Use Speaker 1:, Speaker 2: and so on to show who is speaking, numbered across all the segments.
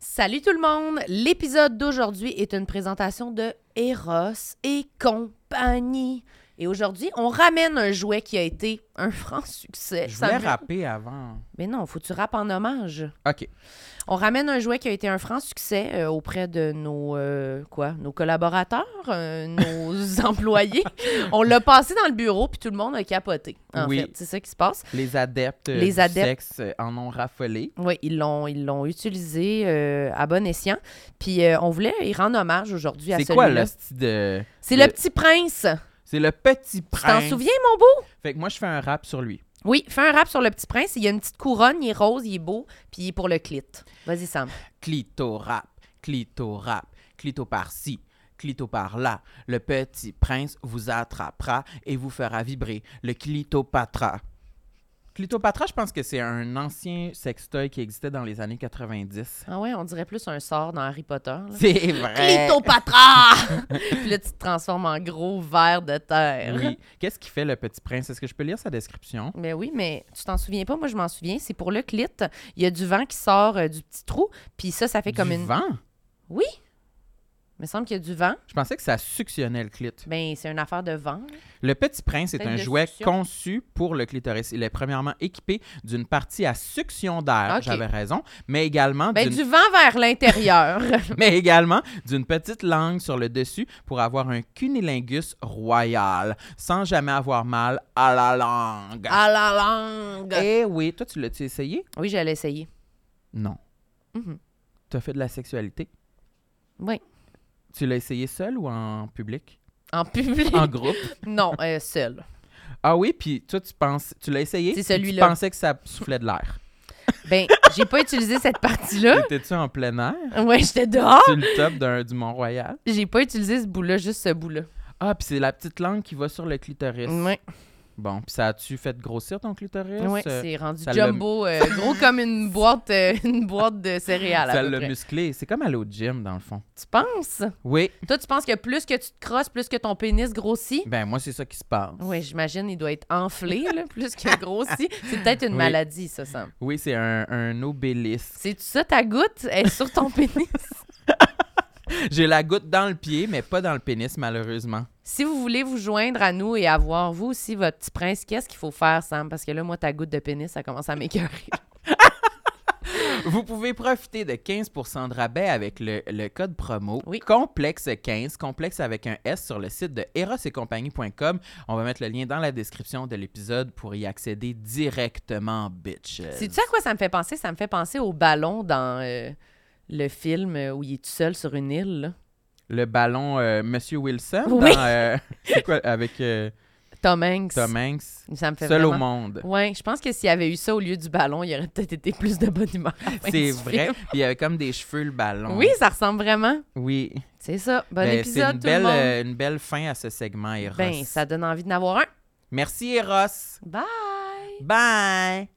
Speaker 1: Salut tout le monde! L'épisode d'aujourd'hui est une présentation de Eros et compagnie. Et aujourd'hui, on ramène un jouet qui a été un franc succès.
Speaker 2: Je
Speaker 1: Euh, Ça
Speaker 2: voulais
Speaker 1: me-
Speaker 2: rapper avant.
Speaker 1: Mais non, faut que tu rappes en hommage.
Speaker 2: OK.
Speaker 1: On ramène un jouet qui a été un franc succès euh, auprès de nos euh, quoi, nos collaborateurs, euh, nos employés. On l'a passé dans le bureau puis tout le monde a capoté. En
Speaker 2: Oui.
Speaker 1: fait, c'est ça qui se passe.
Speaker 2: Les adeptes euh,
Speaker 1: Les
Speaker 2: du
Speaker 1: adeptes.
Speaker 2: sexe euh, en ont raffolé.
Speaker 1: Oui, ils l'ont ils l'ont utilisé euh, à bon escient. Puis euh, on voulait y rendre hommage aujourd'hui à
Speaker 2: C'est quoi
Speaker 1: celui-là.
Speaker 2: le style de...
Speaker 1: C'est le
Speaker 2: le-
Speaker 1: petit prince.
Speaker 2: C'est le petit
Speaker 1: Tu t'en
Speaker 2: prince.
Speaker 1: souviens mon beau
Speaker 2: Fait que moi, je fais un rap sur lui.
Speaker 1: Oui, fais un rap sur le petit prince, il y a une petite couronne, il est rose, il est beau, puis il est pour le clit. Vas-y Sam.
Speaker 2: Clito-rap, clito-rap, clito par-ci, clito par-là. Le petit prince vous attrapera et vous fera vibrer. Le clitopatra. Clitopatra, je pense que c'est un ancien sextoy qui existait dans les années 90.
Speaker 1: Ah ouais, on dirait plus un sort dans Harry Potter. là.
Speaker 2: C'est vrai.
Speaker 1: Clitopatra! Puis là, tu te transformes en gros ver de terre.
Speaker 2: Oui. Qu'est-ce qui fait le petit prince? Est-ce que je peux lire sa description?
Speaker 1: Mais oui, mais tu t'en souviens pas, moi je m'en souviens, c'est pour le clit. Il y a du vent qui sort euh, du petit trou, puis ça, ça fait comme
Speaker 2: Du
Speaker 1: une...
Speaker 2: vent?
Speaker 1: Il me semble qu'il y a du vent.
Speaker 2: Je pensais que ça suctionnait le clit.
Speaker 1: Ben, c'est une affaire de vent.
Speaker 2: Le Petit Prince est
Speaker 1: Peut-être
Speaker 2: un
Speaker 1: de
Speaker 2: jouet
Speaker 1: succion.
Speaker 2: conçu pour le clitoris. Il est premièrement équipé d'une partie à succion d'air,
Speaker 1: Ok.
Speaker 2: j'avais raison, mais également
Speaker 1: Ben,
Speaker 2: d'une
Speaker 1: du vent vers l'intérieur.
Speaker 2: mais également d'une petite langue sur le dessus pour avoir un cunilingus royal, sans jamais avoir mal à la langue.
Speaker 1: à la langue.
Speaker 2: Eh oui, toi tu l'as-tu essayé
Speaker 1: Oui, j'allais essayer.
Speaker 2: Non.
Speaker 1: Mhm.
Speaker 2: Tu as fait de la sexualité
Speaker 1: Oui.
Speaker 2: Tu l'as essayé seul ou en public
Speaker 1: En public.
Speaker 2: En groupe
Speaker 1: Non, euh, seul.
Speaker 2: Ah oui, puis toi tu penses tu l'as essayé
Speaker 1: C'est
Speaker 2: puis
Speaker 1: celui-là.
Speaker 2: Tu pensais que ça soufflait de l'air.
Speaker 1: Ben, j'ai pas utilisé cette partie-là.
Speaker 2: Étais-tu en plein air
Speaker 1: Ouais, j'étais dehors.
Speaker 2: sur le top d'un- du Mont-Royal.
Speaker 1: J'ai pas utilisé ce bout-là, juste ce bout-là.
Speaker 2: Ah, puis c'est la petite langue qui va sur le clitoris.
Speaker 1: Ouais,
Speaker 2: Bon, puis ça a-tu fait grossir ton clitoris?
Speaker 1: ouais,
Speaker 2: Euh,
Speaker 1: c'est rendu
Speaker 2: ça l'a-
Speaker 1: jumbo, euh, gros comme une boîte, euh, une boîte de céréales. à
Speaker 2: ça
Speaker 1: peu
Speaker 2: l'a
Speaker 1: près.
Speaker 2: musclé. C'est comme aller au gym, dans le fond.
Speaker 1: Tu penses?
Speaker 2: Oui.
Speaker 1: Toi, tu penses que plus que tu te crosses, plus que ton pénis grossit?
Speaker 2: Ben, moi, c'est ça qui se passe.
Speaker 1: Oui, j'imagine, il doit être enflé, là, plus que grossi. C'est peut-être une
Speaker 2: Oui.
Speaker 1: maladie, ça, Sam.
Speaker 2: Oui, c'est un, un obélisque.
Speaker 1: C'est-tu ça, ta goutte? Elle est sur ton pénis?
Speaker 2: J'ai la goutte dans le pied, mais pas dans le pénis, malheureusement.
Speaker 1: Si vous voulez vous joindre à nous et avoir, vous aussi, votre petit prince, qu'est-ce qu'il faut faire, Sam? Parce que là, moi, ta goutte de pénis, ça commence à m'écœurer.
Speaker 2: Vous pouvez profiter de 15 de rabais avec le, le code promo
Speaker 1: Oui.
Speaker 2: complexe15, complexe avec un S sur le site de erosetcompagnie.com. On va mettre le lien dans la description de l'épisode pour y accéder directement, bitch.
Speaker 1: Sais-tu à quoi ça me fait penser? Ça me fait penser au ballon dans euh, le film euh, où il est tout seul sur une île. là.
Speaker 2: Le ballon euh, Monsieur Wilson
Speaker 1: Oui.
Speaker 2: dans, euh, c'est quoi, avec euh,
Speaker 1: Tom Hanks.
Speaker 2: Tom Hanks,
Speaker 1: Ça me fait
Speaker 2: seul au
Speaker 1: vraiment...
Speaker 2: monde.
Speaker 1: Ouais, je pense que s'il y avait eu ça au lieu du ballon, il y aurait peut-être été plus de bonne humeur. à la fin
Speaker 2: Ah, C'est
Speaker 1: du
Speaker 2: vrai.
Speaker 1: film.
Speaker 2: Puis il y avait comme des cheveux, le ballon.
Speaker 1: Oui, ça ressemble vraiment.
Speaker 2: Oui.
Speaker 1: C'est ça. Bon
Speaker 2: Ben, c'est
Speaker 1: épisode,
Speaker 2: une
Speaker 1: tout le
Speaker 2: belle,
Speaker 1: monde.
Speaker 2: euh, une belle fin à ce segment, Eros.
Speaker 1: Ben, ça donne envie d'en avoir un.
Speaker 2: Merci, Eros.
Speaker 1: Bye!
Speaker 2: Bye.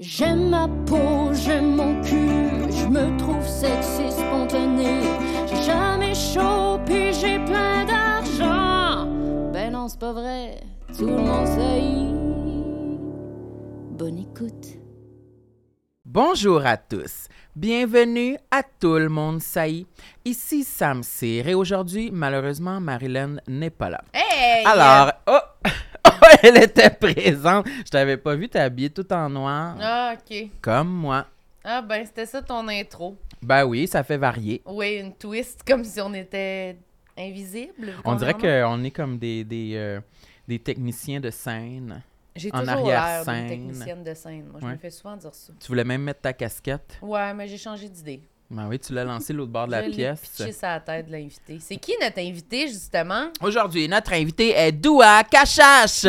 Speaker 3: J'aime ma peau, j'aime mon cul, je me trouve sexy spontané. J'ai jamais chaud, puis j'ai plein d'argent. Ben non, c'est pas vrai, tout le monde sait. Bonne écoute.
Speaker 2: Bonjour à tous. Bienvenue à Tout le monde saillit. Ici Sam Cyr et aujourd'hui, malheureusement, Marilyn n'est pas là.
Speaker 1: Hey!
Speaker 2: Alors, oh, oh, elle était présente. Je t'avais pas vu t'habiller tout en noir,
Speaker 1: Ah, OK.
Speaker 2: comme moi.
Speaker 1: Ah, ben, c'était ça ton intro.
Speaker 2: Ben oui, ça fait varier.
Speaker 1: Oui, une twist comme si on était invisible.
Speaker 2: On dirait
Speaker 1: hein?
Speaker 2: qu'on est comme des, des, euh, des techniciens de scène.
Speaker 1: J'ai
Speaker 2: en
Speaker 1: toujours l'air d'une
Speaker 2: arrière-scène.
Speaker 1: technicienne de scène. Moi, je me
Speaker 2: Ouais.
Speaker 1: fais souvent dire ça.
Speaker 2: Tu voulais même mettre ta casquette.
Speaker 1: Ouais, mais j'ai changé d'idée.
Speaker 2: Ben oui, tu l'as lancé l'autre bord de la
Speaker 1: je l'ai
Speaker 2: pièce.
Speaker 1: pitché sa tête de l'invité. C'est qui notre invité, justement?
Speaker 2: Aujourd'hui, notre invité est Doua Kachache.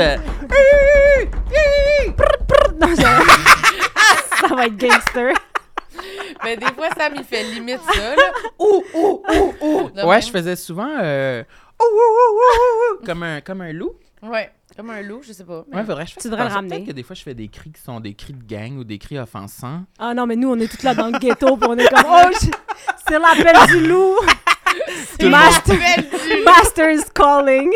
Speaker 4: Ah, Ça va être gangster.
Speaker 1: Mais des fois, Sam, il fait limite ça, là. Ouh, ouh, ouh, ouh! De
Speaker 2: Ouais,
Speaker 1: même.
Speaker 2: je faisais souvent euh, ouh, ouh, ouh, ouh, ouh, ouh, comme un comme un loup.
Speaker 1: Ouais, comme un loup, je sais pas. mais-
Speaker 2: Ouais, faudrait que je fasse
Speaker 4: Tu devrais le
Speaker 2: attention.
Speaker 4: ramener.
Speaker 2: Peut-être que des fois je fais des cris qui sont des cris de gang ou des cris offensants.
Speaker 4: Ah non, mais nous, on est toutes là dans le ghetto, puis on est comme, oh, je- c'est l'appel du loup.
Speaker 2: Tout le
Speaker 4: Master-
Speaker 1: Belle du-
Speaker 4: Master's calling.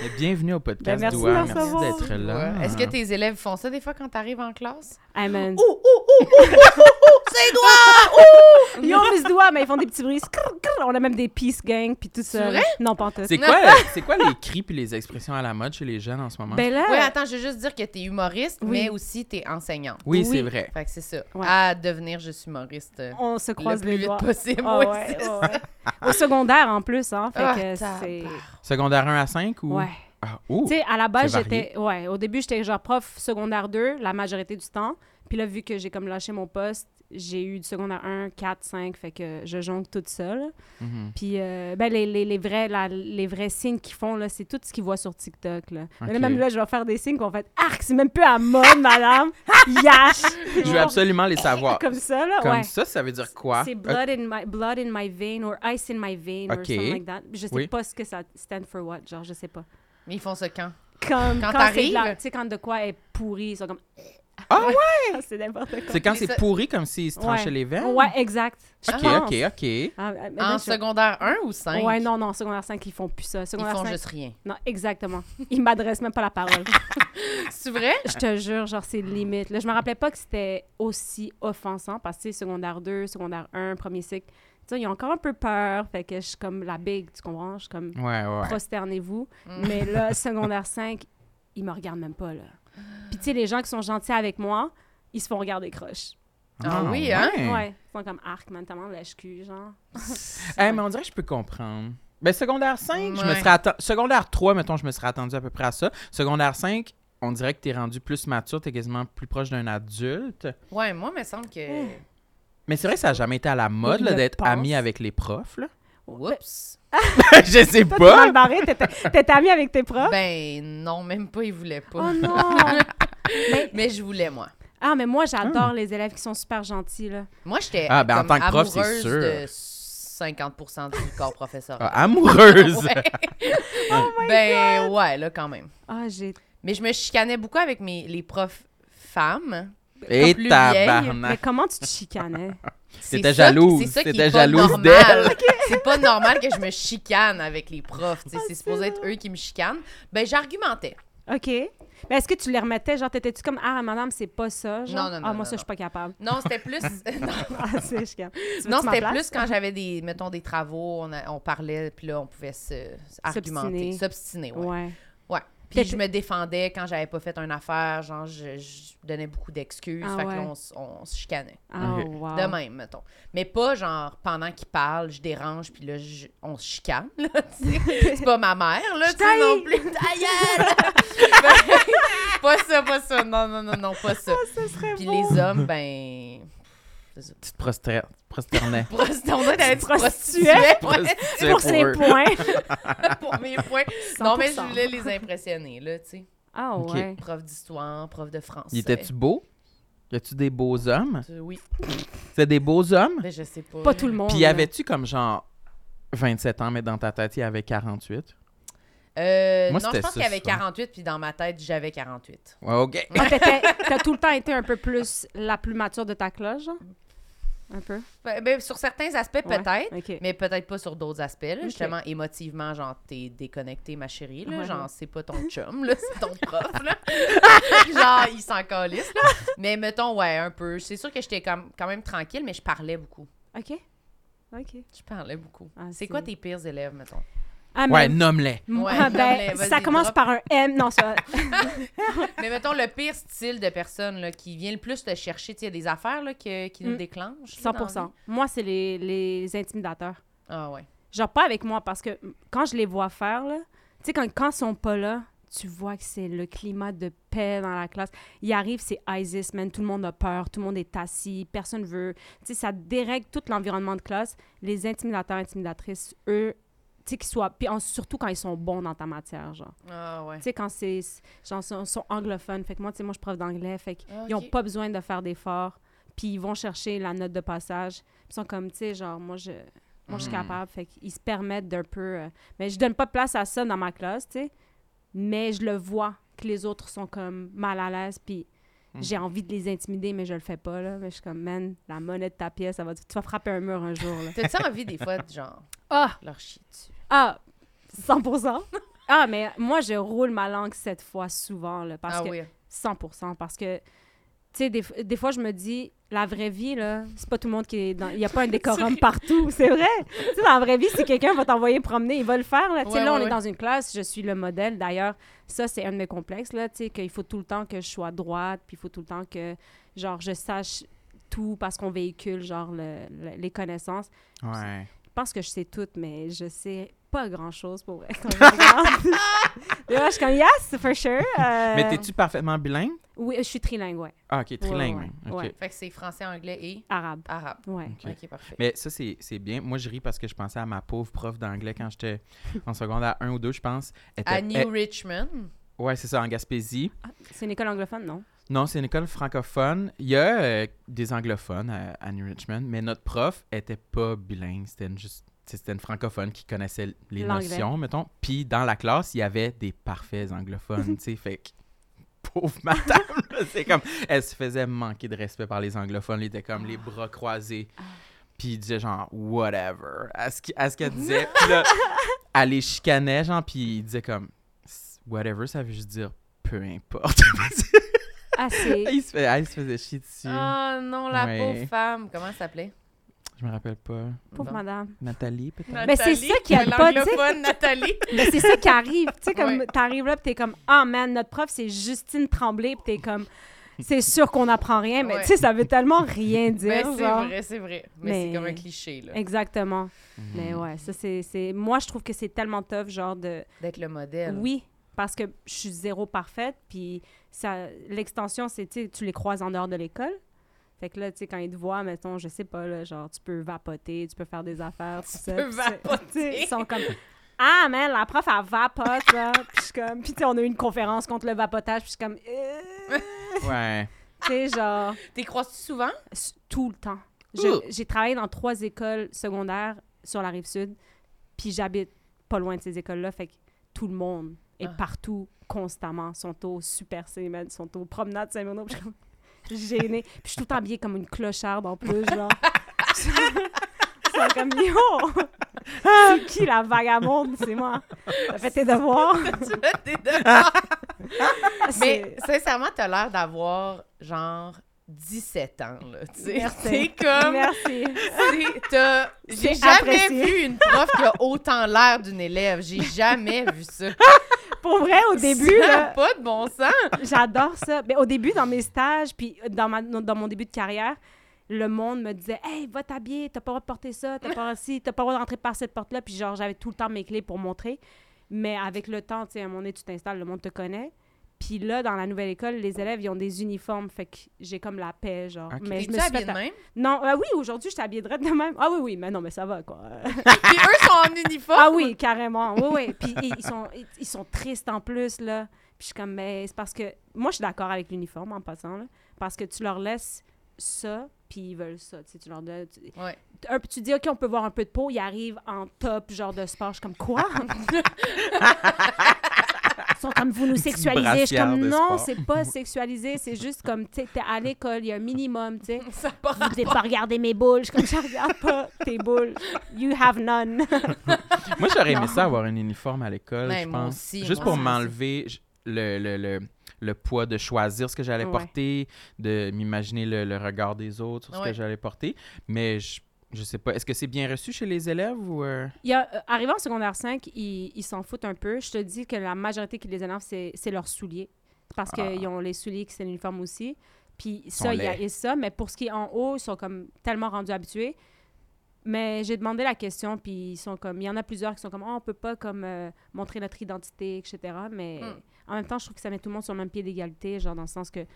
Speaker 2: Mais bienvenue au podcast
Speaker 4: Ben, merci
Speaker 2: Douane.
Speaker 4: de me
Speaker 2: Merci
Speaker 4: recevoir.
Speaker 2: d'être là.
Speaker 1: Est-ce que tes élèves font ça des fois quand t'arrives en classe?
Speaker 4: Hey, man.
Speaker 1: Ouh, ouh, ouh, ouh, c'est doigts!
Speaker 4: Ils ont mis ce doigt, mais ils font des petits bruits. Skrr, skrr. On a même des peace gang, puis tout ça.
Speaker 1: C'est vrai?
Speaker 4: Non, pas en tout.
Speaker 2: C'est quoi, euh, c'est quoi les cris puis les expressions à la mode chez les jeunes en ce moment?
Speaker 4: Ben là,
Speaker 1: Oui, attends, je veux juste dire que t'es humoriste,
Speaker 4: Oui.
Speaker 1: mais aussi t'es enseignante.
Speaker 2: oui,
Speaker 4: oui.
Speaker 2: c'est vrai.
Speaker 1: Fait que c'est ça.
Speaker 4: Ouais.
Speaker 1: À devenir juste humoriste euh,
Speaker 4: on se
Speaker 1: le
Speaker 4: croise
Speaker 1: plus
Speaker 4: les
Speaker 1: vite
Speaker 4: doigts.
Speaker 1: possible.
Speaker 4: Ah
Speaker 1: oui,
Speaker 4: ouais,
Speaker 1: c'est
Speaker 4: ouais,
Speaker 1: ça.
Speaker 4: ouais. Au secondaire en plus, hein. Fait
Speaker 1: Ah,
Speaker 4: que c'est.
Speaker 1: tabarnak.
Speaker 2: Secondaire 1 à 5 ou?
Speaker 4: Ouais.
Speaker 2: Ah, ouh.
Speaker 4: Tu sais, à la base,
Speaker 2: C'est
Speaker 4: j'étais. Ouais, au début, j'étais genre prof secondaire 2 la majorité du temps. Puis là, vu que j'ai comme lâché mon poste, j'ai eu du secondaire 1, 4, 5. Fait que je jongle toute seule.
Speaker 2: Mhm.
Speaker 4: Puis, euh, ben, les, les, les vrais, la- les vrais signes qu'ils font, là, c'est tout ce qu'ils voient sur TikTok, là. Mais là,
Speaker 2: Ok.
Speaker 4: même là, je vais faire des signes qu'on fait Arc, c'est même plus à mode, madame. Yash.
Speaker 2: Je veux absolument les savoir.
Speaker 4: Comme ça, là.
Speaker 2: Comme
Speaker 4: ouais.
Speaker 2: ça, ça veut dire quoi?
Speaker 4: C'est
Speaker 2: Ok.
Speaker 4: blood in, my, blood in my vein or ice in my vein or
Speaker 2: Ok.
Speaker 4: something like that. Je sais
Speaker 2: Oui.
Speaker 4: pas ce que ça stand for what, genre, je sais pas.
Speaker 1: Mais ils font ça quand?
Speaker 4: Comme
Speaker 1: Quand
Speaker 4: quand, c'est
Speaker 1: t'arrives.
Speaker 4: de la- Tu sais, quand de quoi est pourri, ils sont comme.
Speaker 2: Ah ouais?
Speaker 4: c'est n'importe quoi.
Speaker 2: C'est quand
Speaker 1: Mais
Speaker 2: c'est
Speaker 1: ça-
Speaker 2: pourri comme s'ils se tranchaient
Speaker 4: Ouais.
Speaker 2: les veines?
Speaker 4: Ouais, exact. Je
Speaker 2: Ok,
Speaker 4: pense.
Speaker 2: ok, ok.
Speaker 4: Ah, ah, mais
Speaker 1: Ah En
Speaker 4: là, je-
Speaker 1: secondaire 1 ou 5?
Speaker 4: Ouais, non, non, secondaire 5, ils font plus ça.
Speaker 1: Ils
Speaker 4: Secondaire
Speaker 1: font
Speaker 4: 5,
Speaker 1: juste rien.
Speaker 4: non, exactement. Ils m'adressent même pas la parole. Ah,
Speaker 1: C'est vrai?
Speaker 4: Je te jure, genre, c'est limite. Là, je me rappelais pas que c'était aussi offensant parce que, tu sais, secondaire 2, secondaire 1, premier cycle, tu sais, ils ont encore un peu peur. Fait que je suis comme la big, tu comprends? Je suis comme,
Speaker 2: Ouais, ouais.
Speaker 4: prosternez-vous.
Speaker 1: Mm.
Speaker 4: Mais là, secondaire 5, ils me regardent même pas, là. Puis, tu sais, les gens qui sont gentils avec moi, ils se font regarder croche.
Speaker 1: Ah oui, hein?
Speaker 2: ouais.
Speaker 4: Ouais. Ils sont comme arc, notamment le HQ, genre.
Speaker 2: Eh, mais on dirait que je peux comprendre. Ben, secondaire 5, je me
Speaker 1: Ouais.
Speaker 2: serais atten- Secondaire 3, mettons, je me serais attendu à peu près à ça. Secondaire 5, on dirait que t'es rendu plus mature, t'es quasiment plus proche d'un adulte.
Speaker 1: Ouais, moi, il me semble que.
Speaker 2: Mais c'est vrai que ça n'a jamais été à la mode
Speaker 4: Il
Speaker 2: là,
Speaker 4: le
Speaker 2: d'être
Speaker 4: pense.
Speaker 2: ami avec les profs, là.
Speaker 4: Oh,
Speaker 1: Oups!
Speaker 2: je sais
Speaker 4: Toi, t'es
Speaker 2: pas.
Speaker 4: mal barré, t'étais t'étais amie avec tes profs?
Speaker 1: Ben non, même pas, ils voulaient pas.
Speaker 4: Oh non!
Speaker 1: Mais je voulais, moi.
Speaker 4: Ah, mais moi, j'adore les élèves qui sont super gentils, là.
Speaker 1: Moi, j'étais
Speaker 2: Ah, ben, en
Speaker 1: comme
Speaker 2: tant que prof, c'est
Speaker 1: amoureuse
Speaker 2: sûr.
Speaker 1: de 50 du corps professoral.
Speaker 2: Ah, amoureuse.
Speaker 1: Ouais.
Speaker 4: Oh
Speaker 1: ben ouais, là, quand même.
Speaker 4: Ah, j'ai...
Speaker 1: Mais je me chicanais beaucoup avec mes, les profs femmes.
Speaker 2: Et
Speaker 1: Comme plus
Speaker 4: Mais
Speaker 1: Ah,
Speaker 2: tabarnak.
Speaker 4: comment tu te chicanais?
Speaker 1: C'est
Speaker 2: T'étais
Speaker 1: ça qui-
Speaker 2: jalouse,
Speaker 1: C'est ça qui
Speaker 2: t'étais
Speaker 1: est pas
Speaker 2: jalouse
Speaker 1: normal. C'est pas normal que je me chicane avec les profs. tu sais, c'est supposé être eux qui me chicanent. Ben, j'argumentais.
Speaker 4: OK. Mais est-ce que tu les remettais? Genre, t'étais-tu comme, ah, madame, c'est pas ça? Genre?
Speaker 1: Non, non, non,
Speaker 4: Ah, moi,
Speaker 1: non,
Speaker 4: ça, je
Speaker 1: non.
Speaker 4: suis pas capable.
Speaker 1: Non, c'était plus. non,
Speaker 4: Ah, c'est, je suis capable. Tu veux-tu
Speaker 1: non,
Speaker 4: ma
Speaker 1: c'était
Speaker 4: place?
Speaker 1: plus quand j'avais des, mettons, des travaux, on, a- on parlait, puis là, on pouvait se argumenter, s'obstiner. ouais.
Speaker 4: Ouais.
Speaker 1: Ouais. Puis
Speaker 4: Peut-être-
Speaker 1: je me défendais quand j'avais pas fait une affaire, genre je, je donnais beaucoup d'excuses,
Speaker 4: Ah
Speaker 1: fait que là
Speaker 4: ouais.
Speaker 1: on, s- on se chicanait.
Speaker 4: Ah,
Speaker 2: Ok.
Speaker 4: wow.
Speaker 1: De même, mettons. Mais pas genre pendant qu'il parle, je dérange, puis là je- on se chicane, là, tu sais. C'est pas ma mère, là,
Speaker 4: Je
Speaker 1: tu sais, non
Speaker 4: t'haïs!
Speaker 1: plus. Ta gueule! Ben, pas ça, pas ça. Non, non, non, non, pas ça. puis les hommes, ben.
Speaker 2: Tu te prostra- prosternais.
Speaker 1: prost- On dirait d'aller
Speaker 4: Tu
Speaker 1: se
Speaker 4: te
Speaker 1: prostituer ouais,
Speaker 2: Prostituée
Speaker 4: Pour ses
Speaker 2: eux.
Speaker 4: points.
Speaker 1: pour mes points. Non, mais je
Speaker 4: 100%.
Speaker 1: voulais les impressionner, là, tu sais.
Speaker 4: Ah,
Speaker 2: Ok.
Speaker 4: ouais.
Speaker 1: Prof d'histoire, prof de français.
Speaker 2: Il était-tu beau? Y a-tu des beaux hommes?
Speaker 1: Euh, Oui.
Speaker 2: C'était des beaux hommes?
Speaker 1: Ben, je sais pas.
Speaker 4: Pas tout le monde.
Speaker 2: Puis
Speaker 4: là.
Speaker 2: avais-tu comme genre 27 ans, mais dans ta tête, il avait 48?
Speaker 1: Euh, non,
Speaker 2: Moi,
Speaker 1: je
Speaker 2: c'était
Speaker 1: pense
Speaker 2: ça,
Speaker 1: qu'il y avait
Speaker 2: souvent.
Speaker 1: 48, puis dans ma tête, j'avais 48.
Speaker 2: Ouais, OK.
Speaker 4: Ah, t'étais- T'as tout le temps été un peu plus la plus mature de ta cloche, genre? Un peu?
Speaker 1: Ben, ben, sur certains aspects,
Speaker 4: Ouais.
Speaker 1: peut-être,
Speaker 4: OK.
Speaker 1: mais peut-être pas sur d'autres aspects. là.
Speaker 4: Ok.
Speaker 1: Justement, émotivement, genre, t'es déconnecté, ma chérie. Là,
Speaker 4: Ouais,
Speaker 1: genre,
Speaker 4: ouais.
Speaker 1: c'est pas ton chum, là, c'est ton prof. Là. genre, il s'en calisse. Là. Mais mettons, ouais, un peu. C'est sûr que j'étais comme- quand même tranquille, mais je parlais beaucoup.
Speaker 4: OK. OK.
Speaker 1: Je parlais beaucoup.
Speaker 4: Ah,
Speaker 1: c'est
Speaker 4: c'est-
Speaker 1: quoi tes pires élèves, mettons?
Speaker 4: Ah, mais-
Speaker 2: Ouais, nomme-les.
Speaker 1: Ouais,
Speaker 4: Ah,
Speaker 1: nomme-les,
Speaker 4: ben,
Speaker 1: vas-y,
Speaker 4: ça commence
Speaker 1: drop.
Speaker 4: par un M. Non, ça.
Speaker 1: mais mettons, le pire style de personne là, qui vient le plus te chercher. Tu sais, Il y a des affaires là, que- qui nous
Speaker 4: Mm.
Speaker 1: déclenchent. là, dans la
Speaker 4: 100
Speaker 1: vie.
Speaker 4: Moi, c'est les, les intimidateurs.
Speaker 1: Ah ouais.
Speaker 4: Genre, pas avec moi, parce que quand je les vois faire, là, tu sais, quand, quand ils sont pas là, tu vois que c'est le climat de paix dans la classe. Ils arrivent, c'est ISIS, man. Tout le monde a peur, tout le monde est assis, personne veut. Tu sais, ça dérègle tout l'environnement de classe. Les intimidateurs, intimidatrices, eux, tu sais, qu'ils soient. Puis en- surtout quand ils sont bons dans ta matière, genre.
Speaker 1: Ah ouais.
Speaker 4: Tu sais, quand c'est. Genre, sont, sont anglophones. Fait que moi, tu sais, moi, je suis prof d'anglais. Fait qu'ils
Speaker 1: Ah,
Speaker 4: n'ont
Speaker 1: ok.
Speaker 4: pas besoin de faire d'efforts. Puis ils vont chercher la note de passage. Ils sont comme, tu sais, genre, moi, je. Moi, je suis capable. Fait qu'ils se permettent d'un peu. euh, mais je donne pas de place à ça dans ma classe, tu sais. Mais je le vois que les autres sont comme mal à l'aise. Puis j'ai envie de les intimider, mais je le fais pas, là. Mais je suis comme, man, la monnaie de ta pièce, ça va, tu vas frapper un mur un jour, là.
Speaker 1: T'as-tu envie des fois de genre
Speaker 4: Ah!
Speaker 1: leur chier dessus?
Speaker 4: Ah! 100 Ah, mais moi, je roule ma langue cette fois souvent, là, parce
Speaker 1: ah
Speaker 4: que
Speaker 1: oui.
Speaker 4: 100 parce que tu sais des, f- des fois je me dis la vraie vie là c'est pas tout le monde qui est dans il y a pas un décorum partout c'est vrai tu sais dans la vraie vie si quelqu'un va t'envoyer promener il va le faire là tu sais
Speaker 1: Ouais,
Speaker 4: là on
Speaker 1: ouais, ouais.
Speaker 4: est dans une classe je suis le modèle d'ailleurs ça c'est un de mes complexes là tu sais qu'il faut tout le temps que je sois droite puis il faut tout le temps que genre je sache tout parce qu'on véhicule genre le- le- les connaissances
Speaker 2: Ouais.
Speaker 4: je pense que je sais tout, mais je sais pas grand-chose pour vrai. Quand je regarde. Et moi, je suis comme, yes, for sure. Euh,
Speaker 2: Mais t'es-tu parfaitement bilingue?
Speaker 4: Oui, je suis trilingue, ouais.
Speaker 2: Ah, ok, trilingue.
Speaker 4: ouais,
Speaker 2: ok.
Speaker 4: ouais.
Speaker 1: Fait que c'est français, anglais et
Speaker 4: Arabe,
Speaker 1: arabe.
Speaker 4: ouais.
Speaker 2: Ok.
Speaker 1: OK, parfait.
Speaker 2: Mais ça, c'est c'est bien. Moi, je ris parce que je pensais à ma pauvre prof d'anglais quand j'étais en secondaire 1 ou 2, je pense. Elle était-
Speaker 1: À New
Speaker 2: elle-
Speaker 1: Richmond.
Speaker 2: ouais, c'est ça, en Gaspésie.
Speaker 4: C'est une école anglophone, non?
Speaker 2: Non, c'est une école francophone. Il y a euh, des anglophones à, à New Richmond, mais notre prof était pas bilingue. C'était une, juste, c'était une francophone qui connaissait l- les
Speaker 4: L'anglais.
Speaker 2: notions, mettons. Puis dans la classe, il y avait des parfaits anglophones, tu sais, fait que... Pauvre madame, là, c'est comme... Elle se faisait manquer de respect par les anglophones. Elle était comme les bras croisés. Puis il disait genre « whatever » à ce qui- à ce qu'elle disait. Puis là, elle les chicanait, genre, puis il disait comme « whatever », ça veut juste dire « peu importe ».
Speaker 4: Assez.
Speaker 2: Ah, Il se, fait- ah, il se faisait chier dessus.
Speaker 1: Ah non, la
Speaker 2: Ouais.
Speaker 1: pauvre femme. Comment elle s'appelait?
Speaker 2: Je me rappelle pas.
Speaker 4: Pauvre
Speaker 1: Bon.
Speaker 4: madame.
Speaker 2: Nathalie, peut-être?
Speaker 4: Mais c'est
Speaker 1: Nathalie,
Speaker 4: ça qu'il y a pas, tu sais.
Speaker 1: L'anglophone, Nathalie.
Speaker 4: Mais Ben, c'est ça qui arrive. Tu sais, comme
Speaker 1: Ouais.
Speaker 4: t'arrives là, puis t'es comme, ah man, notre prof, c'est Justine Tremblay, puis t'es comme, c'est sûr qu'on n'apprend rien, mais
Speaker 1: Ouais.
Speaker 4: tu sais, ça veut tellement rien dire.
Speaker 1: Ben, c'est
Speaker 4: genre.
Speaker 1: vrai, c'est vrai. Mais,
Speaker 4: Mais-
Speaker 1: c'est comme un cliché, là.
Speaker 4: Exactement. Mais ouais, ça, c'est- c'est. Moi, je trouve que c'est tellement tough, genre, de.
Speaker 1: D'être le modèle.
Speaker 4: Oui, parce que je suis zéro parfaite, puis ça, l'extension, c'est, tu sais, tu les croises en dehors de l'école. Fait que là, tu sais, quand ils te voient, mettons, je sais pas, là, genre, tu peux vapoter, tu peux faire des affaires, tout ça.
Speaker 1: peux
Speaker 4: puis c'est-
Speaker 1: vapoter.
Speaker 4: tu sais, Ils sont comme... Ah, man, la prof, elle vapote, là. Puis je suis comme... Puis tu sais, on a eu une conférence contre le vapotage, puis je suis comme... Euh,
Speaker 2: Ouais.
Speaker 4: tu sais, genre,
Speaker 1: T'es croises-tu souvent?
Speaker 4: s- tout le temps.
Speaker 1: Ouh.
Speaker 4: Je- J'ai travaillé dans trois écoles secondaires sur la Rive-Sud, puis j'habite pas loin de ces écoles-là, fait que tout le monde est
Speaker 1: Ah.
Speaker 4: partout, constamment, sont au Super C, man, sont aux promenades Saint-Bruno, puis je suis comme gênée. Puis je suis tout le temps habillée comme une clocharde en plus, genre. Ils sont comme, yo! C'est qui la vagabonde? C'est moi. T'as fait tes devoirs.
Speaker 1: T'es dedans. Mais
Speaker 4: Ah, C'est-
Speaker 1: sincèrement, t'as l'air d'avoir genre 17 ans, là. Tu sais,
Speaker 4: Merci.
Speaker 1: c'est comme.
Speaker 4: Merci.
Speaker 1: c'est- t'as- J'ai
Speaker 4: C'est
Speaker 1: jamais
Speaker 4: apprécié.
Speaker 1: vu une prof qui a autant l'air d'une élève. J'ai jamais vu ça.
Speaker 4: Pour vrai, au début,
Speaker 1: ça
Speaker 4: là,
Speaker 1: n'a pas de bon sens.
Speaker 4: J'adore ça. Mais au début, dans mes stages, puis dans, ma, dans mon début de carrière, le monde me disait Hey, va t'habiller, t'as pas le droit de porter ça, t'as pas le droit de ci, t'as pas le droit d'entrer par cette porte-là. Puis genre, j'avais tout le temps mes clés pour montrer. Mais avec le temps, tu sais, à un moment donné, tu t'installes, le monde te connaît. Puis là, dans la nouvelle école, les élèves, ils ont des uniformes. Fait que j'ai comme la paix, genre.
Speaker 2: Ok.
Speaker 4: Mais je
Speaker 1: T'es-tu
Speaker 4: me suis
Speaker 1: habillée
Speaker 4: fait.
Speaker 1: de même?
Speaker 4: Non, ah oui, aujourd'hui, je t'habillerais de même. Ah oui, oui, mais non, mais ça va, quoi.
Speaker 1: Puis eux sont en uniforme.
Speaker 4: Ah oui, carrément. Oui, oui. Puis ils- ils sont, ils- ils sont tristes en plus, là. Puis je suis comme, mais c'est parce que... Moi, je suis d'accord avec l'uniforme, en passant, là. Parce que tu leur laisses ça, puis ils veulent ça. Tu sais, tu leur donnes... Tu,
Speaker 1: Ouais.
Speaker 4: un, tu dis, OK, on peut voir un peu de peau. Ils arrivent en top, genre de sport. Je suis comme, quoi? Ils sont comme, vous nous sexualisez. Je suis
Speaker 2: brassière
Speaker 4: comme,
Speaker 2: de
Speaker 4: non,
Speaker 2: sport.
Speaker 4: c'est pas sexualisé. C'est juste comme, tu sais, t'es à l'école, il y a un minimum, tu sais.
Speaker 1: Ça part.
Speaker 4: Vous devez pas regarder mes boules. Je suis comme, je regarde pas tes boules. You have none.
Speaker 2: Moi, j'aurais aimé ça avoir un uniforme à l'école,
Speaker 1: Ouais,
Speaker 2: je
Speaker 1: Ben, moi
Speaker 2: pense.
Speaker 1: aussi,
Speaker 2: Juste
Speaker 1: moi
Speaker 2: pour
Speaker 1: aussi.
Speaker 2: m'enlever j- le, le, le, le poids de choisir ce que j'allais
Speaker 4: Ouais.
Speaker 2: porter, de m'imaginer le, le regard des autres sur ce
Speaker 1: Ouais.
Speaker 2: que j'allais porter. Mais je, je sais pas, est-ce que c'est bien reçu chez les élèves ou... euh?
Speaker 4: Il y a, euh, arrivé en secondaire 5, ils ils s'en foutent un peu. Je te dis que la majorité qui les énerve, c'est c'est leurs souliers. C'est Parce
Speaker 2: Ah.
Speaker 4: qu'ils ont les souliers qui c'est l'uniforme aussi. Puis
Speaker 2: sont
Speaker 4: ça, il y a
Speaker 2: laids.
Speaker 4: et ça. Mais pour ce qui est en haut, ils sont comme tellement rendus habitués. Mais j'ai demandé la question, puis ils sont comme... Il y en a plusieurs qui sont comme, oh, on peut pas comme euh, montrer notre identité, etc. Mais
Speaker 2: Hmm.
Speaker 4: en même temps, je trouve que ça met tout le monde sur le même pied d'égalité, genre dans le sens que tu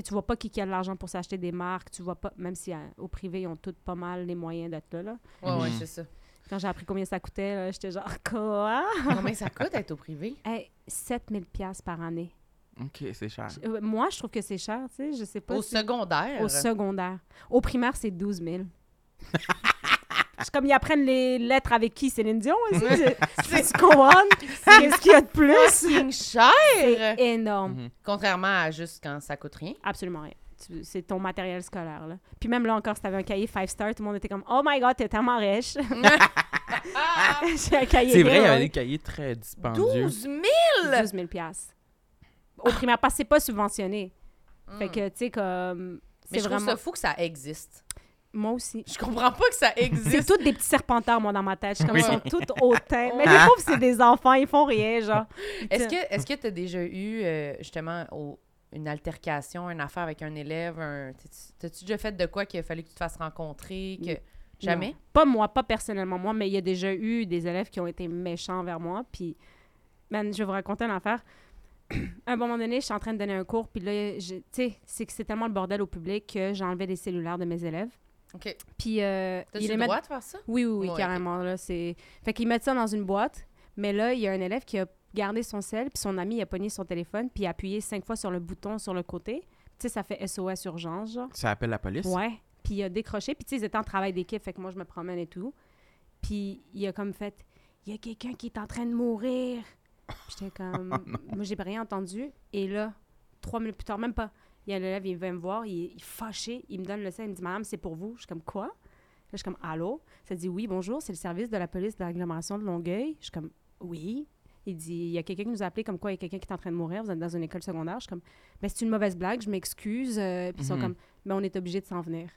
Speaker 4: sais, tu vois pas qui, qui a de l'argent pour s'acheter des marques, tu vois pas, même si euh, au privé, ils ont tous pas mal les moyens d'être là, là.
Speaker 1: Ouais, ouais,
Speaker 2: Mhm.
Speaker 1: c'est ça.
Speaker 4: Quand j'ai appris combien ça coûtait, là, j'étais genre quoi
Speaker 1: Combien ça coûte être au privé?
Speaker 4: hey, 7000 pièces par année.
Speaker 2: Ok, c'est cher.
Speaker 4: Je- euh, Moi, je trouve que c'est cher, tu sais, je sais pas.
Speaker 1: Au
Speaker 4: si-
Speaker 1: secondaire.
Speaker 4: au secondaire. Au primaire, c'est 12 000. C'est comme ils apprennent les lettres avec qui Céline Dion aussi. C'est ce qu'on Qu'est-ce qu'il y a de plus
Speaker 1: Fucking cher!
Speaker 4: C'est énorme.
Speaker 2: Mhm.
Speaker 1: Contrairement à juste quand ça coûte rien.
Speaker 4: Absolument rien. Tu- C'est ton matériel scolaire. Là. Puis même là encore, si t'avais un cahier 5 star, tout le monde était comme Oh my god, t'es tellement riche. J'ai
Speaker 2: C'est
Speaker 4: un cahier
Speaker 2: vrai, il y
Speaker 4: libre,
Speaker 2: avait
Speaker 4: ouais.
Speaker 2: des cahiers très dispendieux.
Speaker 1: 12 000!
Speaker 4: 12 000 piastres. Au primaire, parce que c'est pas subventionné. Fait que, tu sais, comme...
Speaker 1: Mais
Speaker 4: C'est
Speaker 1: je trouve
Speaker 4: vraiment...
Speaker 1: ça fou que ça existe.
Speaker 4: Moi aussi.
Speaker 1: Je comprends pas que ça
Speaker 4: C'est
Speaker 1: existe.
Speaker 4: tous des petits serpentards, moi, dans ma tête. Je suis comme,
Speaker 2: Oui.
Speaker 4: ils sont tous hautains. Mais les pauvres, c'est des enfants, ils font rien, genre.
Speaker 1: Est-ce que est-ce que tu as déjà eu, euh, justement, au- une altercation, une affaire avec un élève? Un... t'as-tu- T'as-tu déjà fait de quoi qu'il a fallu que tu te fasses rencontrer? Que... Jamais?
Speaker 4: Non. Pas moi, pas personnellement moi, mais il y a déjà eu des élèves qui ont été méchants envers moi. Puis, man, je vais vous raconter une affaire. à un bon moment donné, je suis en train de donner un cours, puis là, je- tu sais, c'est que c'est tellement le bordel au public que j'ai enlevé les cellulaires de mes élèves.
Speaker 1: OK.
Speaker 4: Puis, euh,
Speaker 1: T'as-tu
Speaker 4: ils
Speaker 1: le
Speaker 4: les mettent-
Speaker 1: droit de faire ça?
Speaker 4: Oui, oui, oui,
Speaker 1: Ouais, ok.
Speaker 4: carrément. Là, c'est... Fait qu'ils mettent ça dans une boîte, mais là, il y a un élève qui a gardé son sel, puis son ami il a pogné son téléphone, puis il a appuyé cinq fois sur le bouton sur le côté. Tu sais, ça fait SOS urgence, genre.
Speaker 2: Ça appelle la police?
Speaker 4: Ouais. Puis il a décroché. Puis tu sais, ils étaient en travail d'équipe, fait que moi, je me promène et tout. Puis il a comme fait Il y a quelqu'un qui est en train de mourir. Puis J'étais comme
Speaker 2: Oh
Speaker 4: Moi, j'ai pas rien entendu. Et là, trois minutes plus tard, même pas, il y a l'élève, il vient me voir, il est, il est fâché, il me donne le sein, il me dit Madame, c'est pour vous. Je suis comme Quoi Là, je suis comme Allô Ça dit Oui, bonjour, c'est le service de la police de l'agglomération de Longueuil. Je suis comme Oui. Il dit, il y a quelqu'un qui nous a appelé comme quoi il y a quelqu'un qui est en train de mourir, vous êtes dans une école secondaire. Je suis comme, ben, c'est une mauvaise blague, je m'excuse. Euh, puis ils sont
Speaker 2: Mhm.
Speaker 4: comme, mais on est obligé de s'en venir.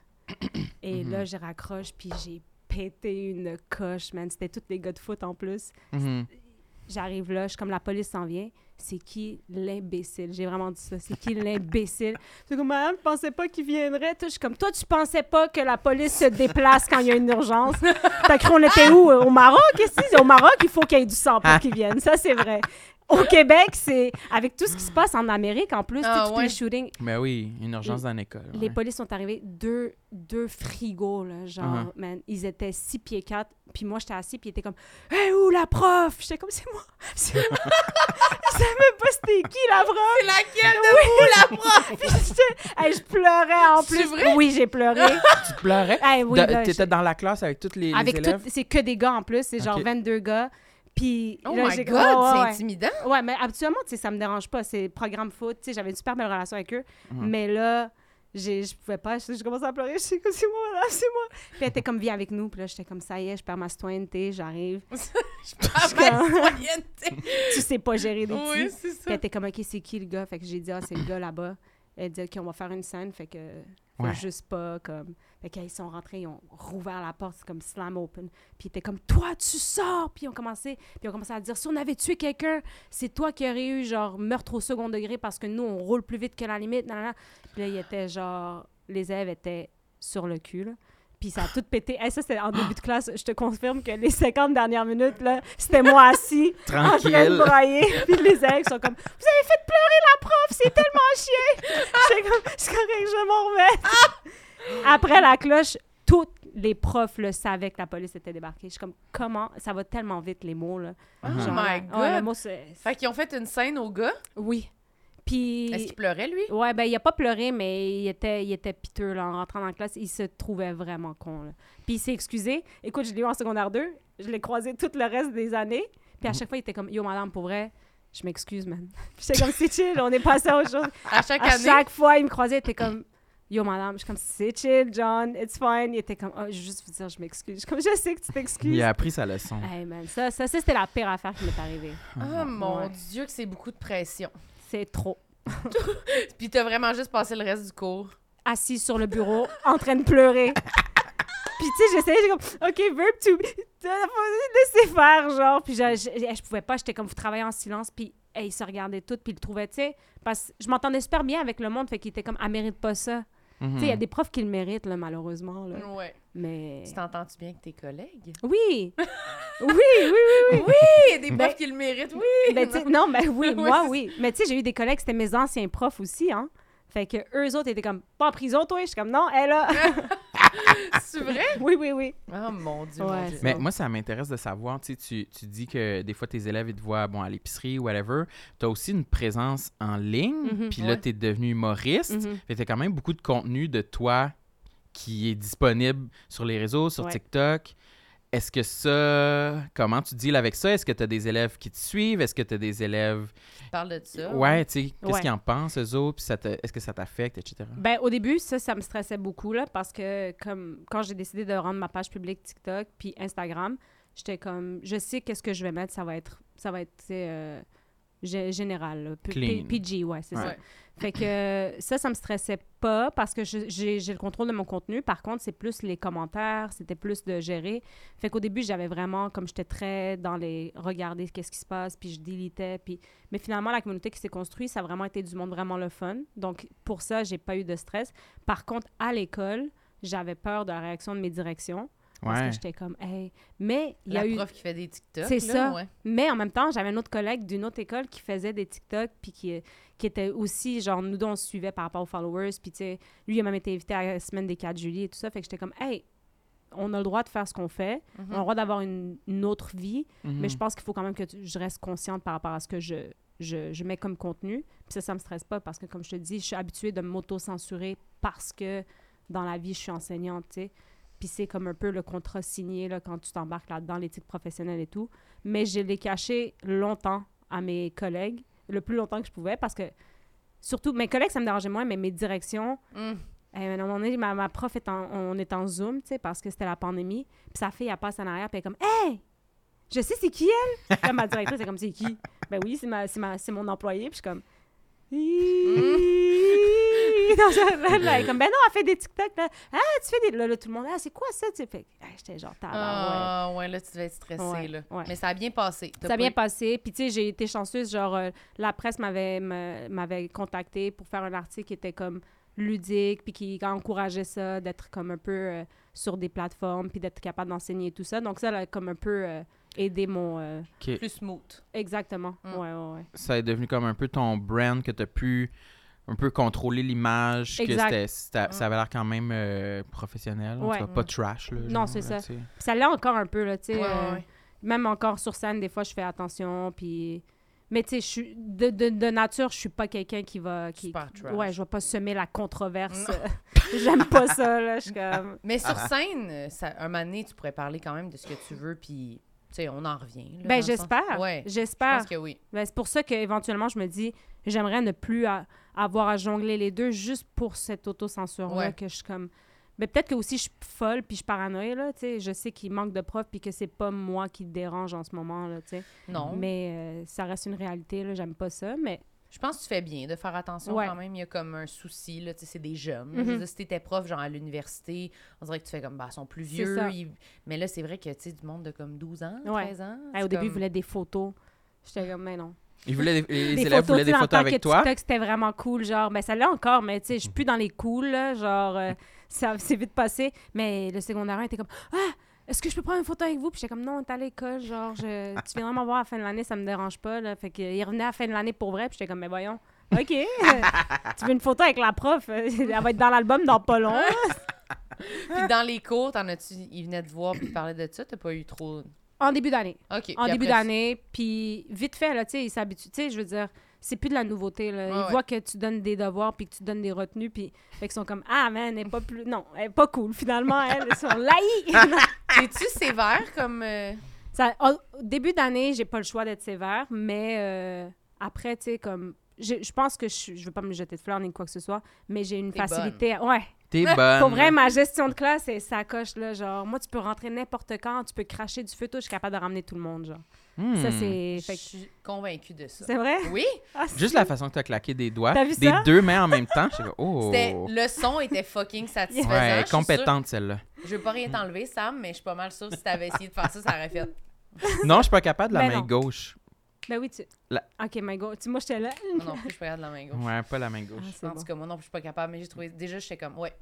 Speaker 4: Et
Speaker 2: Mhm.
Speaker 4: là, je raccroche, puis j'ai pété une coche, man. C'était tous les gars de foot en plus.
Speaker 2: Mhm.
Speaker 4: J'arrive là, je suis comme la police s'en vient. C'est qui l'imbécile? J'ai vraiment dit ça. C'est qui l'imbécile? C'est comme, madame, je pensais pas qu'il viendrait. Tout. Je suis comme, toi, tu pensais pas que la police se déplace quand il y a une urgence? T'as cru, on était où? Au Maroc? Qu'est-ce Au Maroc, il faut qu'il y ait du sang
Speaker 1: Ah.
Speaker 4: pour qu'il vienne. Ça, c'est vrai. Au Québec, c'est. Avec tout ce qui se passe en Amérique, en plus, tu sais,
Speaker 1: Ah,
Speaker 4: tous
Speaker 1: ouais.
Speaker 4: les shootings,
Speaker 2: Mais Ben oui, une urgence dans l'école.
Speaker 4: les
Speaker 2: ouais.
Speaker 4: polices sont arrivés deux, deux frigos, là, genre,
Speaker 2: Uh-huh.
Speaker 4: man, ils étaient 6 pieds 4, puis moi, j'étais assis, puis ils étaient comme « Hey, où la prof? » J'étais comme « C'est moi! » C'est moi! Je savais même pas c'était qui, la prof!
Speaker 1: C'est laquelle de vous, la prof?
Speaker 4: Puis j'étais- hey, je pleurais en
Speaker 1: C'est
Speaker 4: plus!
Speaker 1: vrai?
Speaker 4: Oui, j'ai pleuré!
Speaker 2: Tu pleurais?
Speaker 4: hey, Ah, oui,
Speaker 2: Da-
Speaker 4: là,
Speaker 2: T'étais dans la classe avec tous les, les
Speaker 4: avec tout,
Speaker 2: élèves?
Speaker 4: c'est que des gars en plus, c'est genre
Speaker 2: Ok.
Speaker 4: 22 gars, puis
Speaker 1: Oh
Speaker 4: là,
Speaker 1: my
Speaker 4: j'ai-
Speaker 1: God,
Speaker 4: ouais, ouais,
Speaker 1: c'est
Speaker 4: ouais.
Speaker 1: intimidant.
Speaker 4: Ouais, mais habituellement, tu sais, ça me dérange pas. C'est programme foot. Tu sais, j'avais une super belle relation avec eux.
Speaker 2: Mhm.
Speaker 4: Mais là, j'ai- je pouvais pas. Je, je commençais à pleurer. Je suis comme, c'est moi, là, c'est moi. Puis elle était comme, viens avec nous. Puis là, j'étais comme, ça y est, je perds ma citoyenneté, j'arrive.
Speaker 1: Ah, ma citoyenneté.
Speaker 4: tu sais pas gérer des petits.
Speaker 1: Oui,
Speaker 4: Puis
Speaker 1: c'est ça.
Speaker 4: elle était comme, OK, c'est qui le gars? Fait que j'ai dit, ah, c'est le gars là-bas. Elle dit, OK, on va faire une scène. Fait que faut
Speaker 2: Ouais.
Speaker 4: juste pas, comme... Fait qu'ils sont rentrés, ils ont rouvert la porte, c'est comme slam open. Puis ils étaient comme, toi, tu sors! Puis ils ont commencé, puis ils ont commencé à dire, si on avait tué quelqu'un, c'est toi qui aurais eu, genre, meurtre au second degré parce que nous, on roule plus vite que la limite, nanana. Puis là, ils étaient, genre... Les élèves étaient sur le cul, là. Puis ça a tout pété. Hey, ça, c'était en début de classe. Je te confirme que les 50 dernières minutes, là, c'était moi assis en train de
Speaker 2: Tranquille.
Speaker 4: brailler. Puis les élèves sont comme Vous avez fait pleurer la prof, c'est tellement chiant. J'étais comme C'est correct, je vais m'en remettre. Après la cloche, toutes les profs le savaient que la police était débarquée. Je suis comme Comment Ça va tellement vite, les mots, là.
Speaker 1: Oh
Speaker 4: Genre,
Speaker 1: my
Speaker 4: ouais, le
Speaker 1: God.
Speaker 4: mot, c'est-
Speaker 1: Fait qu'ils ont fait une scène au gars.
Speaker 4: Oui. Puis.
Speaker 1: Est-ce qu'il pleurait, lui?
Speaker 4: Ouais, ben il a pas pleuré, mais il était, il était piteux là, en rentrant dans la classe. Il se trouvait vraiment con. Là. Puis il s'est excusé. Écoute, je l'ai eu en secondaire 2. Je l'ai croisé tout le reste des années. Puis
Speaker 1: Mhm.
Speaker 4: à chaque fois, il était comme « Yo, madame, pour vrai, je m'excuse, man. » Puis j'étais comme « C'est chill, on est passé à autre chose.
Speaker 1: À » chaque
Speaker 4: À
Speaker 1: année.
Speaker 4: chaque fois, il me croisait, il était comme « Yo, madame. » Je suis comme « C'est chill, John. It's fine. » Il était comme « Ah, je veux juste vous dire, je m'excuse. » Je suis comme « Je sais que tu t'excuses.
Speaker 2: Il a appris sa leçon.
Speaker 4: Hey, man, ça, ça, ça c'était la pire affaire qui m'est arrivée.
Speaker 1: Oh mon
Speaker 4: Ouais.
Speaker 1: Dieu, que c'est beaucoup de pression.
Speaker 4: C'est trop.
Speaker 1: Puis t'as vraiment juste passé le reste du cours.
Speaker 4: assis sur le bureau en train de pleurer. Puis tu sais, j'essayais, j'ai comme, OK, verb to be, laissez faire, genre. Puis je, je, je pouvais pas, j'étais comme, vous travaillez en silence, puis hey, ils se regardaient toutes, puis ils le trouvaient, tu sais, parce que je m'entendais super bien avec le monde, fait qu'ils étaient comme, elle mérite pas ça. Ah,
Speaker 2: Mhm.
Speaker 4: Tu sais, il y a
Speaker 2: Hmm.
Speaker 4: des profs qui le méritent, là, malheureusement, là.
Speaker 1: Ouais.
Speaker 4: Mais...
Speaker 1: Tu t'entends-tu bien avec tes collègues?
Speaker 4: Oui! oui! Oui, oui, oui!
Speaker 1: Oui! Des
Speaker 4: Ben-
Speaker 1: profs qui le méritent, oui!
Speaker 4: Ben, tu sais, non, mais oui,
Speaker 1: Ouais,
Speaker 4: moi,
Speaker 1: c'est-
Speaker 4: oui. Mais tu sais, j'ai eu des collègues, c'était mes anciens profs aussi, hein. Fait que eux autres étaient comme, pas en prison, toi? Je suis comme, non, elle a...
Speaker 1: C'est vrai?
Speaker 4: oui, oui, oui.
Speaker 1: Ah. Oh mon Dieu, mon
Speaker 4: Ouais,
Speaker 1: Dieu.
Speaker 4: c'est-
Speaker 2: Mais moi, ça m'intéresse de savoir, tu sais, tu, tu dis que des fois tes élèves, ils te voient bon, à l'épicerie, whatever. Tu as aussi une présence en ligne,
Speaker 4: Mhm.
Speaker 2: puis là,
Speaker 1: Ouais.
Speaker 2: tu es devenu humoriste.
Speaker 1: Mm-hmm.
Speaker 4: Mhm.
Speaker 2: Fait que t'as quand même beaucoup de contenu de toi qui est disponible sur les réseaux, sur
Speaker 4: Ouais.
Speaker 2: TikTok. Est-ce que ça... Comment tu deals avec ça? Est-ce que tu as des élèves qui te suivent? Est-ce que tu as des élèves...
Speaker 1: Tu parles de ça?
Speaker 2: Ouais, tu sais, qu'est-ce
Speaker 4: Oh. Ouais.
Speaker 2: qu'ils en pensent, eux autres? Puis ça te- est-ce que ça t'affecte, etc.?
Speaker 4: Ben, au début, ça, ça me stressait beaucoup, là, parce que comme quand j'ai décidé de rendre ma page publique TikTok puis Instagram, j'étais comme, je sais qu'est-ce que je vais mettre, ça va être, ça va être, tu sais, euh, gé- général, là, P-
Speaker 2: Clean.
Speaker 4: P- PG, ouais, c'est ça.
Speaker 1: Ouais.
Speaker 4: Fait que euh, ça, ça me stressait pas parce que je- j'ai j'ai le contrôle de mon contenu. Par contre, c'est plus les commentaires, c'était plus de gérer. Fait qu'au début, j'avais vraiment, comme j'étais très dans les regarder qu'est-ce qui se passe, puis je délitais, puis mais finalement, la communauté qui s'est construite, ça a vraiment été du monde vraiment le fun. Donc, pour ça, j'ai pas eu de stress. Par contre, à l'école, j'avais peur de la réaction de mes directions. Parce
Speaker 2: Ouais.
Speaker 4: que j'étais comme, hey. Mais il y a
Speaker 1: la
Speaker 4: eu.
Speaker 1: prof qui fait des TikTok.
Speaker 4: C'est
Speaker 1: là,
Speaker 4: ça.
Speaker 1: ouais.
Speaker 4: Mais en même temps, j'avais un autre collègue d'une autre école qui faisait des TikTok, puis qui, qui était aussi, genre, nous, deux, on se suivait par rapport aux followers. Puis, tu sais, lui, il a même été invité à la semaine des 4 juillet et tout ça. Fait que j'étais comme, hey, on a le droit de faire ce qu'on fait.
Speaker 1: Mhm.
Speaker 4: On a le droit d'avoir une, une autre vie. Mais
Speaker 2: Mhm.
Speaker 4: je pense qu'il faut quand même que tu- je reste consciente par rapport à ce que je, je, je mets comme contenu. Puis ça, ça me stresse pas parce que, comme je te dis, je suis habituée de m'auto-censurer parce que dans la vie, je suis enseignante, tu sais. Puis c'est comme un peu le contrat signé là, quand tu t'embarques là-dedans, l'éthique professionnelle et tout. Mais je l'ai caché longtemps à mes collègues, le plus longtemps que je pouvais parce que, surtout, mes collègues, ça me dérangeait moins, mais mes directions,
Speaker 1: Mhm.
Speaker 4: eh, mais à un moment donné, ma, ma prof, est en, on est en Zoom, tu sais, parce que c'était la pandémie. Puis sa fille, elle passe en arrière, puis elle est comme « Hey! Je sais c'est qui, elle! » Puis là, ma directrice, elle est comme « C'est qui? » Ben oui, c'est ma, c'est ma, c'est mon employé. Puis je suis comme... Hi- Dans sa- là, là, elle est comme, ben non, elle fait des TikTok. Là. Ah, tu fais des. Là, là, tout le monde, ah, c'est quoi ça? Tu fais. Ah, J'étais genre, tabarouette.
Speaker 1: Ah, ouais. là, tu devais être stressée,
Speaker 4: Ouais,
Speaker 1: là.
Speaker 4: ouais.
Speaker 1: Mais ça a bien passé. T'as
Speaker 4: Ça a bien
Speaker 1: pas-
Speaker 4: passé. Puis, tu sais, j'ai été chanceuse. Genre, euh, la presse m'avait me- m'avait contactée pour faire un article qui était comme ludique, puis qui encourageait ça, d'être comme un peu euh, sur des plateformes, puis d'être capable d'enseigner et tout ça. Donc, ça, elle a comme un peu euh, aidé mon. euh,
Speaker 1: plus smooth.
Speaker 4: Exactement.
Speaker 1: Mm.
Speaker 4: Ouais, ouais, ouais.
Speaker 2: Ça est devenu comme un peu ton brand que t'as pu un peu contrôler l'image, que
Speaker 4: Exact. Mm.
Speaker 2: c'était- c'était- ça avait l'air quand même euh, professionnel, en tout
Speaker 4: Ouais.
Speaker 2: cas, pas trash. Là,
Speaker 4: Non,
Speaker 2: genre,
Speaker 4: c'est
Speaker 2: là,
Speaker 4: ça.
Speaker 2: tu sais.
Speaker 4: Puis ça l'est encore un peu, là, tu sais.
Speaker 1: Ouais,
Speaker 4: euh,
Speaker 1: ouais.
Speaker 4: Même encore sur scène, des fois, je fais attention, puis... Mais tu sais, je suis- de, de, de nature, je suis pas quelqu'un qui va... Qui...
Speaker 1: Super trash.
Speaker 4: Ouais, je vais pas semer la controverse. J'aime pas ça, là, je suis comme...
Speaker 1: Mais sur scène, ça, un moment donné, tu pourrais parler quand même de ce que tu veux, puis, tu sais, on en revient. là, dans
Speaker 4: Ben
Speaker 1: le sens-
Speaker 4: j'espère,
Speaker 1: Ouais. Je
Speaker 4: j'espère.
Speaker 1: pense que oui.
Speaker 4: Ben, c'est pour ça qu'éventuellement, je me dis, j'aimerais ne plus a- avoir à jongler les deux juste pour cette autocensure-là
Speaker 1: Ouais.
Speaker 4: que je suis comme... Mais peut-être que aussi je suis folle puis je suis paranoïa, là, tu sais. Je sais qu'il manque de profs puis que c'est pas moi qui te dérange en ce moment, là, tu sais.
Speaker 1: Non.
Speaker 4: Mais euh, ça reste une réalité, là, j'aime pas ça, mais...
Speaker 1: Je pense que tu fais bien de faire attention
Speaker 4: Ouais.
Speaker 1: quand même. Il y a comme un souci, là, tu sais, c'est des jeunes. là. Je
Speaker 4: Mhm.
Speaker 1: veux dire, si t'étais prof, genre à l'université, on dirait que tu fais comme, bah, ils sont plus
Speaker 4: C'est
Speaker 1: vieux.
Speaker 4: ça.
Speaker 1: ils- Mais là, c'est vrai que, tu sais, du monde de comme 12 ans,
Speaker 4: Ouais.
Speaker 1: 13 ans.
Speaker 4: Hey, au
Speaker 1: Ah, c'est
Speaker 4: début, ils
Speaker 1: comme-
Speaker 4: voulaient des photos. J'étais comme, mais non.
Speaker 2: Ils voulaient des- les
Speaker 4: des
Speaker 2: élèves voulaient
Speaker 4: tu
Speaker 2: des
Speaker 4: sais, en tant
Speaker 2: photos
Speaker 4: que
Speaker 2: avec toi.
Speaker 4: TikTok, c'était vraiment cool, genre, mais ça l'est encore, mais tu sais, je suis plus dans les cools, là, genre, euh, ça c'est vite passé. Mais le secondaire un était comme, ah, est-ce que je peux prendre une photo avec vous? Puis j'étais comme, non, t'es à l'école, genre, je, tu viendras m'en voir à la fin de l'année, ça me dérange pas, là. Fait qu'il revenait à la fin de l'année pour vrai, puis j'étais comme, mais voyons. OK. tu veux une photo avec la prof? Elle va être dans l'album dans pas long.
Speaker 1: Puis dans les cours, t'en as-tu... Ils venaient te voir, puis ils parlaient de ça. T'as pas eu trop...
Speaker 4: En début d'année.
Speaker 1: OK. puis
Speaker 4: en
Speaker 1: après,
Speaker 4: début
Speaker 1: c'est-
Speaker 4: d'année, puis vite fait, là, tu sais, ils s'habituent, tu sais, je veux dire, c'est plus de la nouveauté, là.
Speaker 1: Ouais,
Speaker 4: ils
Speaker 1: ouais.
Speaker 4: voient que tu donnes des devoirs, puis que tu donnes des retenues, puis fait qu'ils sont comme, ah, man, elle est pas plus, non, elle est pas cool, finalement, elle, ils sont laïcs.
Speaker 1: T'es-tu sévère comme... euh,
Speaker 4: Ça- au- au début d'année, j'ai pas le choix d'être sévère, mais euh, après, tu sais, comme, je je pense que je, suis- je veux pas me jeter de fleurs ni quoi que ce soit, mais j'ai une
Speaker 1: T'es bonne.
Speaker 4: facilité, à- ouais,
Speaker 2: T'es bonne.
Speaker 4: pour vrai, ma gestion de classe, c'est ça coche, là, genre, moi, tu peux rentrer n'importe quand, tu peux cracher du feu, tout, je suis capable de ramener tout le monde, genre.
Speaker 2: Hmm.
Speaker 4: Ça, c'est,
Speaker 1: Je
Speaker 4: fait que-
Speaker 1: suis convaincue de ça.
Speaker 4: c'est vrai?
Speaker 1: Oui,
Speaker 4: Ah,
Speaker 2: Juste la façon que t'as claqué des doigts,
Speaker 4: T'as vu
Speaker 2: des
Speaker 4: ça?
Speaker 2: deux mains en même temps, j'étais comme,
Speaker 1: c'était...
Speaker 2: oh.
Speaker 1: le son était fucking satisfaisant.
Speaker 2: Ouais,
Speaker 1: je suis
Speaker 2: compétente celle-là.
Speaker 1: sûre- Je veux pas rien t'enlever, Sam, mais je suis pas mal sûre que si t'avais essayé de faire ça, ça aurait fait.
Speaker 2: Non, je suis pas capable de la
Speaker 4: Ben
Speaker 2: main
Speaker 4: non.
Speaker 2: gauche.
Speaker 4: Ben oui, tu.
Speaker 2: La-
Speaker 4: Ok, my god. Tu, moi, j'étais là.
Speaker 1: Moi non plus, je peux regarder la main gauche.
Speaker 2: Ouais, pas la main gauche.
Speaker 4: Ah, c'est
Speaker 1: en
Speaker 4: bon. Mm.
Speaker 1: tout cas, moi non plus, je suis pas capable, mais j'ai trouvé. Déjà, j'étais comme, ouais,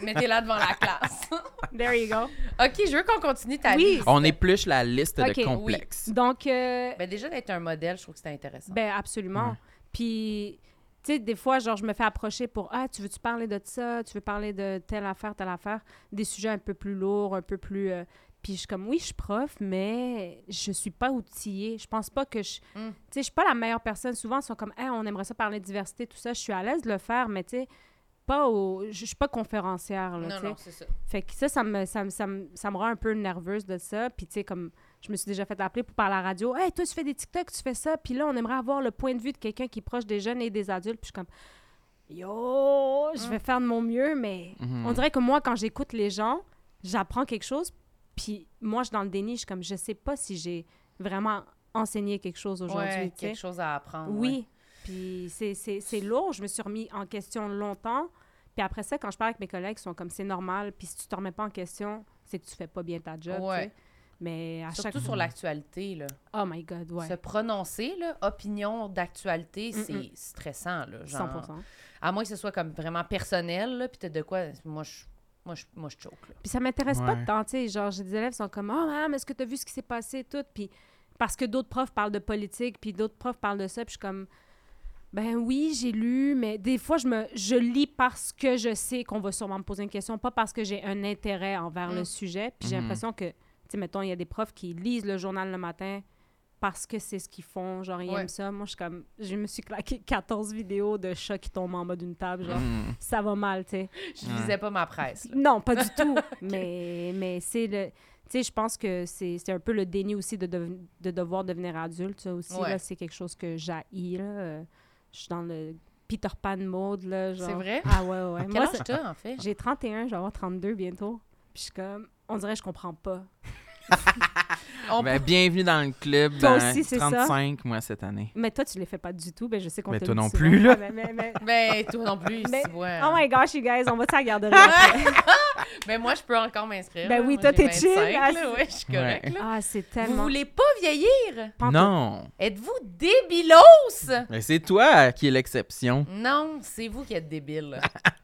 Speaker 1: mettez-la devant la classe.
Speaker 4: There you go.
Speaker 1: OK, je veux qu'on continue ta
Speaker 4: Oui.
Speaker 1: liste.
Speaker 2: On épluche la liste
Speaker 4: Ok,
Speaker 2: de
Speaker 4: oui.
Speaker 2: complexes.
Speaker 4: Donc, euh,
Speaker 1: Ben, déjà, d'être un modèle, je trouve que c'est intéressant.
Speaker 4: ben absolument.
Speaker 2: Ouais.
Speaker 4: Puis, tu sais, des fois, genre, je me fais approcher pour Ah, tu veux-tu parler de ça? Tu veux parler de telle affaire, telle affaire? Des sujets un peu plus lourds, un peu plus. euh, Puis, je suis comme Oui, je suis prof, mais je suis pas outillée. Je pense pas que je.
Speaker 1: Mm.
Speaker 4: Tu sais, je suis pas la meilleure personne. Souvent, ils sont comme Hey, on aimerait ça parler de diversité, tout ça. Je suis à l'aise de le faire, mais tu sais, pas au. Je je suis pas conférencière, là,
Speaker 1: non,
Speaker 4: tu sais.
Speaker 1: non, c'est ça.
Speaker 4: Fait que ça, ça me, ça, me, ça, me, ça me rend un peu nerveuse de ça. Puis, tu sais, comme je me suis déjà fait appeler pour parler à la radio. Hey, toi, tu fais des TikTok, tu fais ça. Puis là, on aimerait avoir le point de vue de quelqu'un qui est proche des jeunes et des adultes. Puis je suis comme,
Speaker 1: Mm.
Speaker 4: yo, je vais faire de mon mieux. Mais
Speaker 2: Mhm.
Speaker 1: Mm-hmm.
Speaker 4: on dirait que moi, quand j'écoute les gens, j'apprends quelque chose. Puis moi, je suis dans le déni, je suis comme, je sais pas si j'ai vraiment enseigné quelque chose aujourd'hui.
Speaker 1: Ouais,
Speaker 4: tu sais.
Speaker 1: quelque chose à apprendre. hein, ouais.
Speaker 4: Oui. Puis c'est- c'est c'est lourd. Je me suis remis en question longtemps. Puis après ça, quand je parle avec mes collègues, ils sont comme c'est normal. Puis si tu te remets pas en question, c'est que tu fais pas bien ta job. tu
Speaker 1: Ouais.
Speaker 4: sais. Mais à
Speaker 1: Surtout
Speaker 4: chaque
Speaker 1: sur l'actualité, là.
Speaker 4: Oh my God, ouais. Mm,
Speaker 1: Se prononcer, là, opinion d'actualité, c'est stressant, là. Genre,
Speaker 4: 100
Speaker 1: À moins que ce soit comme vraiment personnel, là, puis t'as de quoi... Moi, je... Moi, je, moi, je choke, là.
Speaker 4: Puis ça m'intéresse pas
Speaker 2: Ouais.
Speaker 4: de tant, tu sais. Genre, j'ai des élèves qui sont comme Oh, mais est-ce que tu as vu ce qui s'est passé, tout. Puis parce que d'autres profs parlent de politique, puis d'autres profs parlent de ça. Puis je suis comme Ben oui, j'ai lu, mais des fois, je, me, je lis parce que je sais qu'on va sûrement me poser une question, pas parce que j'ai un intérêt envers
Speaker 1: Mm.
Speaker 4: le sujet. Puis j'ai
Speaker 2: Mhm.
Speaker 4: l'impression que, tu sais, mettons, il y a des profs qui lisent le journal le matin parce que c'est ce qu'ils font, genre ils
Speaker 1: Ouais.
Speaker 4: aiment ça. Moi, je suis comme, je me suis claqué 14 vidéos de chats qui tombent en bas d'une table, genre,
Speaker 2: Mm.
Speaker 4: ça va mal, tu sais.
Speaker 1: Je lisais pas ma presse, là.
Speaker 4: Non, pas du tout. Mais, mais c'est le. Tu sais, je pense que c'est c'est un peu le déni aussi de, deven- de devoir devenir adulte. Ça aussi,
Speaker 1: Ouais.
Speaker 4: là, c'est quelque chose que j'haïs. là. Euh, Je suis dans le Peter Pan mode, là. genre.
Speaker 1: C'est vrai?
Speaker 4: Ah ouais, ouais.
Speaker 1: Quel
Speaker 4: Moi,
Speaker 1: âge
Speaker 4: c'est-
Speaker 1: t'as, en fait?
Speaker 4: j'ai 31, je vais avoir 32 bientôt. Puis je suis comme, on dirait que je comprends pas.
Speaker 1: On
Speaker 2: Ben, bienvenue dans le club.
Speaker 4: Toi
Speaker 2: dans
Speaker 4: aussi, c'est ça.
Speaker 2: 35, moi, cette année.
Speaker 4: Mais toi, tu les fais pas du tout. Ben, je sais qu'on
Speaker 2: Mais
Speaker 4: te
Speaker 2: toi
Speaker 4: le dit
Speaker 2: non
Speaker 4: souvent.
Speaker 2: plus, là.
Speaker 4: Ouais, mais- mais- mais-
Speaker 1: Ben, toi non plus,
Speaker 4: Ben,
Speaker 1: si, ouais.
Speaker 4: Oh my gosh, you guys, on va-tu à la garderie? après?
Speaker 1: Ben, moi, je peux encore m'inscrire. là.
Speaker 4: Ben oui,
Speaker 1: Moi,
Speaker 4: toi,
Speaker 1: j'ai
Speaker 4: t'es chill,
Speaker 1: 25, là,
Speaker 4: là, c'est-
Speaker 1: ouais, je suis correct, là.
Speaker 4: ah, c'est
Speaker 1: Vous
Speaker 4: tellement...
Speaker 1: voulez pas vieillir?
Speaker 4: Pantoute.
Speaker 2: Non.
Speaker 1: Êtes-vous débilos?
Speaker 2: Mais c'est toi qui est l'exception.
Speaker 1: Non, c'est vous qui êtes débile.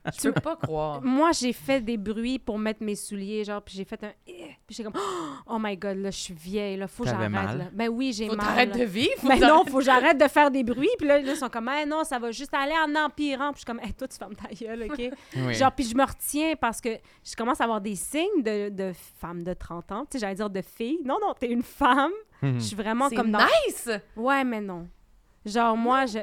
Speaker 1: Je peux pas croire.
Speaker 4: Moi, j'ai fait des bruits pour mettre mes souliers, genre, puis j'ai fait un... Eh Puis j'ai comme, oh my God, là, je suis vieille, là, faut que
Speaker 2: T'avais
Speaker 4: j'arrête,
Speaker 2: mal?
Speaker 4: là. Ben oui, j'ai
Speaker 1: Faut
Speaker 4: mal.
Speaker 1: t'arrêtes
Speaker 4: là.
Speaker 1: de vivre. faut
Speaker 4: Mais
Speaker 1: t'arrêtes-
Speaker 4: non, faut que j'arrête de faire des bruits. Puis là, là, ils sont comme, Eh non, ça va juste aller en empirant. Puis je suis comme, Eh, toi, tu fermes ta gueule, OK?
Speaker 2: Oui.
Speaker 4: Genre, puis je me retiens parce que je commence à avoir des signes de, de femme de 30 ans. Tu sais, j'allais dire de fille. Non, non, t'es une femme.
Speaker 2: Mhm.
Speaker 4: Je suis vraiment
Speaker 1: C'est
Speaker 4: comme dans...
Speaker 1: nice!
Speaker 4: Ouais, mais non. Genre, moi, je...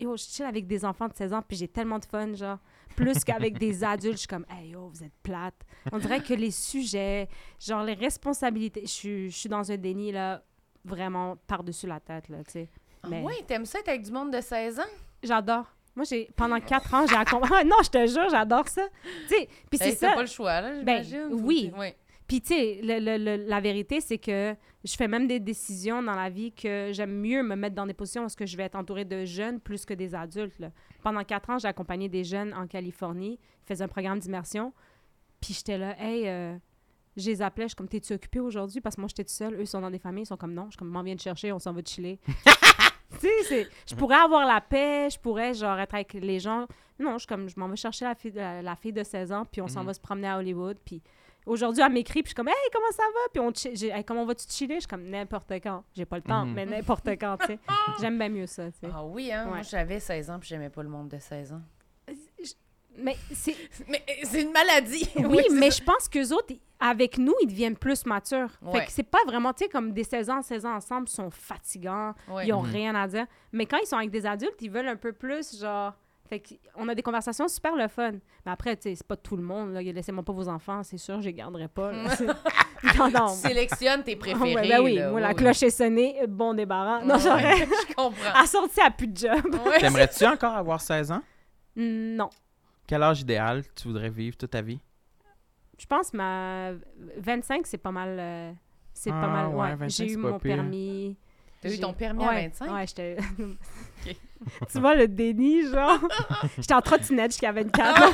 Speaker 4: Yo, je chill avec des enfants de 16 ans, puis j'ai tellement de fun, genre. Plus qu'avec des adultes, je suis comme, hey, yo, vous êtes plate. On dirait que les sujets, genre les responsabilités, je suis- je suis dans un déni, là, vraiment par-dessus la tête, là, tu sais. Mais
Speaker 1: Oui, Ah t'aimes ça être avec du monde de 16 ans?
Speaker 4: j'adore. Moi, j'ai pendant 4 ans, j'ai accompagné. non, je te jure, j'adore ça. Tu sais, puis c'est
Speaker 1: Hey,
Speaker 4: ça.
Speaker 1: T'as pas le choix, là,
Speaker 4: Ben,
Speaker 1: j'imagine. Faut-
Speaker 4: oui.
Speaker 1: ouais.
Speaker 4: Puis, tu sais, le- le- le- la vérité, c'est que je fais même des décisions dans la vie que j'aime mieux me mettre dans des positions où est-ce que je vais être entourée de jeunes plus que des adultes. là. Pendant quatre ans, j'ai accompagné des jeunes en Californie. Ils faisaient un programme d'immersion. Puis j'étais là, hey, euh, je les appelais, je suis comme, t'es-tu occupée aujourd'hui? Parce que moi, j'étais toute seule. Eux, ils sont dans des familles, ils sont comme, non. Je suis comme, m'en viens de chercher, on s'en va chiller. tu sais, c'est- je
Speaker 2: Mhm.
Speaker 4: pourrais avoir la paix, je pourrais, genre, être avec les gens. Non, je suis comme, je m'en vais chercher la fille, la, la fille de 16 ans, puis on s'en
Speaker 2: Mhm.
Speaker 4: va se promener à Hollywood. Puis aujourd'hui, elle m'écrit, puis je suis comme, hey, comment ça va? Puis on chi- j'ai- hey, comment vas-tu chiller? Je suis comme, n'importe quand. J'ai pas le temps,
Speaker 2: Mhm.
Speaker 4: mais n'importe quand, tu sais. J'aime bien mieux ça, tu sais.
Speaker 1: Ah oui, hein? Moi,
Speaker 4: Ouais.
Speaker 1: j'avais 16 ans puis j'aimais pas le monde de 16 ans.
Speaker 4: Mais c'est.
Speaker 1: Mais euh, c'est une maladie!
Speaker 4: Oui,
Speaker 1: Ouais, c'est
Speaker 4: mais
Speaker 1: ça.
Speaker 4: je pense qu'eux autres, ils- avec nous, ils deviennent plus matures.
Speaker 1: Ouais.
Speaker 4: Fait que c'est pas vraiment, tu sais, comme des 16 ans, 16 ans ensemble, ils sont fatigants,
Speaker 1: Ouais.
Speaker 4: ils ont
Speaker 2: Mhm.
Speaker 4: rien à dire. Mais quand ils sont avec des adultes, ils veulent un peu plus, genre... Fait qu'on a des conversations super le fun. Mais après, tu sais, c'est pas tout le monde, là. Laissez-moi pas vos enfants, c'est sûr, je les garderai pas, là. non, non.
Speaker 1: Tu sélectionnes tes préférés.
Speaker 4: Ouais, ben oui,
Speaker 1: là,
Speaker 4: moi,
Speaker 1: ouais,
Speaker 4: la
Speaker 1: ouais.
Speaker 4: cloche est sonnée, euh, bon débarras.
Speaker 1: Ouais,
Speaker 4: Non,
Speaker 1: Ah.
Speaker 4: j'aurais... Ah,
Speaker 1: Je comprends.
Speaker 4: Assorti à plus de job.
Speaker 1: Ouais.
Speaker 2: T'aimerais-tu encore avoir 16 ans?
Speaker 4: Non.
Speaker 2: Quel âge idéal tu voudrais vivre toute ta vie?
Speaker 4: Je pense ma 25, c'est pas mal... euh, C'est
Speaker 2: Ah,
Speaker 4: pas mal,
Speaker 2: ouais,
Speaker 4: ouais.
Speaker 2: 25,
Speaker 4: J'ai
Speaker 2: c'est
Speaker 4: eu
Speaker 2: pas
Speaker 4: mon
Speaker 2: pire.
Speaker 4: permis...
Speaker 1: T'as eu
Speaker 4: J'ai-
Speaker 1: ton permis
Speaker 4: ouais,
Speaker 1: à 25?
Speaker 4: Ouais, j'étais. tu vois le déni, genre. j'étais en trottinette jusqu'à 24. là.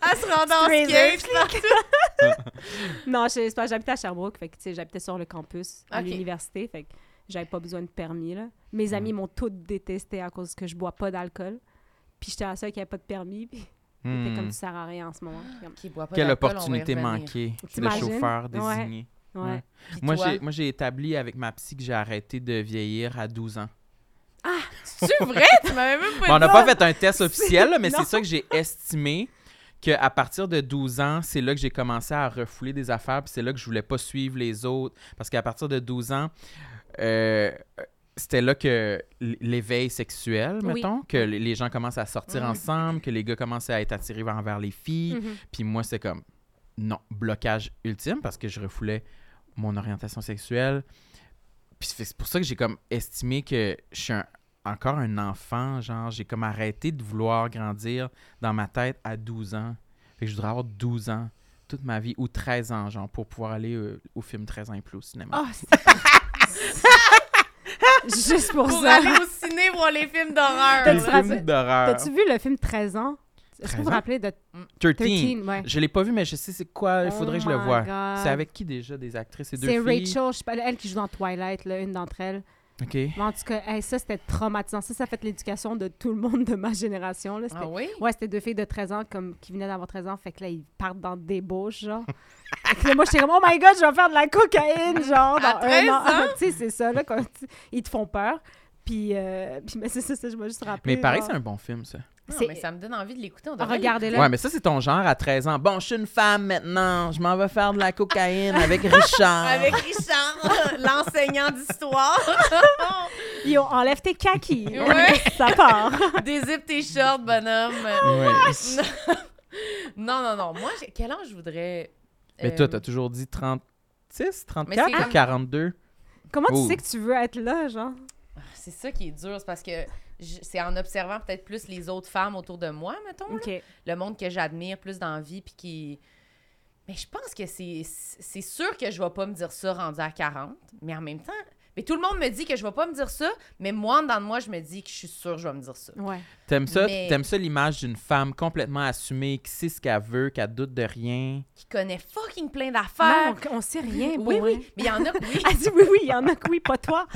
Speaker 1: Ah! Elle se rend dans
Speaker 4: Straight
Speaker 1: skate, là.
Speaker 4: non, je- c'est pas- j'habitais à Sherbrooke, fait que tu sais, j'habitais sur le campus à
Speaker 1: Ok.
Speaker 4: l'université, fait que j'avais pas besoin de permis là.
Speaker 2: Mm.
Speaker 4: Mes amis m'ont toutes détesté à cause que je bois pas d'alcool. Puis j'étais la seule qui avait pas de permis, puis
Speaker 2: Hmm.
Speaker 4: c'était comme tu sers à rien en ce moment. J'étais
Speaker 1: Qui boit pas
Speaker 2: Quelle
Speaker 1: d'alcool, on va y
Speaker 2: opportunité
Speaker 1: revenir.
Speaker 2: manquée de
Speaker 4: T'imagines?
Speaker 2: chauffeur
Speaker 4: Ouais.
Speaker 2: désigné.
Speaker 4: comme, Ouais.
Speaker 2: Ouais.
Speaker 1: Puis
Speaker 2: Moi,
Speaker 1: toi?
Speaker 2: j'ai, moi, j'ai établi avec ma psy que j'ai arrêté de vieillir à 12 ans.
Speaker 1: C'est vrai? Tu m'avais même pas
Speaker 2: Bon, on
Speaker 1: dit.
Speaker 2: n'a pas fait un test officiel, là, mais
Speaker 4: Non.
Speaker 2: c'est ça que j'ai estimé qu'à partir de 12 ans, c'est là que j'ai commencé à refouler des affaires, puis c'est là que je voulais pas suivre les autres. Parce qu'à partir de 12 ans, euh, c'était là que l- l'éveil sexuel,
Speaker 4: Oui.
Speaker 2: mettons, que les les gens commencent à sortir
Speaker 1: Mhm.
Speaker 2: ensemble, que les gars commençaient à être attirés envers les filles.
Speaker 4: Mhm.
Speaker 2: Puis moi, c'est comme, non, blocage ultime parce que je refoulais mon orientation sexuelle. Puis c'est c'est pour ça que j'ai comme estimé que je suis un- encore un enfant. Genre, j'ai comme arrêté de vouloir grandir dans ma tête à 12 ans. Fait que je voudrais avoir 12 ans toute ma vie, ou 13 ans, genre, pour pouvoir aller euh, au film 13 ans et plus au cinéma.
Speaker 4: Oh, c'est- Juste pour,
Speaker 1: Pour
Speaker 4: ça.
Speaker 1: aller au ciné voir les films
Speaker 4: T'as-
Speaker 1: d'horreur.
Speaker 2: Ah,
Speaker 1: là.
Speaker 2: les
Speaker 4: tu te
Speaker 2: films
Speaker 4: rappelles-
Speaker 2: d'horreur.
Speaker 4: T'as-tu vu le film 13 ans? Est-ce que vous
Speaker 2: 13
Speaker 4: vous
Speaker 2: ans?
Speaker 4: rappelez de
Speaker 2: 13.
Speaker 4: 13? Ouais.
Speaker 2: Je l'ai pas vu, mais je sais c'est quoi. Il faudrait
Speaker 4: Oh
Speaker 2: que je le
Speaker 4: my
Speaker 2: voie.
Speaker 4: God.
Speaker 2: C'est avec qui déjà des actrices et deux
Speaker 4: C'est
Speaker 2: filles?
Speaker 4: Rachel, je sais pas, elle qui joue dans Twilight, là, une d'entre elles.
Speaker 2: Ok.
Speaker 4: Mais en tout cas, hey, ça, c'était traumatisant. Ça, ça a fait l'éducation de tout le monde de ma génération. Là. C'était-
Speaker 1: Ah oui?
Speaker 4: Ouais, c'était deux filles de 13 ans comme, qui venaient d'avoir 13 ans. Fait que là, ils partent dans des débauche, genre. Fait que là, moi, j'étais comme, oh my god, je vais faire de la cocaïne, genre, dans
Speaker 1: À 13
Speaker 4: un an.
Speaker 1: ans?
Speaker 4: tu sais, c'est ça, là, quand tu- ils te font peur. Puis, euh, puis mais c'est ça, ça, je m'ai juste rappelé.
Speaker 2: Mais pareil, c'est
Speaker 4: genre.
Speaker 2: un bon film, ça.
Speaker 1: Non,
Speaker 4: C'est-
Speaker 1: mais ça me donne envie de l'écouter. on devrait
Speaker 4: Regardez-le.
Speaker 2: Ouais, mais ça, c'est ton genre à 13 ans. Bon, je suis une femme maintenant. Je m'en vais faire de la cocaïne avec Richard.
Speaker 1: Ah. Avec Richard, l'enseignant d'histoire.
Speaker 4: Yo, enlève tes kakis.
Speaker 1: Ouais.
Speaker 4: ça part.
Speaker 1: Dézippe tes shorts, bonhomme.
Speaker 2: Ouais.
Speaker 1: Non, non, non. Moi, j'ai- quel âge je voudrais.
Speaker 2: Mais
Speaker 1: euh,
Speaker 2: toi, t'as toujours dit 36,
Speaker 1: Mais c'est
Speaker 2: 34 ou
Speaker 1: comme-
Speaker 2: 42?
Speaker 4: Comment
Speaker 2: Oh.
Speaker 4: tu sais que tu veux être là, genre?
Speaker 1: C'est ça qui est dur, c'est parce que je- c'est en observant peut-être plus les autres femmes autour de moi, mettons, là,
Speaker 4: OK.
Speaker 1: le monde que j'admire plus dans la vie, puis qui. Mais je pense que c'est c'est sûr que je vais pas me dire ça rendu à 40, mais en même temps. Mais tout le monde me dit que je vais pas me dire ça, mais moi, en dedans de moi, je me dis que je suis sûre que je vais me dire ça.
Speaker 4: Ouais.
Speaker 2: T'aimes ça,
Speaker 1: Mais-
Speaker 2: t'aimes ça l'image d'une femme complètement assumée, qui sait ce qu'elle veut, qui doute de rien.
Speaker 1: Qui connaît fucking plein
Speaker 4: Non,
Speaker 1: d'affaires.
Speaker 4: on, on sait rien. pour
Speaker 1: Oui,
Speaker 4: vrai.
Speaker 1: oui, mais il y en a que oui.
Speaker 4: Elle dit oui, oui, il y en a que oui, pas toi.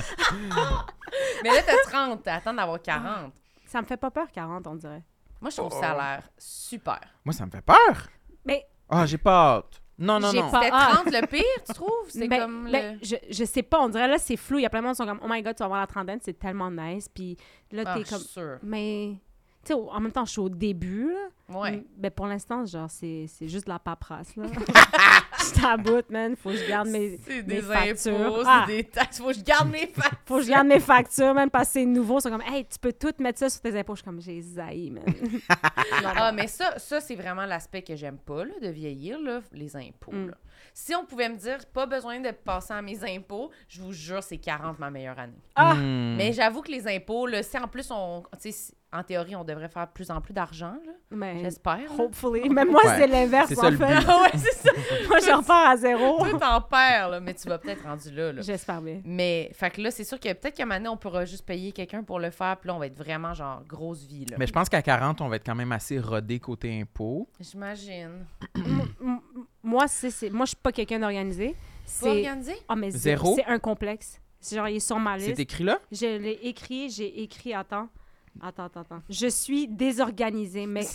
Speaker 1: Mais là, t'as 30, t'attends d'avoir 40.
Speaker 4: Ça me fait pas peur, 40, on dirait.
Speaker 1: Moi, je trouve ça a l'air super.
Speaker 2: Moi, ça me fait peur.
Speaker 4: Mais,
Speaker 2: Ah, j'ai pas hâte. Non, non,
Speaker 4: J'ai
Speaker 2: non.
Speaker 4: pas-
Speaker 1: C'était
Speaker 4: Ah.
Speaker 1: 30 le pire, tu trouves? C'est
Speaker 4: ben-
Speaker 1: comme
Speaker 4: ben,
Speaker 1: le...
Speaker 4: je, je sais pas, on dirait là, c'est flou. Il y a plein de monde qui sont comme, oh my god, tu vas avoir la trentaine, c'est tellement nice. Puis là,
Speaker 1: Ah,
Speaker 4: t'es
Speaker 1: je suis
Speaker 4: comme,
Speaker 1: sûre.
Speaker 4: mais. Tu sais, en même temps, je suis au début, là.
Speaker 1: Ouais.
Speaker 4: Mais ben, pour l'instant, genre, c'est c'est juste de la paperasse, là. je t'aboute, man. Faut que je garde mes.
Speaker 1: C'est
Speaker 4: mes
Speaker 1: des impôts,
Speaker 4: factures.
Speaker 1: c'est
Speaker 4: Ah.
Speaker 1: des taxes. Faut que je garde mes factures.
Speaker 4: Faut que je garde mes factures, même parce que c'est nouveau. Ils sont comme, hey, tu peux tout mettre ça sur tes impôts. Je suis comme, j'ai zaï, man.
Speaker 1: Ah, mais ça, ça c'est vraiment l'aspect que j'aime pas là, de vieillir, là, les impôts.
Speaker 4: Mm.
Speaker 1: là. Si on pouvait me dire, pas besoin de passer à mes impôts, je vous jure, c'est 40 ma meilleure année.
Speaker 4: Ah!
Speaker 2: Hmm.
Speaker 1: Mais j'avoue que les impôts, là, si en plus, on, tu sais, si- en théorie, on devrait faire de plus en plus d'argent, là,
Speaker 4: Mais,
Speaker 1: j'espère. là.
Speaker 4: hopefully. Même moi,
Speaker 2: Ouais.
Speaker 4: c'est l'inverse,
Speaker 2: C'est
Speaker 4: en
Speaker 2: ça, le
Speaker 4: fait.
Speaker 2: but.
Speaker 1: Ah ouais, c'est ça.
Speaker 4: Moi, je repars à zéro.
Speaker 1: Toi, t'en perds, là, mais tu vas peut-être rendu là. là.
Speaker 4: J'espère bien.
Speaker 1: Mais, fait que là, c'est sûr que peut-être qu'à un moment donné, on pourra juste payer quelqu'un pour le faire, puis là, on va être vraiment, genre, grosse vie, là.
Speaker 2: Mais je pense qu'à 40, on va être quand même assez rodé côté impôts.
Speaker 1: J'imagine.
Speaker 4: M- m- moi, c'est, c'est- moi, je suis pas quelqu'un d'organisé.
Speaker 1: Faut
Speaker 4: C'est...
Speaker 1: organiser?
Speaker 4: Ah, mais c'est-
Speaker 2: Zéro?
Speaker 4: C'est un complexe. C'est genre, il est sur ma
Speaker 2: C'est
Speaker 4: liste.
Speaker 2: écrit là?
Speaker 4: Je l'ai écrit, j'ai écrit, attends. Attends, attends, attends. Je suis désorganisée, mais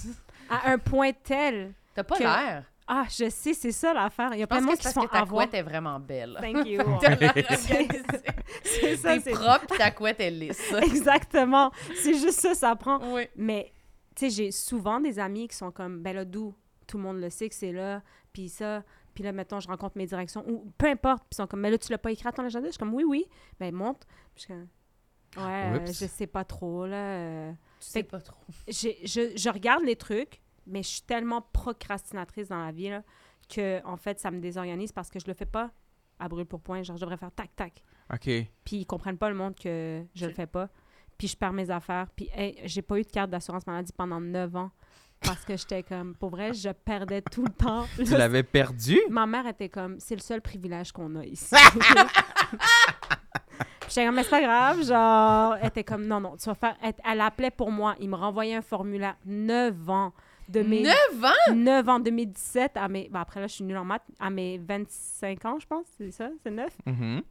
Speaker 4: à un point tel...
Speaker 1: T'as pas
Speaker 4: Que-
Speaker 1: l'air.
Speaker 4: Ah, je sais, c'est ça l'affaire. Il y a
Speaker 1: Je
Speaker 4: plein de
Speaker 1: pense
Speaker 4: monde
Speaker 1: que
Speaker 4: qui se
Speaker 1: c'est
Speaker 4: font
Speaker 1: parce que ta
Speaker 4: avoir.
Speaker 1: couette est vraiment belle.
Speaker 4: Thank you.
Speaker 1: T'as l'air organisée.
Speaker 4: c'est ça,
Speaker 1: T'es
Speaker 4: c'est...
Speaker 1: propre, puis ta couette est lisse.
Speaker 4: Exactement. C'est juste ça, ça prend.
Speaker 1: Oui.
Speaker 4: Mais, tu sais, j'ai souvent des amis qui sont comme, ben là, d'où? Tout le monde le sait que c'est là, puis ça. Puis là, mettons, je rencontre mes directions, ou peu importe. Puis ils sont comme, mais là, tu l'as pas écrit à ton agenda? Je suis comme, oui, oui. Ben, monte. Puis je suis comme, ouais, euh,
Speaker 2: Oups.
Speaker 4: je sais pas trop, là. euh.
Speaker 1: Tu sais pas trop.
Speaker 4: J'ai- Je, je regarde les trucs, mais je suis tellement procrastinatrice dans la vie, là, que, en fait, ça me désorganise parce que je le fais pas à brûle pour point. Genre, je devrais faire tac, tac
Speaker 2: OK.
Speaker 4: puis ils comprennent pas le monde que je le fais pas. Puis je perds mes affaires. Puis hey, j'ai pas eu de carte d'assurance maladie pendant 9 ans parce que j'étais comme, pour vrai, je perdais tout le temps.
Speaker 2: Tu
Speaker 4: Là,
Speaker 2: l'avais perdu?
Speaker 4: Ma mère était comme, c'est le seul privilège qu'on a ici. Puis J'étais comme, mais c'est pas grave, genre, elle était comme, non, non, tu vas faire, elle, elle appelait pour moi, il me renvoyait un formulaire, 9 ans, de mes,
Speaker 1: 9 ans?
Speaker 4: 9 ans, 2017 à mes, ben après là, je suis nulle en maths, à mes 25 ans, je pense, c'est ça, c'est 9?
Speaker 2: Mhm.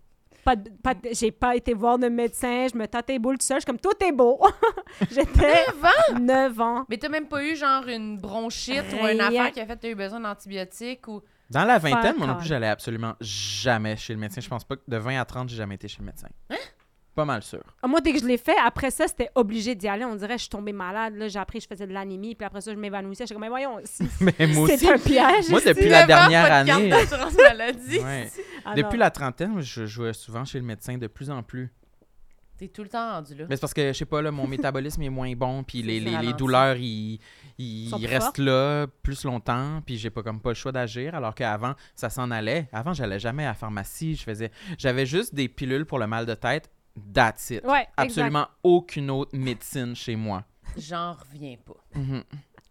Speaker 4: pas de- pas de- j'ai pas été voir de médecin, je me tâtais les boules tout seul, je suis comme tout est beau. J'étais
Speaker 1: 9 ans?
Speaker 4: 9 ans.
Speaker 1: Mais t'as même pas eu, genre, une bronchite ou une
Speaker 4: Rien.
Speaker 1: affaire qui a fait que t'as eu besoin d'antibiotiques ou.
Speaker 2: Dans la vingtaine, moi non
Speaker 4: all.
Speaker 2: plus, j'allais absolument jamais chez le médecin. Je pense pas que de 20 à 30, j'ai jamais été chez le médecin.
Speaker 1: Hein?
Speaker 2: Pas mal sûr.
Speaker 4: Moi, dès que je l'ai fait, après ça, c'était obligé d'y aller. On dirait, je suis tombée malade. Là, j'ai appris, que je faisais de l'anémie. Puis après ça, je m'évanouissais. Je suis comme, mais voyons, si-
Speaker 2: Mais moi aussi,
Speaker 4: c'est un piège.
Speaker 2: Moi,
Speaker 4: ici.
Speaker 2: Depuis la
Speaker 1: 9 ans,
Speaker 2: dernière
Speaker 1: pas de
Speaker 2: année.
Speaker 1: carte d'assurance maladie.
Speaker 2: Ouais.
Speaker 4: Ah non.
Speaker 2: Depuis la trentaine, je jouais souvent chez le médecin de plus en plus.
Speaker 1: T'es tout le temps rendu là.
Speaker 2: Mais c'est parce que, je sais pas, là, mon métabolisme est moins bon, puis les,
Speaker 1: C'est
Speaker 2: les- les
Speaker 1: ralenti.
Speaker 2: douleurs, ils, ils
Speaker 4: Sont plus
Speaker 2: restent
Speaker 4: fortes.
Speaker 2: là plus longtemps, puis j'ai pas comme pas le choix d'agir, alors qu'avant, ça s'en allait. Avant, j'allais jamais à la pharmacie, je faisais... J'avais juste des pilules pour le mal de tête, that's it.
Speaker 4: Ouais, exact.
Speaker 2: Absolument aucune autre médecine chez moi.
Speaker 1: J'en reviens pas.
Speaker 2: Mhm.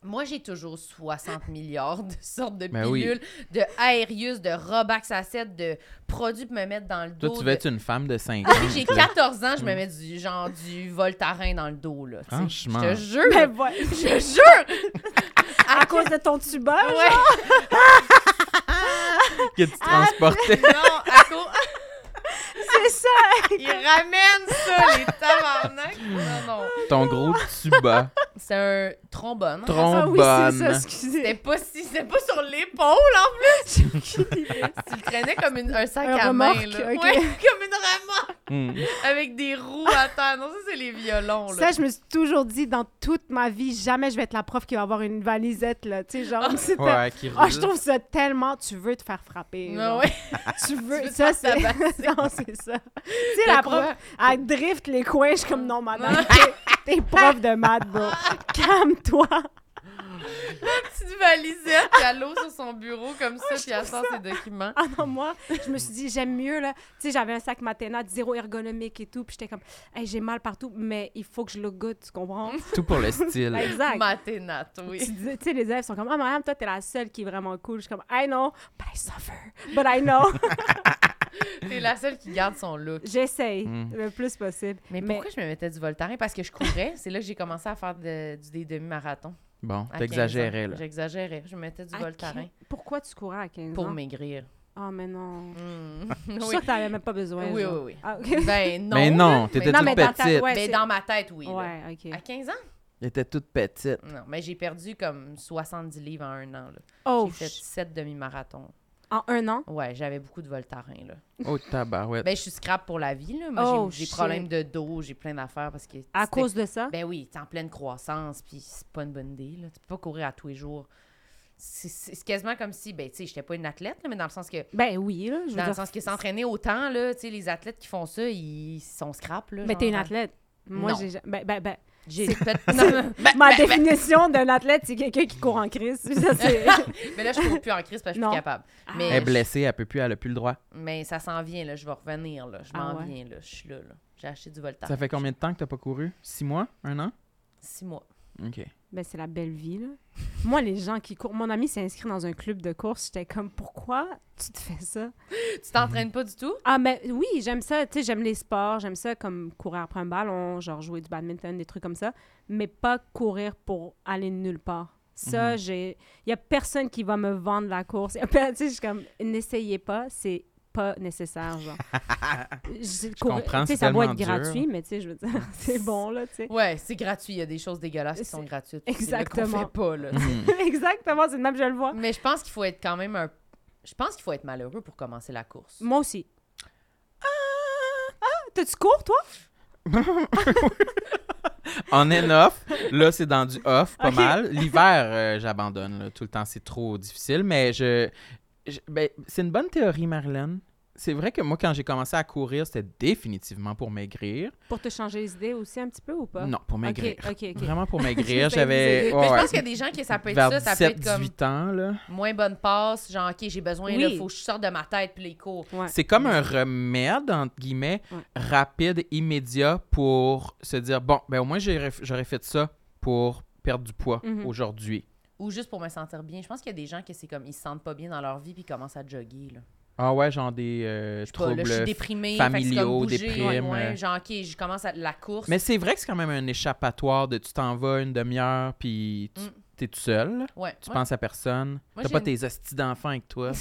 Speaker 1: Moi, j'ai toujours 60 milliards de sortes de
Speaker 2: Ben oui.
Speaker 1: pilules, de Aerius, de Robax Acid, de produits pour me mettre dans le
Speaker 2: Toi,
Speaker 1: dos.
Speaker 2: tu
Speaker 1: de-
Speaker 2: veux être une femme de
Speaker 4: Ah,
Speaker 2: 5 ans.
Speaker 1: Depuis que j'ai 14 ans, je me mets du genre du Voltaren dans le dos, là. tu sais.
Speaker 2: Franchement. Ben
Speaker 1: Je te
Speaker 4: Mais
Speaker 1: jure,
Speaker 4: voilà.
Speaker 1: je jure!
Speaker 4: À cause de ton tuba,
Speaker 1: Ouais.
Speaker 2: que tu transportais.
Speaker 1: Non, à cause-
Speaker 4: c'est ça.
Speaker 1: Ils ramènent ça, les tabarnak! Non, non.
Speaker 2: Ton gros tuba.
Speaker 1: C'est un trombone.
Speaker 4: Ah oui, c'est Ah, ça,
Speaker 2: Trombone.
Speaker 1: C'était
Speaker 4: excusez.
Speaker 1: pas si, c'était pas sur l'épaule en plus. Tu le traînais comme une- un sac
Speaker 4: Un
Speaker 1: à main,
Speaker 4: remorque,
Speaker 1: là.
Speaker 4: ok.
Speaker 1: Ouais, comme une remorque
Speaker 2: Hmm.
Speaker 1: avec des roues à terre. Non, ça c'est les violons là.
Speaker 4: Ça, je me suis toujours dit, dans toute ma vie, jamais je vais être la prof qui va avoir une valisette, là. Tu sais, genre, c'était...
Speaker 2: Ouais, qui
Speaker 4: Ah,
Speaker 2: roule.
Speaker 4: je trouve ça tellement... Tu veux te faire frapper.
Speaker 1: Non,
Speaker 4: genre.
Speaker 1: Ah ouais.
Speaker 4: Tu veux...
Speaker 1: veux te
Speaker 4: ça,
Speaker 1: faire
Speaker 4: c'est...
Speaker 1: tabasser.
Speaker 4: non, c'est ça. Tu sais, la prof, elle drift les coins, je suis comme, non, madame,
Speaker 1: Non.
Speaker 4: t'es- t'es prof de maths, bro. Calme-toi.
Speaker 1: Petite valisette, puis elle l'eau sur son bureau comme ça, puis elle sort ses documents.
Speaker 4: Ah non, moi, je me suis dit, j'aime mieux, là. Tu sais, j'avais un sac Matena, zéro ergonomique et tout, puis j'étais comme, hey, j'ai mal partout, mais il faut que je le goûte, tu comprends?
Speaker 2: Tout pour le style.
Speaker 4: Exact.
Speaker 1: Maténat, oui.
Speaker 4: Ah, Tu dis- tu sais, les élèves sont comme, ah, madame, toi, t'es la seule qui est vraiment cool. Je suis comme, I know, but I suffer, but I know.
Speaker 1: T'es la seule qui garde son look.
Speaker 4: J'essaye
Speaker 2: Mm.
Speaker 4: le plus possible.
Speaker 1: Mais
Speaker 4: Mais-
Speaker 1: pourquoi je me mettais du Voltaren? Parce que je courais. C'est là que j'ai commencé à faire de- du- des demi-marathons.
Speaker 2: Bon,
Speaker 1: à 15 ans.
Speaker 2: t'exagérais, là.
Speaker 1: J'exagérais. Je me mettais du
Speaker 4: À
Speaker 1: Voltaren
Speaker 4: quin- Pourquoi tu courais à 15
Speaker 1: pour
Speaker 4: ans? Hmm.
Speaker 1: maigrir.
Speaker 4: Ah, mais non.
Speaker 1: Mm.
Speaker 4: Je suis
Speaker 1: Oui.
Speaker 4: sûre que t'avais même pas besoin.
Speaker 1: Oui,
Speaker 4: genre.
Speaker 1: oui, oui.
Speaker 4: Ah, ok.
Speaker 1: Ben non.
Speaker 2: mais non,
Speaker 1: là.
Speaker 2: t'étais
Speaker 1: Mais
Speaker 4: non,
Speaker 2: toute
Speaker 4: mais dans ta-
Speaker 2: petite.
Speaker 4: ouais.
Speaker 1: Mais
Speaker 4: c'est-
Speaker 1: dans ma tête, oui. là. Ah,
Speaker 4: Ouais, OK.
Speaker 1: À 15 ans?
Speaker 2: T'étais toute petite.
Speaker 1: Non, mais j'ai perdu comme 70 livres en un an. là.
Speaker 4: Oh,
Speaker 1: j'ai fait
Speaker 4: sh-
Speaker 1: 7 demi-marathons.
Speaker 4: en un an?
Speaker 1: Ouais, j'avais beaucoup de Voltaren. Là.
Speaker 2: Oh, tabarouette.
Speaker 1: Ben, je suis scrap pour la vie. Là. Moi, j'ai-
Speaker 4: Oh,
Speaker 1: j'ai des
Speaker 4: shit.
Speaker 1: problèmes de dos, j'ai plein d'affaires parce que.
Speaker 4: À
Speaker 1: c'était-
Speaker 4: cause de ça?
Speaker 1: Ben oui, t'es en pleine croissance, puis c'est pas une bonne idée. Là. Tu peux pas courir à tous les jours. C'est- C'est c'est quasiment comme si, ben, tu sais, j'étais pas une athlète, là, mais dans le sens que.
Speaker 4: Ben oui, là. Je veux
Speaker 1: Dans le
Speaker 4: dire,
Speaker 1: sens que s'entraîner autant, là, tu sais, les athlètes qui font ça, ils sont scrap, là.
Speaker 4: Mais
Speaker 1: genre. euh,
Speaker 4: t'es une athlète. euh, Moi,
Speaker 1: Non.
Speaker 4: j'ai. ja- Ben, ben, ben.
Speaker 1: J'ai peut-être- Non,
Speaker 4: Ma définition d'un athlète, c'est quelqu'un qui court en crise. Ça, c'est. Ah,
Speaker 1: mais là, je cours plus en crise parce que je suis
Speaker 4: Non.
Speaker 1: plus capable. Mais-
Speaker 2: Elle est blessée, elle peut plus, elle a plus le droit.
Speaker 1: Mais ça s'en vient, là. Je vais revenir, là. Je
Speaker 4: Ah
Speaker 1: m'en
Speaker 4: ouais?
Speaker 1: viens, là. Je suis là, là. J'ai acheté du Voltaire.
Speaker 2: Ça fait combien de temps que t'as pas couru? Six mois? Un an?
Speaker 1: Six mois.
Speaker 2: OK.
Speaker 4: Ben, c'est la belle vie, là. Moi, les gens qui courent. Mon ami s'est inscrit dans un club de course. J'étais comme, pourquoi tu te fais ça?
Speaker 1: Tu
Speaker 2: Mhm.
Speaker 1: t'entraînes pas du tout?
Speaker 4: Ah, ben oui, j'aime ça. Tu sais, j'aime les sports. J'aime ça comme courir après un ballon, genre jouer du badminton, des trucs comme ça. Mais pas courir pour aller nulle part. Ça,
Speaker 2: Mhm.
Speaker 4: j'ai. Il y a personne qui va me vendre la course. Y a per- Tu sais, je suis comme, n'essayez pas. C'est pas nécessaire, genre. je
Speaker 2: comprends,
Speaker 4: Tu sais,
Speaker 2: c'est
Speaker 4: ça doit être
Speaker 2: tellement dur.
Speaker 4: gratuit, mais tu sais, je veux dire, c'est bon, là, tu sais.
Speaker 1: Ouais, c'est gratuit. Il y a des choses dégueulasses qui
Speaker 4: C'est-
Speaker 1: sont gratuites. C'est là qu'on
Speaker 4: Exactement.
Speaker 1: fait pas, là.
Speaker 2: Mhm.
Speaker 4: Exactement, c'est de même que je le
Speaker 2: Mm.
Speaker 4: vois.
Speaker 1: mais je pense qu'il faut être quand même un. Je pense qu'il faut être malheureux pour commencer la course.
Speaker 4: Moi aussi. Ah, ah, t'as-tu cours, toi?
Speaker 2: On est off. Là, c'est dans du off, pas
Speaker 4: Ok.
Speaker 2: mal. L'hiver, euh, j'abandonne. là. Tout le temps, c'est trop difficile. Mais je, je- ben, c'est une bonne théorie, Marilyn. C'est vrai que moi, quand j'ai commencé à courir, c'était définitivement pour maigrir.
Speaker 4: Pour te changer les idées aussi un petit peu ou pas?
Speaker 2: Non, pour maigrir.
Speaker 4: Ok, ok, ok.
Speaker 2: Vraiment pour
Speaker 4: J'essaie
Speaker 2: maigrir.
Speaker 4: de
Speaker 2: J'avais.
Speaker 4: vous aider.
Speaker 1: mais je
Speaker 2: ouais,
Speaker 1: pense qu'il y a des gens qui ça peut être
Speaker 2: vers
Speaker 1: ça. Ça peut être comme
Speaker 2: 18 ans, là.
Speaker 1: moins bonne passe, genre, OK, j'ai besoin, là,
Speaker 4: Oui.
Speaker 1: faut que je sorte de ma tête, puis les cours.
Speaker 4: Ouais.
Speaker 2: C'est comme un remède, entre guillemets,
Speaker 4: Ouais.
Speaker 2: rapide, immédiat pour se dire bon, ben au moins j'aurais j'aurais fait ça pour perdre du poids
Speaker 4: Mhm.
Speaker 2: aujourd'hui.
Speaker 1: Ou juste pour me sentir bien. Je pense qu'il y a des gens qui c'est comme, ils se sentent pas bien dans leur vie, puis ils commencent à jogger, là.
Speaker 2: Ah ouais, genre des euh,
Speaker 1: Je sais pas,
Speaker 2: troubles.
Speaker 1: là, je suis déprimée,
Speaker 2: familiaux,
Speaker 1: fait que c'est comme bouger, ouais,
Speaker 2: déprime,
Speaker 1: ouais,
Speaker 2: euh.
Speaker 1: genre, OK, je commence à la course.
Speaker 2: Mais c'est vrai que c'est quand même un échappatoire de tu t'en vas une demi-heure puis tu
Speaker 1: Mm.
Speaker 2: t'es tout seul,
Speaker 1: ouais,
Speaker 2: tu
Speaker 1: moi,
Speaker 2: penses à personne,
Speaker 1: Moi,
Speaker 2: t'as
Speaker 1: j'ai
Speaker 2: pas
Speaker 1: une-
Speaker 2: tes hosties d'enfants avec toi.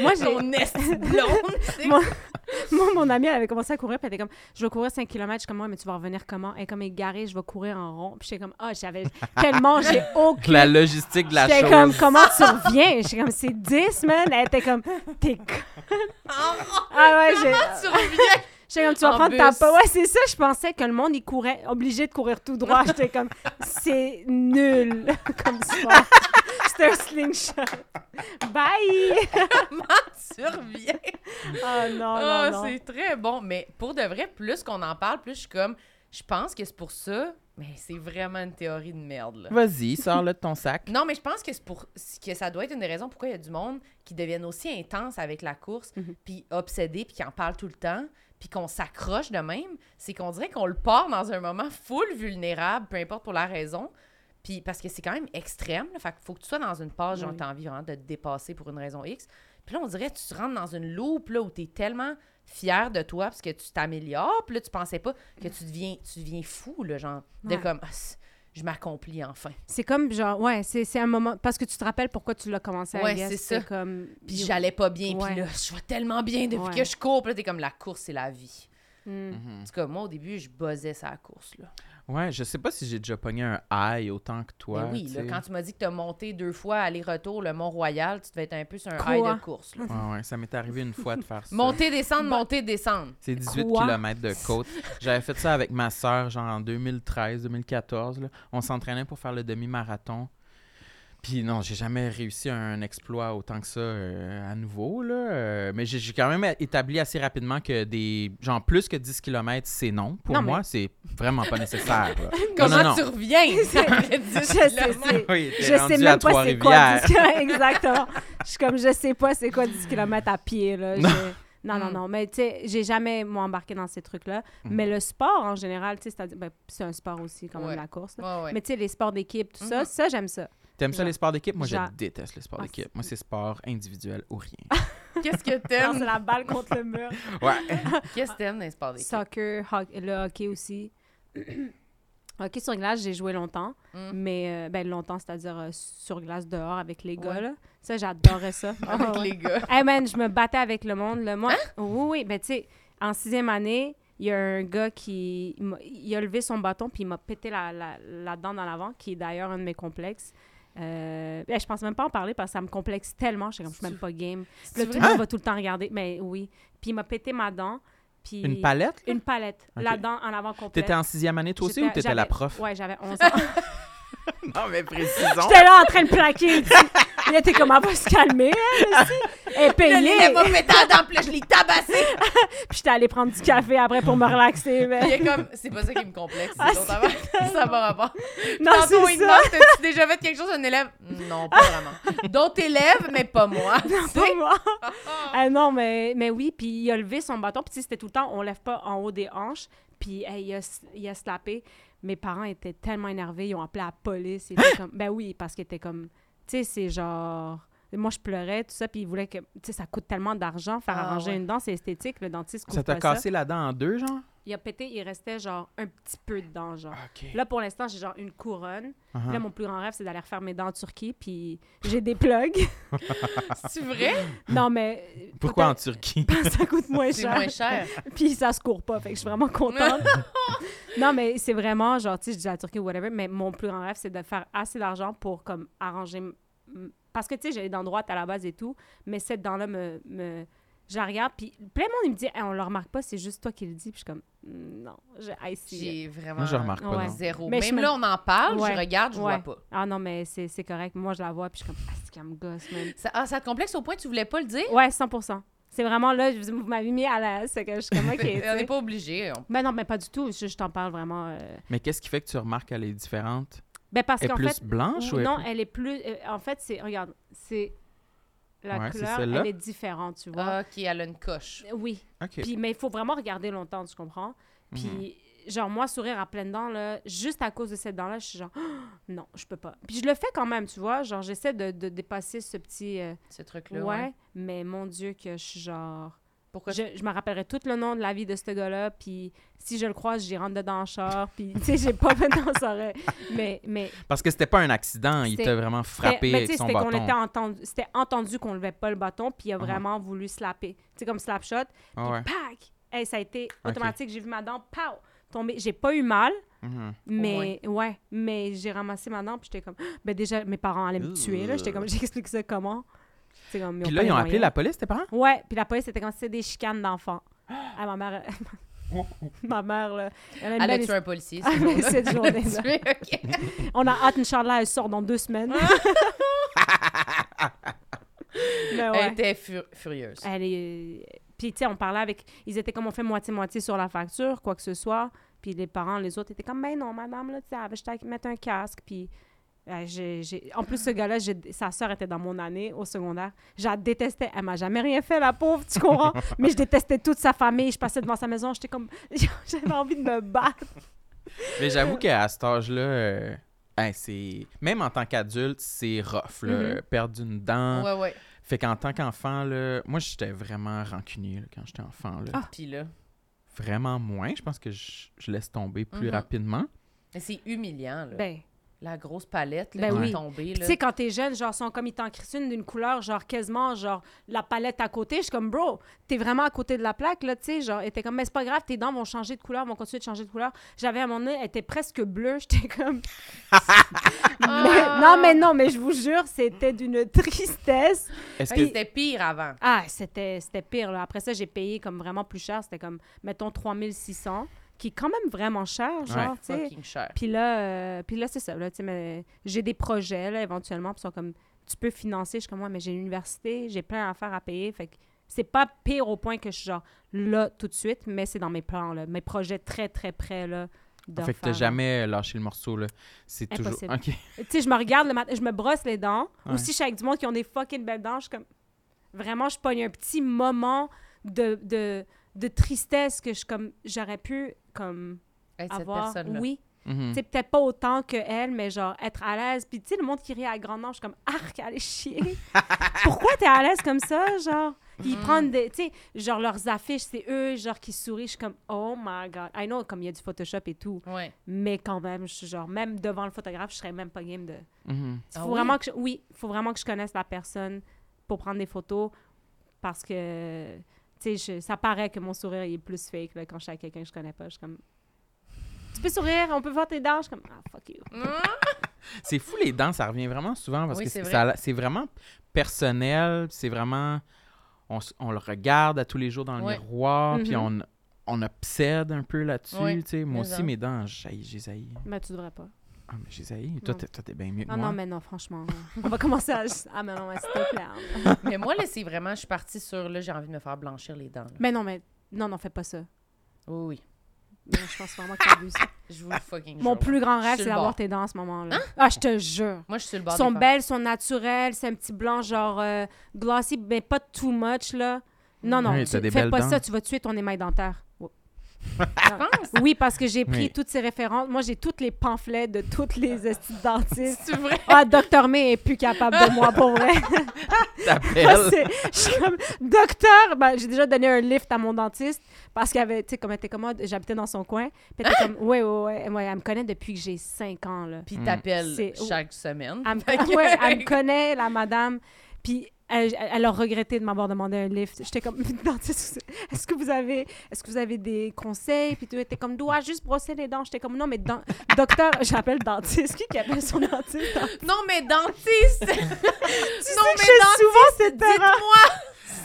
Speaker 4: Moi, j'ai-
Speaker 1: Ton esti blonde, tu sais.
Speaker 4: Moi- Moi, mon amie, elle avait commencé à courir, puis elle était comme, je vais courir 5 km. Je suis comme, ouais, mais tu vas revenir comment? Elle est comme égarée, je vais courir en rond. Puis j'étais comme, ah, j'avais tellement, j'ai aucune.
Speaker 2: la logistique de la
Speaker 4: J'étais
Speaker 2: chose.
Speaker 4: comme, comment tu reviens? J'étais comme, c'est 10, man. Elle était comme, t'es con. Ah ouais, j'ai.
Speaker 1: Comment tu reviens?
Speaker 4: J'étais comme, tu vas
Speaker 1: En
Speaker 4: prendre ta
Speaker 1: bus.
Speaker 4: pa- Ouais, c'est ça, je pensais que le monde, il courait, obligé de courir tout droit. J'étais comme, c'est nul comme sport. C'était un slingshot. Bye!
Speaker 1: tu reviens?
Speaker 4: Oh non,
Speaker 1: Ah,
Speaker 4: non, non.
Speaker 1: c'est très bon. Mais pour de vrai, plus qu'on en parle, plus je suis comme, je pense que c'est pour ça, mais c'est vraiment une théorie de merde, là.
Speaker 2: Vas-y, sors-le de ton sac.
Speaker 1: Non, mais je pense que c'est pour que ça doit être une des raisons pourquoi il y a du monde qui deviennent aussi intense avec la course,
Speaker 4: Mhm.
Speaker 1: puis obsédé, puis qui en parle tout le temps, puis qu'on s'accroche de même, c'est qu'on dirait qu'on le part dans un moment full vulnérable, peu importe pour la raison, Puis parce que c'est quand même extrême, là, fait qu'il faut que tu sois dans une page genre
Speaker 4: Oui.
Speaker 1: t'as envie vraiment de te dépasser pour une raison X. Puis là, on dirait que tu rentres dans une loupe là, où t'es tellement fier de toi parce que tu t'améliores, puis là, tu pensais pas que tu deviens, tu deviens fou, là, genre, de
Speaker 4: Mm. Ouais.
Speaker 1: comme, Ah, c- je m'accomplis enfin.
Speaker 4: C'est comme genre, ouais, c'est c'est un moment. Parce que tu te rappelles pourquoi tu l'as commencé à
Speaker 1: Ouais,
Speaker 4: guess,
Speaker 1: c'est ça.
Speaker 4: comme.
Speaker 1: Puis j'allais pas bien,
Speaker 4: Ouais.
Speaker 1: puis là, je vais tellement bien depuis
Speaker 4: Ouais.
Speaker 1: que je cours, puis là, t'es comme, la course, c'est la vie.
Speaker 4: Mm.
Speaker 2: Mhm.
Speaker 1: En tout cas, moi, au début, je buzzais sa course, là.
Speaker 2: Ouais, je sais pas si j'ai déjà pogné un high autant que toi.
Speaker 1: Mais Ben oui,
Speaker 2: tu
Speaker 1: là,
Speaker 2: sais.
Speaker 1: quand tu m'as dit que t'as monté deux fois aller-retour le Mont-Royal, tu devais être un peu sur un
Speaker 4: Quoi?
Speaker 1: high de course, là.
Speaker 2: Ouais, ouais, ça m'est arrivé une fois de faire ça.
Speaker 1: Monter, descendre, monter, descendre.
Speaker 2: C'est 18
Speaker 4: Quoi?
Speaker 2: km de côte. J'avais fait ça avec ma sœur, genre en 2013-2014. là. On s'entraînait pour faire le demi-marathon. Puis non, j'ai jamais réussi un exploit autant que ça euh, à nouveau. Là. Euh, mais j'ai j'ai quand même établi assez rapidement que des. Genre plus que 10 km, c'est non. Pour
Speaker 4: Non, mais-
Speaker 2: moi, c'est vraiment pas nécessaire. là. Non,
Speaker 1: Comment
Speaker 2: non, non.
Speaker 1: tu reviens?
Speaker 4: Je sais, c'est-
Speaker 2: Oui, t'es
Speaker 4: Je sais
Speaker 2: rendu à
Speaker 4: même pas c'est quoi
Speaker 2: Trois-Rivières.
Speaker 4: 10 km. Exactement. Je suis comme, je sais pas c'est quoi 10 km à pied. Là.
Speaker 2: Non.
Speaker 4: Je- Non, non,
Speaker 1: Mm.
Speaker 4: non. Mais tu sais, j'ai jamais, moi, embarqué dans ces trucs-là.
Speaker 2: Mm.
Speaker 4: Mais le sport, en général, tu sais, c'est-à-dire- ben, c'est un sport aussi, quand même,
Speaker 1: Ouais.
Speaker 4: la course. là.
Speaker 1: Ouais, ouais.
Speaker 4: Mais tu sais, les sports d'équipe, tout
Speaker 1: Mhm.
Speaker 4: ça, ça, j'aime ça.
Speaker 2: T'aimes ça
Speaker 4: Genre-
Speaker 2: les sports d'équipe? Moi,
Speaker 4: Genre-
Speaker 2: je déteste les sports
Speaker 4: Ah,
Speaker 2: d'équipe.
Speaker 4: c'est-
Speaker 2: Moi, c'est sport individuel ou rien.
Speaker 1: Qu'est-ce que
Speaker 4: Lancer
Speaker 1: t'aimes?
Speaker 4: la balle contre le mur.
Speaker 2: Ouais.
Speaker 1: Qu'est-ce que t'aimes dans les sports d'équipe?
Speaker 4: Soccer, hoc- le hockey aussi. hockey sur glace, j'ai joué longtemps.
Speaker 1: Mm.
Speaker 4: Mais, euh, ben, longtemps, c'est-à-dire euh, sur glace dehors avec les gars,
Speaker 1: Ouais.
Speaker 4: là. Ça, j'adorais ça.
Speaker 1: Avec
Speaker 4: Oh, ouais.
Speaker 1: les Hein? gars.
Speaker 4: Hey man, je me battais avec le monde. Là. Moi, oui, oui, mais tu sais, en sixième année, il y a un gars qui il m'a- il a levé son bâton puis il m'a pété la, la, la dent dans l'avant, qui est d'ailleurs un de mes complexes. Euh, ben, je pense même pas en parler parce que ça me complexe tellement. Je suis comme, je suis même pas game. Puis Là, tout le monde va tout le temps regarder. Mais oui. Puis il m'a pété ma dent. Puis
Speaker 2: Une palette?
Speaker 4: Une palette.
Speaker 2: Ok.
Speaker 4: La dent en avant complète.
Speaker 2: T'étais en sixième année, toi aussi, ou
Speaker 4: J'étais-
Speaker 2: t'étais la
Speaker 4: j'avais-
Speaker 2: prof?
Speaker 4: Ouais, j'avais 11 ans.
Speaker 2: Non, Ah, mais précisons.
Speaker 4: J'étais là en train de plaquer. tu sais. Il était comme, elle va se calmer, elle aussi. Elle est
Speaker 1: Là,
Speaker 4: payée.
Speaker 1: elle m'a pété la dent, puis là, je l'ai tabassé.
Speaker 4: Puis j'étais allée prendre du café après pour me relaxer.
Speaker 1: Il
Speaker 4: Mais...
Speaker 1: est comme, c'est pas ça qui me complexe,
Speaker 4: Ah,
Speaker 1: c'est l'autre affaire. Ça va rapport.
Speaker 4: Non,
Speaker 1: Tantôt,
Speaker 4: c'est
Speaker 1: il
Speaker 4: ça.
Speaker 1: demande, t'as-tu déjà fait quelque chose à un élève? Non, pas vraiment. D'autres élèves, mais pas moi.
Speaker 4: Non, pas moi. Ah non, mais, mais oui, puis il a levé son bâton. Puis tu sais, c'était tout le temps, on lève pas en haut des hanches. Puis hey, il, a, s- il a slappé. Mes parents étaient tellement énervés, ils ont appelé la police. Ils
Speaker 2: Hein?
Speaker 4: étaient comme, ben oui, parce qu'ils étaient comme, tu sais, c'est genre... Moi, je pleurais, tout ça, puis ils voulaient que... Tu sais, ça coûte tellement d'argent faire
Speaker 1: Ah,
Speaker 4: arranger
Speaker 1: ouais.
Speaker 4: une dent, c'est esthétique, le dentiste coûte
Speaker 2: Ça t'a
Speaker 4: pas
Speaker 2: cassé la dent en deux, genre?
Speaker 4: Il a pété, il restait genre un petit peu de dent, genre.
Speaker 2: OK.
Speaker 4: Là, pour l'instant, j'ai genre une couronne.
Speaker 2: Ah
Speaker 4: Puis Là, mon plus grand rêve, c'est d'aller refaire mes dents en Turquie, puis j'ai des plugs.
Speaker 1: C'est vrai?
Speaker 4: non, mais... euh,
Speaker 2: Pourquoi en
Speaker 4: peut-être-
Speaker 2: Turquie?
Speaker 4: ça coûte moins
Speaker 1: C'est
Speaker 4: cher.
Speaker 1: moins cher.
Speaker 4: Puis ça se court pas, fait que je suis vraiment contente. non, mais c'est vraiment, genre, tu sais, je dis à la Turquie ou whatever, mais mon plus grand rêve, c'est de faire assez d'argent pour, comme, arranger... m- m- Parce que, tu sais, j'ai les dents droites à la base et tout, mais cette dent-là me... me... Je la regarde, puis plein de monde, il me dit Hey, on le remarque pas, c'est juste toi qui le dis. » Puis je suis comme « Non, je... I see it.
Speaker 1: J'ai vraiment
Speaker 2: Moi, je remarque pas,
Speaker 4: Ouais.
Speaker 2: non.
Speaker 1: zéro.
Speaker 4: Mais je
Speaker 1: Même
Speaker 4: me-
Speaker 1: là, on en parle,
Speaker 4: Ouais.
Speaker 1: je regarde, je
Speaker 4: Ouais.
Speaker 1: vois pas.
Speaker 4: Ah non, mais c'est c'est correct. Moi, je la vois, puis je suis comme « Ah, c'est qu'elle me gosse, même.
Speaker 1: Ça, ah, ça te complexe au point que tu voulais pas le dire? »
Speaker 4: Ouais, 100 C'est vraiment là, je- vous m'avez mis à la... C'est que je suis comme « OK, tu
Speaker 1: on n'est
Speaker 4: sais.
Speaker 1: pas obligé. on-
Speaker 4: Mais non, mais pas du tout. Je, je t'en parle vraiment. euh.
Speaker 2: Mais qu'est-ce qui fait que tu remarques qu'elle est différente?
Speaker 4: Ben parce
Speaker 2: Elle est
Speaker 4: qu'en
Speaker 2: plus
Speaker 4: fait,
Speaker 2: blanche ou elle est
Speaker 4: non,
Speaker 2: plus-
Speaker 4: elle est plus. euh, en fait, c'est regarde, c'est la
Speaker 2: Ouais, c'est
Speaker 4: couleur,
Speaker 2: celle-là?
Speaker 4: elle est différente, tu vois.
Speaker 1: Ok, elle a une coche.
Speaker 4: Oui.
Speaker 2: OK.
Speaker 4: Puis, mais il faut vraiment regarder longtemps, tu comprends. Puis
Speaker 2: Mhm.
Speaker 4: genre moi sourire à pleines dents là, juste à cause de cette dent là, je suis genre Ah, non, je peux pas. Puis je le fais quand même, tu vois. Genre j'essaie de, de dépasser ce petit euh,
Speaker 1: Ce
Speaker 4: ouais,
Speaker 1: truc-là. Ouais.
Speaker 4: mais mon Dieu que je suis genre
Speaker 1: Pourquoi
Speaker 4: je, je me rappellerai tout le nom de la vie de ce gars-là, puis si je le croise, j'y rentre dedans en char, puis tu sais, j'ai pas maintenant ça aurait... Mais, mais
Speaker 2: Parce que c'était pas un accident, il
Speaker 4: C'était-
Speaker 2: t'a vraiment frappé
Speaker 4: mais tu
Speaker 2: avec
Speaker 4: sais,
Speaker 2: son
Speaker 4: c'était qu'on
Speaker 2: bâton. Uh-huh.
Speaker 4: était entendu, c'était entendu qu'on levait pas le bâton, puis il a vraiment voulu slapper. Tu sais, comme slap shot,
Speaker 2: Ah
Speaker 4: puis
Speaker 2: ouais.
Speaker 4: pac! Hey, ça a été
Speaker 2: Ok.
Speaker 4: automatique, j'ai vu ma dent, pow! Tomber. J'ai pas eu mal,
Speaker 2: Mhm.
Speaker 4: mais ouais, mais j'ai ramassé ma dent, puis j'étais comme, Ah! ben déjà, mes parents allaient me tuer, là. J'étais comme, j'explique ça comment. C'est comme,
Speaker 2: Puis
Speaker 4: pas
Speaker 2: là,
Speaker 4: les
Speaker 2: ils ont appelé
Speaker 4: moyens.
Speaker 2: la police, tes parents?
Speaker 4: Ouais, puis la police c'était comme c'est des chicanes d'enfants. Ah, ma mère. euh, ma mère, là. Elle a
Speaker 1: Elle
Speaker 4: une
Speaker 1: a
Speaker 4: belle
Speaker 1: tué un policier.
Speaker 4: Ah, mais cette journée, là.
Speaker 1: journée. ok.
Speaker 4: On a hâte, Inch'Allah, elle sort dans deux semaines. Mais
Speaker 1: Elle
Speaker 4: ouais.
Speaker 1: était fur- furieuse.
Speaker 4: Elle est. Puis, tu sais, on parlait avec. Ils étaient comme on fait moitié-moitié sur la facture, quoi que ce soit. Puis les parents, les autres étaient comme, ben non, madame, là, tu sais, elle va juste à mettre un casque. Puis. euh, j'ai- j'ai- En plus, ce gars-là, j'ai- sa sœur était dans mon année au secondaire. Je la détestais. Elle m'a jamais rien fait, la pauvre, tu comprends? Mais je détestais toute sa famille. Je passais devant sa maison, j'étais comme... J'avais envie de me battre.
Speaker 2: Mais j'avoue qu'à cet âge-là, euh, Hey, c'est... Même en tant qu'adulte, c'est rough. là.
Speaker 4: Mhm.
Speaker 2: Perdre une dent.
Speaker 1: Ouais, ouais.
Speaker 2: Fait qu'en tant qu'enfant, là, moi, j'étais vraiment rancunier là, quand j'étais enfant. Là.
Speaker 4: Ah.
Speaker 1: Puis là,
Speaker 2: Vraiment moins. Je pense que je, je laisse tomber plus
Speaker 1: Mhm.
Speaker 2: rapidement.
Speaker 1: mais c'est humiliant, là.
Speaker 4: Ben,
Speaker 1: La grosse palette, là,
Speaker 4: Ben
Speaker 1: qui
Speaker 4: oui.
Speaker 1: est tombée,
Speaker 4: Puis
Speaker 1: là.
Speaker 4: tu sais, quand t'es jeune, genre, sont comme ils t'en crissent une d'une couleur, genre, quasiment, genre, la palette à côté. Je suis comme, bro, t'es vraiment à côté de la plaque, là, tu sais. Genre, elle était comme, mais c'est pas grave, tes dents vont changer de couleur, vont continuer de changer de couleur. J'avais à un moment donné, elle était presque bleue. J'étais comme,
Speaker 1: Ah!
Speaker 4: mais- non, mais non, mais je vous jure, c'était d'une tristesse.
Speaker 1: Fait
Speaker 2: Est-ce que
Speaker 1: que C'était pire avant.
Speaker 4: Ah, c'était c'était pire, là. Après ça, j'ai payé comme vraiment plus cher. C'était comme, mettons, 3600, qui est quand même vraiment cher, genre,
Speaker 2: Ouais.
Speaker 4: tu sais.
Speaker 1: Fucking cher.
Speaker 4: Puis là, euh, puis là c'est ça. Là, tu sais, mais j'ai des projets là, éventuellement, puis ils sont comme tu peux financer. Je suis comme moi, mais j'ai l'université, j'ai plein d'affaires à payer. Fait que c'est pas pire au point que je suis genre là tout de suite, mais c'est dans mes plans là, mes projets très très près là. de
Speaker 2: Fait que t'as
Speaker 4: refaire.
Speaker 2: jamais euh, lâché le morceau, là. C'est toujours...
Speaker 4: Impossible.
Speaker 2: OK.
Speaker 4: Tu sais, je me regarde le matin, je me brosse les dents.
Speaker 2: Ouais.
Speaker 4: Ou si je suis avec du monde qui ont des fucking belles dents, je suis comme vraiment, je pogne un petit moment de, de, de tristesse que je suis comme j'aurais pu comme
Speaker 1: Hey, cette
Speaker 4: avoir.
Speaker 1: personne-là.
Speaker 4: Oui.
Speaker 2: Mhm.
Speaker 4: C'est peut-être pas autant que elle, mais genre être à l'aise. Puis tu sais, le monde qui rit à grand je suis comme arc, allez chier. Pourquoi t'es à l'aise comme ça, genre? Ils prennent des, tu sais, genre leurs affiches, c'est eux, genre qui sourient. Je suis comme oh my god. I know comme il y a du Photoshop et tout,
Speaker 1: Ouais.
Speaker 4: mais quand même, je suis genre même devant le photographe, je serais même pas game de.
Speaker 2: Mhm.
Speaker 1: Ah
Speaker 4: faut
Speaker 1: oui?
Speaker 4: vraiment que je- oui, faut vraiment que je connaisse la personne pour prendre des photos parce que tu sais, je- ça paraît que mon sourire il est plus fake là, quand je suis avec quelqu'un que je connais pas. Je suis comme tu peux sourire, on peut voir tes dents. Je suis comme ah fuck you.
Speaker 1: Mm.
Speaker 2: C'est fou, les dents, ça revient vraiment souvent parce
Speaker 1: Oui,
Speaker 2: que
Speaker 1: c'est
Speaker 2: c'est
Speaker 1: vrai.
Speaker 2: ça- c'est vraiment personnel, c'est vraiment... On, s- on le regarde à tous les jours dans le
Speaker 1: Ouais.
Speaker 2: miroir, puis on,
Speaker 4: Mhm.
Speaker 2: on obsède un peu là-dessus,
Speaker 1: Ouais,
Speaker 2: tu sais. Moi
Speaker 1: mais
Speaker 2: aussi,
Speaker 1: en-
Speaker 2: mes dents, j'ai j'ai haï.
Speaker 4: Mais tu devrais pas.
Speaker 2: Ah, mais j'ai haï. Toi,
Speaker 4: Non.
Speaker 2: t'es- toi, t'es bien mieux que
Speaker 4: Ah
Speaker 2: moi.
Speaker 4: non, mais non, franchement. non. On va commencer à. Ah, mais non, mais s'il te plaît. hein.
Speaker 1: mais moi, là, c'est vraiment, je suis partie sur, là, j'ai envie de me faire blanchir les dents. là.
Speaker 4: Mais non, mais. Non, non, fais pas ça.
Speaker 1: Oui, oui.
Speaker 4: Non, je pense vraiment que t'abuses.
Speaker 1: Je vous le fucking
Speaker 4: Mon
Speaker 1: jure.
Speaker 4: plus grand rêve,
Speaker 1: Sur
Speaker 4: c'est
Speaker 1: le
Speaker 4: d'avoir
Speaker 1: bord.
Speaker 4: tes dents en ce moment-là. Ah, je te jure.
Speaker 1: Moi, je suis sur le bord
Speaker 4: sont
Speaker 1: des
Speaker 4: belles, sont naturelles, c'est un petit blanc genre euh, glossy, mais pas too much, là. Non, non,
Speaker 2: Oui,
Speaker 4: tu-
Speaker 2: t'as des
Speaker 4: fais
Speaker 2: belles
Speaker 4: pas
Speaker 2: dents.
Speaker 4: ça, tu vas tuer ton émail dentaire. Ouais.
Speaker 1: femmes. Tu penses?
Speaker 4: Oui, parce que j'ai pris
Speaker 2: Oui.
Speaker 4: toutes ces références. Moi, j'ai tous les pamphlets de toutes les estis de dentistes.
Speaker 1: C'est vrai?
Speaker 4: Ah, Docteur May est plus capable de moi, pour vrai. Ah,
Speaker 2: T'appelles.
Speaker 4: c'est- je suis comme, docteur, ben, j'ai déjà donné un lift à mon dentiste parce qu'elle avait, tu sais, comme elle était commode, j'habitais dans son coin. Puis elle était comme, ouais, ouais, ouais, ouais, elle me connaît depuis que j'ai 5 ans, là.
Speaker 1: Puis
Speaker 2: Mm.
Speaker 1: t'appelles
Speaker 4: C'est- Ah.
Speaker 1: chaque semaine.
Speaker 4: Elle me,
Speaker 1: Fait que-
Speaker 4: ouais, elle me connaît, la madame. Puis elle, elle a regretté de m'avoir demandé un lift. J'étais comme, dentiste, est-ce que vous avez, est-ce que vous avez des conseils? Puis tu étais comme, dois juste brosser les dents. J'étais comme, non, mais dent- docteur, j'appelle dentiste. Qui qui appelle son dentiste?
Speaker 1: Non, mais dentiste! non, mais
Speaker 4: Je fais
Speaker 1: dentiste!
Speaker 4: souvent cette erreur.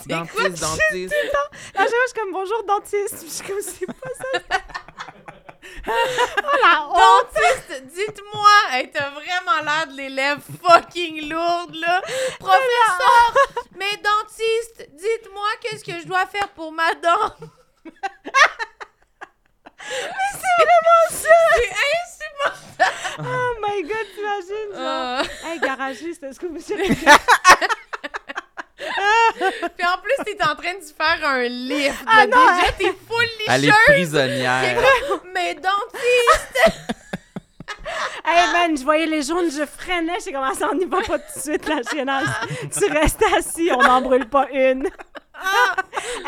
Speaker 1: Dites-moi! quoi
Speaker 2: Dentiste, dentiste.
Speaker 4: À chaque fois, je suis comme, bonjour, dentiste. Je suis comme, c'est pas ça. oh la honte!
Speaker 1: Dentiste, dites-moi! Hey, t'as vraiment l'air de l'élève fucking lourde, là! Professeur! mais dentiste, dites-moi qu'est-ce que je dois faire pour ma dent! mais c'est vraiment ça!
Speaker 4: Oh my god, t'imagines,
Speaker 1: C'est
Speaker 4: genre.
Speaker 1: insupportable!
Speaker 4: Hey, garagiste, est-ce que vous
Speaker 1: Puis en plus, t'es en train de faire un lift.
Speaker 4: Ah
Speaker 1: là.
Speaker 4: non,
Speaker 1: Déjà, t'es full
Speaker 2: Elle est
Speaker 1: licheuse.
Speaker 2: prisonnière.
Speaker 1: Mais dentiste,
Speaker 4: Hey man, je voyais les jaunes, je freinais, j'ai commencé, on n'y va pas tout de suite, la chiennasse. Tu restes assis, on n'en brûle pas une. Ah!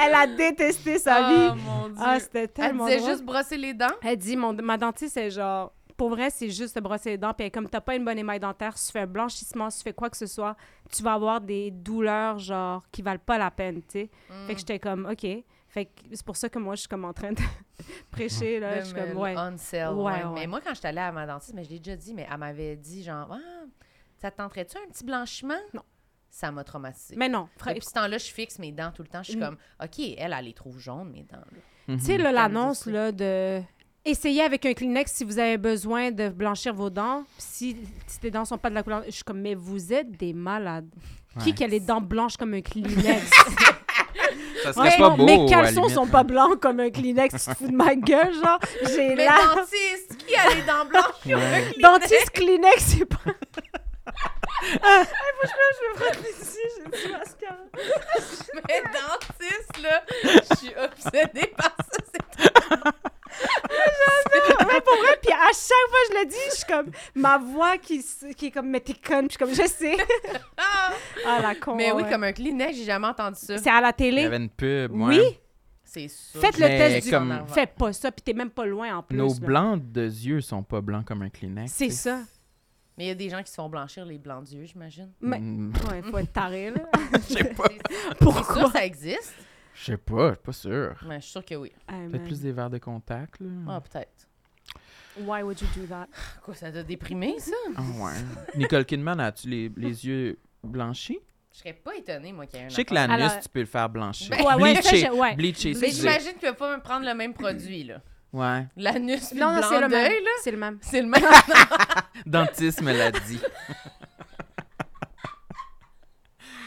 Speaker 4: Elle a détesté sa
Speaker 1: Oh
Speaker 4: vie.
Speaker 1: mon dieu.
Speaker 4: Ah, c'était
Speaker 1: elle
Speaker 4: tellement
Speaker 1: disait
Speaker 4: drôle.
Speaker 1: juste brosser les dents.
Speaker 4: Elle dit, mon, ma dentiste est genre, pour vrai, c'est juste te brosser les dents. Puis elle est comme t'as pas une bonne émaille dentaire, si tu fais un blanchissement, si tu fais quoi que ce soit, tu vas avoir des douleurs, genre, qui valent pas la peine, tu sais. Fait que j'étais comme, OK. Fait que c'est pour ça que moi, je suis comme en train de prêcher, là. Je suis comme, ouais.
Speaker 1: On sale,
Speaker 4: Ouais,
Speaker 1: ouais.
Speaker 4: ouais.
Speaker 1: Mais moi, quand j'étais allée à ma dentiste, mais je l'ai déjà dit, mais elle m'avait dit genre, ah, ça te tenterait-tu un petit blanchiment?
Speaker 4: Non.
Speaker 1: Ça m'a traumatisée.
Speaker 4: Mais non, frère,
Speaker 1: Depuis ce temps-là, je fixe mes dents tout le temps. Je suis
Speaker 4: Mm.
Speaker 1: comme, OK, elle, elle les trouve jaunes, mes dents. là.
Speaker 2: Mm.
Speaker 4: Tu sais, là, l'annonce
Speaker 1: ça.
Speaker 4: là, de essayez avec un Kleenex si vous avez besoin de blanchir vos dents. Si, si tes dents sont pas de la couleur. Je suis comme, mais vous êtes des malades. Qui
Speaker 2: Ouais.
Speaker 4: qui a les dents blanches comme un Kleenex?
Speaker 2: Ça serait
Speaker 4: Ouais,
Speaker 2: pas
Speaker 4: non,
Speaker 2: beau, à
Speaker 4: mes
Speaker 2: la
Speaker 4: caleçons
Speaker 2: limite,
Speaker 4: sont
Speaker 2: là.
Speaker 4: pas blancs comme un Kleenex. Tu te fous de ma gueule, genre. J'ai
Speaker 1: Mais
Speaker 4: la.
Speaker 1: dentiste, qui a les dents blanches?
Speaker 2: Ouais.
Speaker 4: Dentiste Kleenex, c'est pas. Ah, faut que je me- je me frotte ici, j'ai du mascara.
Speaker 1: Mais dentiste, là, je suis obsédée par ça. C'est
Speaker 4: Ouais, pour vrai, puis à chaque fois que je le dis, je suis comme, ma voix qui, s- qui est comme, mais t'es conne. Puis Je suis comme, je sais. ah, la con.
Speaker 1: Mais oui,
Speaker 4: ouais.
Speaker 1: comme un Kleenex, j'ai jamais entendu ça.
Speaker 4: C'est à la
Speaker 2: Il y
Speaker 4: télé.
Speaker 2: avait une pub, moi.
Speaker 4: Oui,
Speaker 1: C'est sûr.
Speaker 4: faites le
Speaker 2: Mais
Speaker 4: test du...
Speaker 2: comme-
Speaker 4: Fais pas ça, puis t'es même pas loin en plus.
Speaker 2: Nos
Speaker 4: là.
Speaker 2: blancs de yeux sont pas blancs comme un Kleenex.
Speaker 4: C'est
Speaker 2: tu sais.
Speaker 4: ça.
Speaker 1: Mais il y a des gens qui se font blanchir les blancs d'yeux, j'imagine.
Speaker 4: Mais-
Speaker 2: Mm,
Speaker 4: Ouais, faut être taré, là.
Speaker 2: Je sais pas.
Speaker 1: C'est sûr, ça existe.
Speaker 2: Je sais pas, je suis pas sûr.
Speaker 1: Mais je suis sûre que oui.
Speaker 4: Hey,
Speaker 2: Peut-être
Speaker 4: man.
Speaker 2: plus des verres de contact, là.
Speaker 1: Ah,
Speaker 4: Hmm.
Speaker 1: peut-être.
Speaker 4: Why would you do that?
Speaker 1: Quoi, ça t'a déprimé, ça?
Speaker 2: Ah ouais. Nicole Kidman, as-tu les, les yeux blanchis?
Speaker 1: Je serais pas étonnée, moi, qu'il y ait un.
Speaker 2: Je sais que
Speaker 1: affaire.
Speaker 2: l'anus,
Speaker 4: Alors-
Speaker 2: tu peux le faire blanchir.
Speaker 4: Ben- Ouais, ouais, ça,
Speaker 2: Bleacher,
Speaker 4: je- ouais.
Speaker 2: bleacher,
Speaker 1: Mais
Speaker 2: excusez.
Speaker 1: j'imagine que tu peux pas me prendre le même produit, là.
Speaker 2: Ouais.
Speaker 1: L'anus puis
Speaker 4: Non,
Speaker 1: le
Speaker 4: non, c'est
Speaker 1: blanc
Speaker 4: le
Speaker 1: d'œil,
Speaker 4: même.
Speaker 1: là.
Speaker 4: C'est le même.
Speaker 1: C'est le même.
Speaker 2: Dentiste me l'a dit.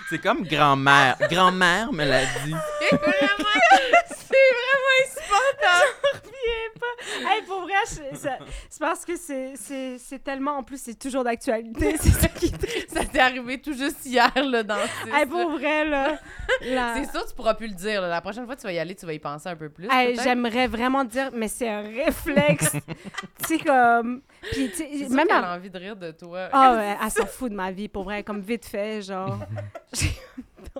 Speaker 2: C'est comme grand-mère. Grand-mère me l'a dit.
Speaker 1: c'est vraiment... C'est vraiment insupportable.
Speaker 4: reviens pas. Hey, pour vrai, je- ça- c'est parce que c'est- c'est c'est tellement. En plus, c'est toujours d'actualité. C'est ça qui.
Speaker 1: Ça t'est arrivé tout juste hier, là, dans le
Speaker 4: Hey, pour vrai, là. la-
Speaker 1: C'est sûr, tu pourras plus le dire. là. La prochaine fois que tu vas y aller, tu vas y penser un peu plus.
Speaker 4: Hey,
Speaker 1: peut-être.
Speaker 4: J'aimerais vraiment dire, mais c'est un réflexe. tu sais, comme. Puis, tu
Speaker 1: C'est
Speaker 4: sais,
Speaker 1: sûr
Speaker 4: même.
Speaker 1: qu'elle
Speaker 4: à-
Speaker 1: a envie de rire de toi.
Speaker 4: Ah ouais, elle s'en fout de ma vie, pour vrai, comme vite fait, genre. J'ai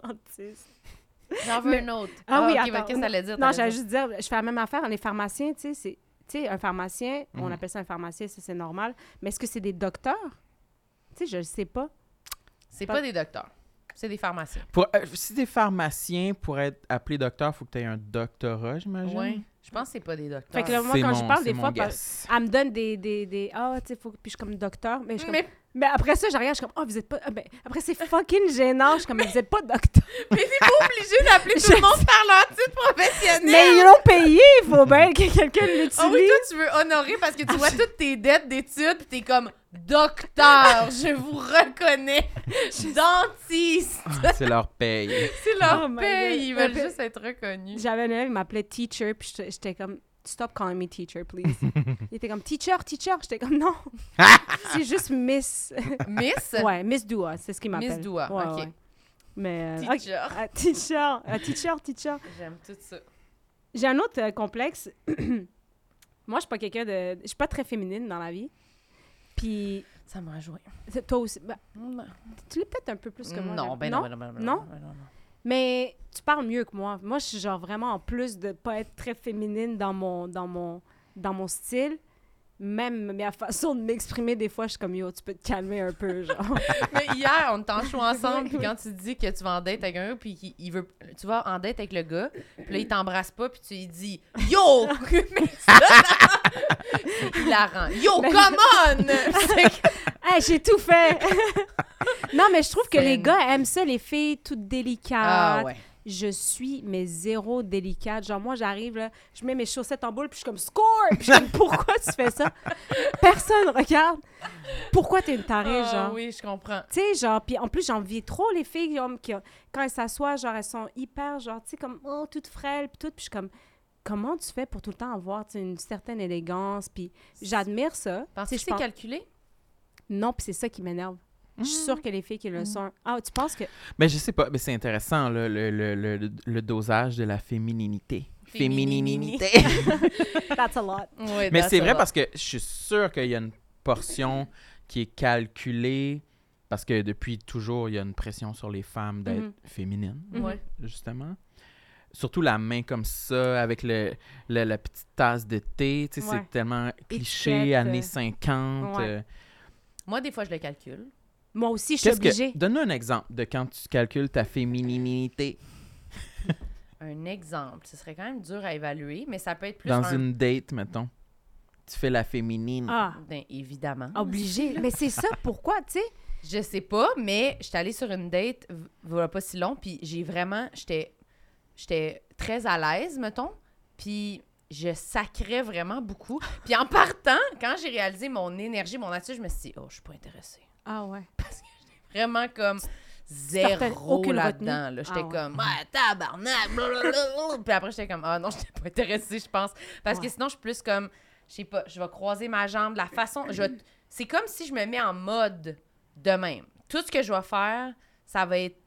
Speaker 4: un dentiste.
Speaker 1: J'en veux
Speaker 4: mais-
Speaker 1: un autre.
Speaker 4: Ah oui,
Speaker 1: ok,
Speaker 4: attends,
Speaker 1: mais qu'est-ce que t'allais dire?
Speaker 4: Non,
Speaker 1: t'allais
Speaker 4: j'allais
Speaker 1: dire?
Speaker 4: juste dire, je fais la même affaire. Les pharmaciens, tu sais, c'est. Tu sais, un pharmacien, on
Speaker 2: Mhm.
Speaker 4: appelle ça un pharmacien, ça c'est normal. Mais est-ce que c'est des docteurs? Tu sais, je le sais pas.
Speaker 1: C'est pas des docteurs. C'est des pharmaciens.
Speaker 2: Pour, euh, si t'es pharmacien, pour être appelé docteur, faut que t'aies un doctorat, j'imagine.
Speaker 1: Ouais. Je pense que c'est pas des docteurs.
Speaker 4: Ah, Fait que là, moi,
Speaker 2: C'est
Speaker 4: quand je
Speaker 2: mon-
Speaker 4: parle,
Speaker 2: c'est
Speaker 4: des
Speaker 2: mon
Speaker 4: fois, par-
Speaker 2: guess.
Speaker 4: elle me donne des. des, des ah, tu sais, faut... puis je suis comme docteur. Mais, je suis comme-
Speaker 1: Mais,
Speaker 4: mais après ça, je regarde, je suis comme, oh, vous êtes pas. ah, ben, après, c'est fucking gênant. Je suis comme, mais vous êtes pas docteur.
Speaker 1: mais t'es pas obligé d'appeler tout le
Speaker 4: Je
Speaker 1: monde par leur titre professionnel.
Speaker 4: mais Ah ils l'ont payé, il faut bien que quelqu'un l'utilise.
Speaker 1: Oh oui, toi, tu veux honorer parce que tu vois toutes tes dettes d'études, pis t'es comme docteur, je vous reconnais, dentiste.
Speaker 2: C'est leur paye.
Speaker 1: C'est leur
Speaker 4: Oh my God.
Speaker 1: paye, ils veulent
Speaker 4: Mais-
Speaker 1: juste être reconnus.
Speaker 4: J'avais un élève, il m'appelait teacher, puis j'étais- j'étais comme, stop calling me teacher, please. il était comme, teacher, teacher. J'étais comme, non. c'est juste Miss.
Speaker 1: Miss,
Speaker 4: ouais, Miss Dua, c'est ce qu'il m'appelle.
Speaker 1: Miss Dua,
Speaker 4: Ouais,
Speaker 1: ok.
Speaker 4: ouais. Mais. euh, ok.
Speaker 1: Teacher.
Speaker 4: Ah, teacher, ah, teacher, teacher.
Speaker 1: J'aime tout ça.
Speaker 4: J'ai un autre euh, complexe. Moi, je suis pas quelqu'un de. Je suis pas très féminine dans la vie. Puis,
Speaker 1: Ça m'a joué.
Speaker 4: toi aussi. ben,
Speaker 1: Non,
Speaker 4: tu l'es peut-être un peu plus que moi.
Speaker 1: non,
Speaker 4: je-
Speaker 1: ben non, ben non, ben non,
Speaker 4: Non?
Speaker 1: ben non, non.
Speaker 4: Mais tu parles mieux que moi. Moi, je suis genre vraiment en plus de pas être très féminine dans mon dans mon dans mon style. Même ma façon de m'exprimer, des fois, je suis comme yo, tu peux te calmer un peu, genre.
Speaker 1: Mais hier, on était en show ensemble, puis quand tu dis que tu vas en date avec un, puis qu'il- il veut, tu vas en date avec le gars, puis là, il t'embrasse pas, puis tu lui dis « Yo! » Mais ça, il la rend. « Yo,
Speaker 4: Mais-
Speaker 1: come on! » C'est que-
Speaker 4: hey, j'ai tout fait. non, mais je trouve que
Speaker 1: C'est
Speaker 4: les
Speaker 1: une-
Speaker 4: gars aiment ça, les filles toutes délicates.
Speaker 1: Ah ouais.
Speaker 4: Je suis mais zéro délicate. Genre moi, j'arrive là, je mets mes chaussettes en boule, puis je suis comme score. Puis je suis comme pourquoi tu fais ça Personne regarde. Pourquoi t'es une tarée,
Speaker 1: Ah
Speaker 4: genre
Speaker 1: oui, je comprends.
Speaker 4: Tu sais, genre, puis en plus, j'envie trop les filles qui ont- qui ont- quand elles s'assoient, genre, elles sont hyper, genre, tu sais, comme, oh, toutes frêles, puis tout. Puis je suis comme, comment tu fais pour tout le temps avoir, tu sais, une certaine élégance? Puis j'admire ça.
Speaker 1: Penses-tu
Speaker 4: Tu
Speaker 1: que
Speaker 4: sais, je
Speaker 1: c'est
Speaker 4: pense-
Speaker 1: calculé?
Speaker 4: Non, puis c'est ça qui m'énerve. Je suis sûre que les filles qui le sont. Ah, tu penses que.
Speaker 2: Mais Ben, je sais pas, mais c'est intéressant, là, le, le, le, le dosage de la fémininité.
Speaker 1: Fémininité.
Speaker 2: Fémininité.
Speaker 4: That's a lot.
Speaker 1: Oui,
Speaker 4: ben,
Speaker 2: Mais c'est vrai parce que je suis sûr qu'il y a une portion qui est calculée parce que depuis toujours, il y a une pression sur les femmes d'être
Speaker 4: Mhm.
Speaker 2: féminines,
Speaker 4: Mhm.
Speaker 1: Ouais.
Speaker 2: justement. Surtout la main comme ça, avec le, le- la petite tasse de thé. Tu sais,
Speaker 4: Ouais.
Speaker 2: C'est tellement cliché,
Speaker 4: Étiquette,
Speaker 2: années
Speaker 4: euh,
Speaker 2: 50.
Speaker 4: ouais.
Speaker 2: euh,
Speaker 1: Moi, des fois, je le calcule.
Speaker 4: Moi aussi, je suis
Speaker 2: Qu'est-ce
Speaker 4: obligée.
Speaker 2: que... Donne-nous un exemple de quand tu calcules ta fémininité
Speaker 1: Un exemple, ce serait quand même dur à évaluer, mais ça peut être plus
Speaker 2: dans
Speaker 1: un...
Speaker 2: une date, mettons. Tu fais la féminine.
Speaker 4: Ah,
Speaker 1: Ben, évidemment.
Speaker 4: obligée. mais c'est ça, pourquoi, tu sais?
Speaker 1: Je sais pas, mais j'étais allée sur une date, v- voilà pas si long, puis j'ai vraiment, j'étais, j'étais très à l'aise, mettons, puis je sacrais vraiment beaucoup. Puis en partant, quand j'ai réalisé mon énergie, mon nature, je me suis dit, oh, je suis pas intéressée.
Speaker 4: Ah, ouais.
Speaker 1: Vraiment comme
Speaker 4: sortais
Speaker 1: zéro
Speaker 4: aucune
Speaker 1: là-dedans. Là.
Speaker 4: retenue?
Speaker 1: J'étais
Speaker 4: Ah ouais.
Speaker 1: comme, ah, tabarnak, blablabla. Puis après, j'étais comme, ah non, j'étais pas intéressée, je pense. Parce
Speaker 4: Ouais.
Speaker 1: que sinon, je suis plus comme, je sais pas, je vais croiser ma jambe, la façon. je vais- C'est comme si je me mets en mode de même. Tout ce que je vais faire, ça va être.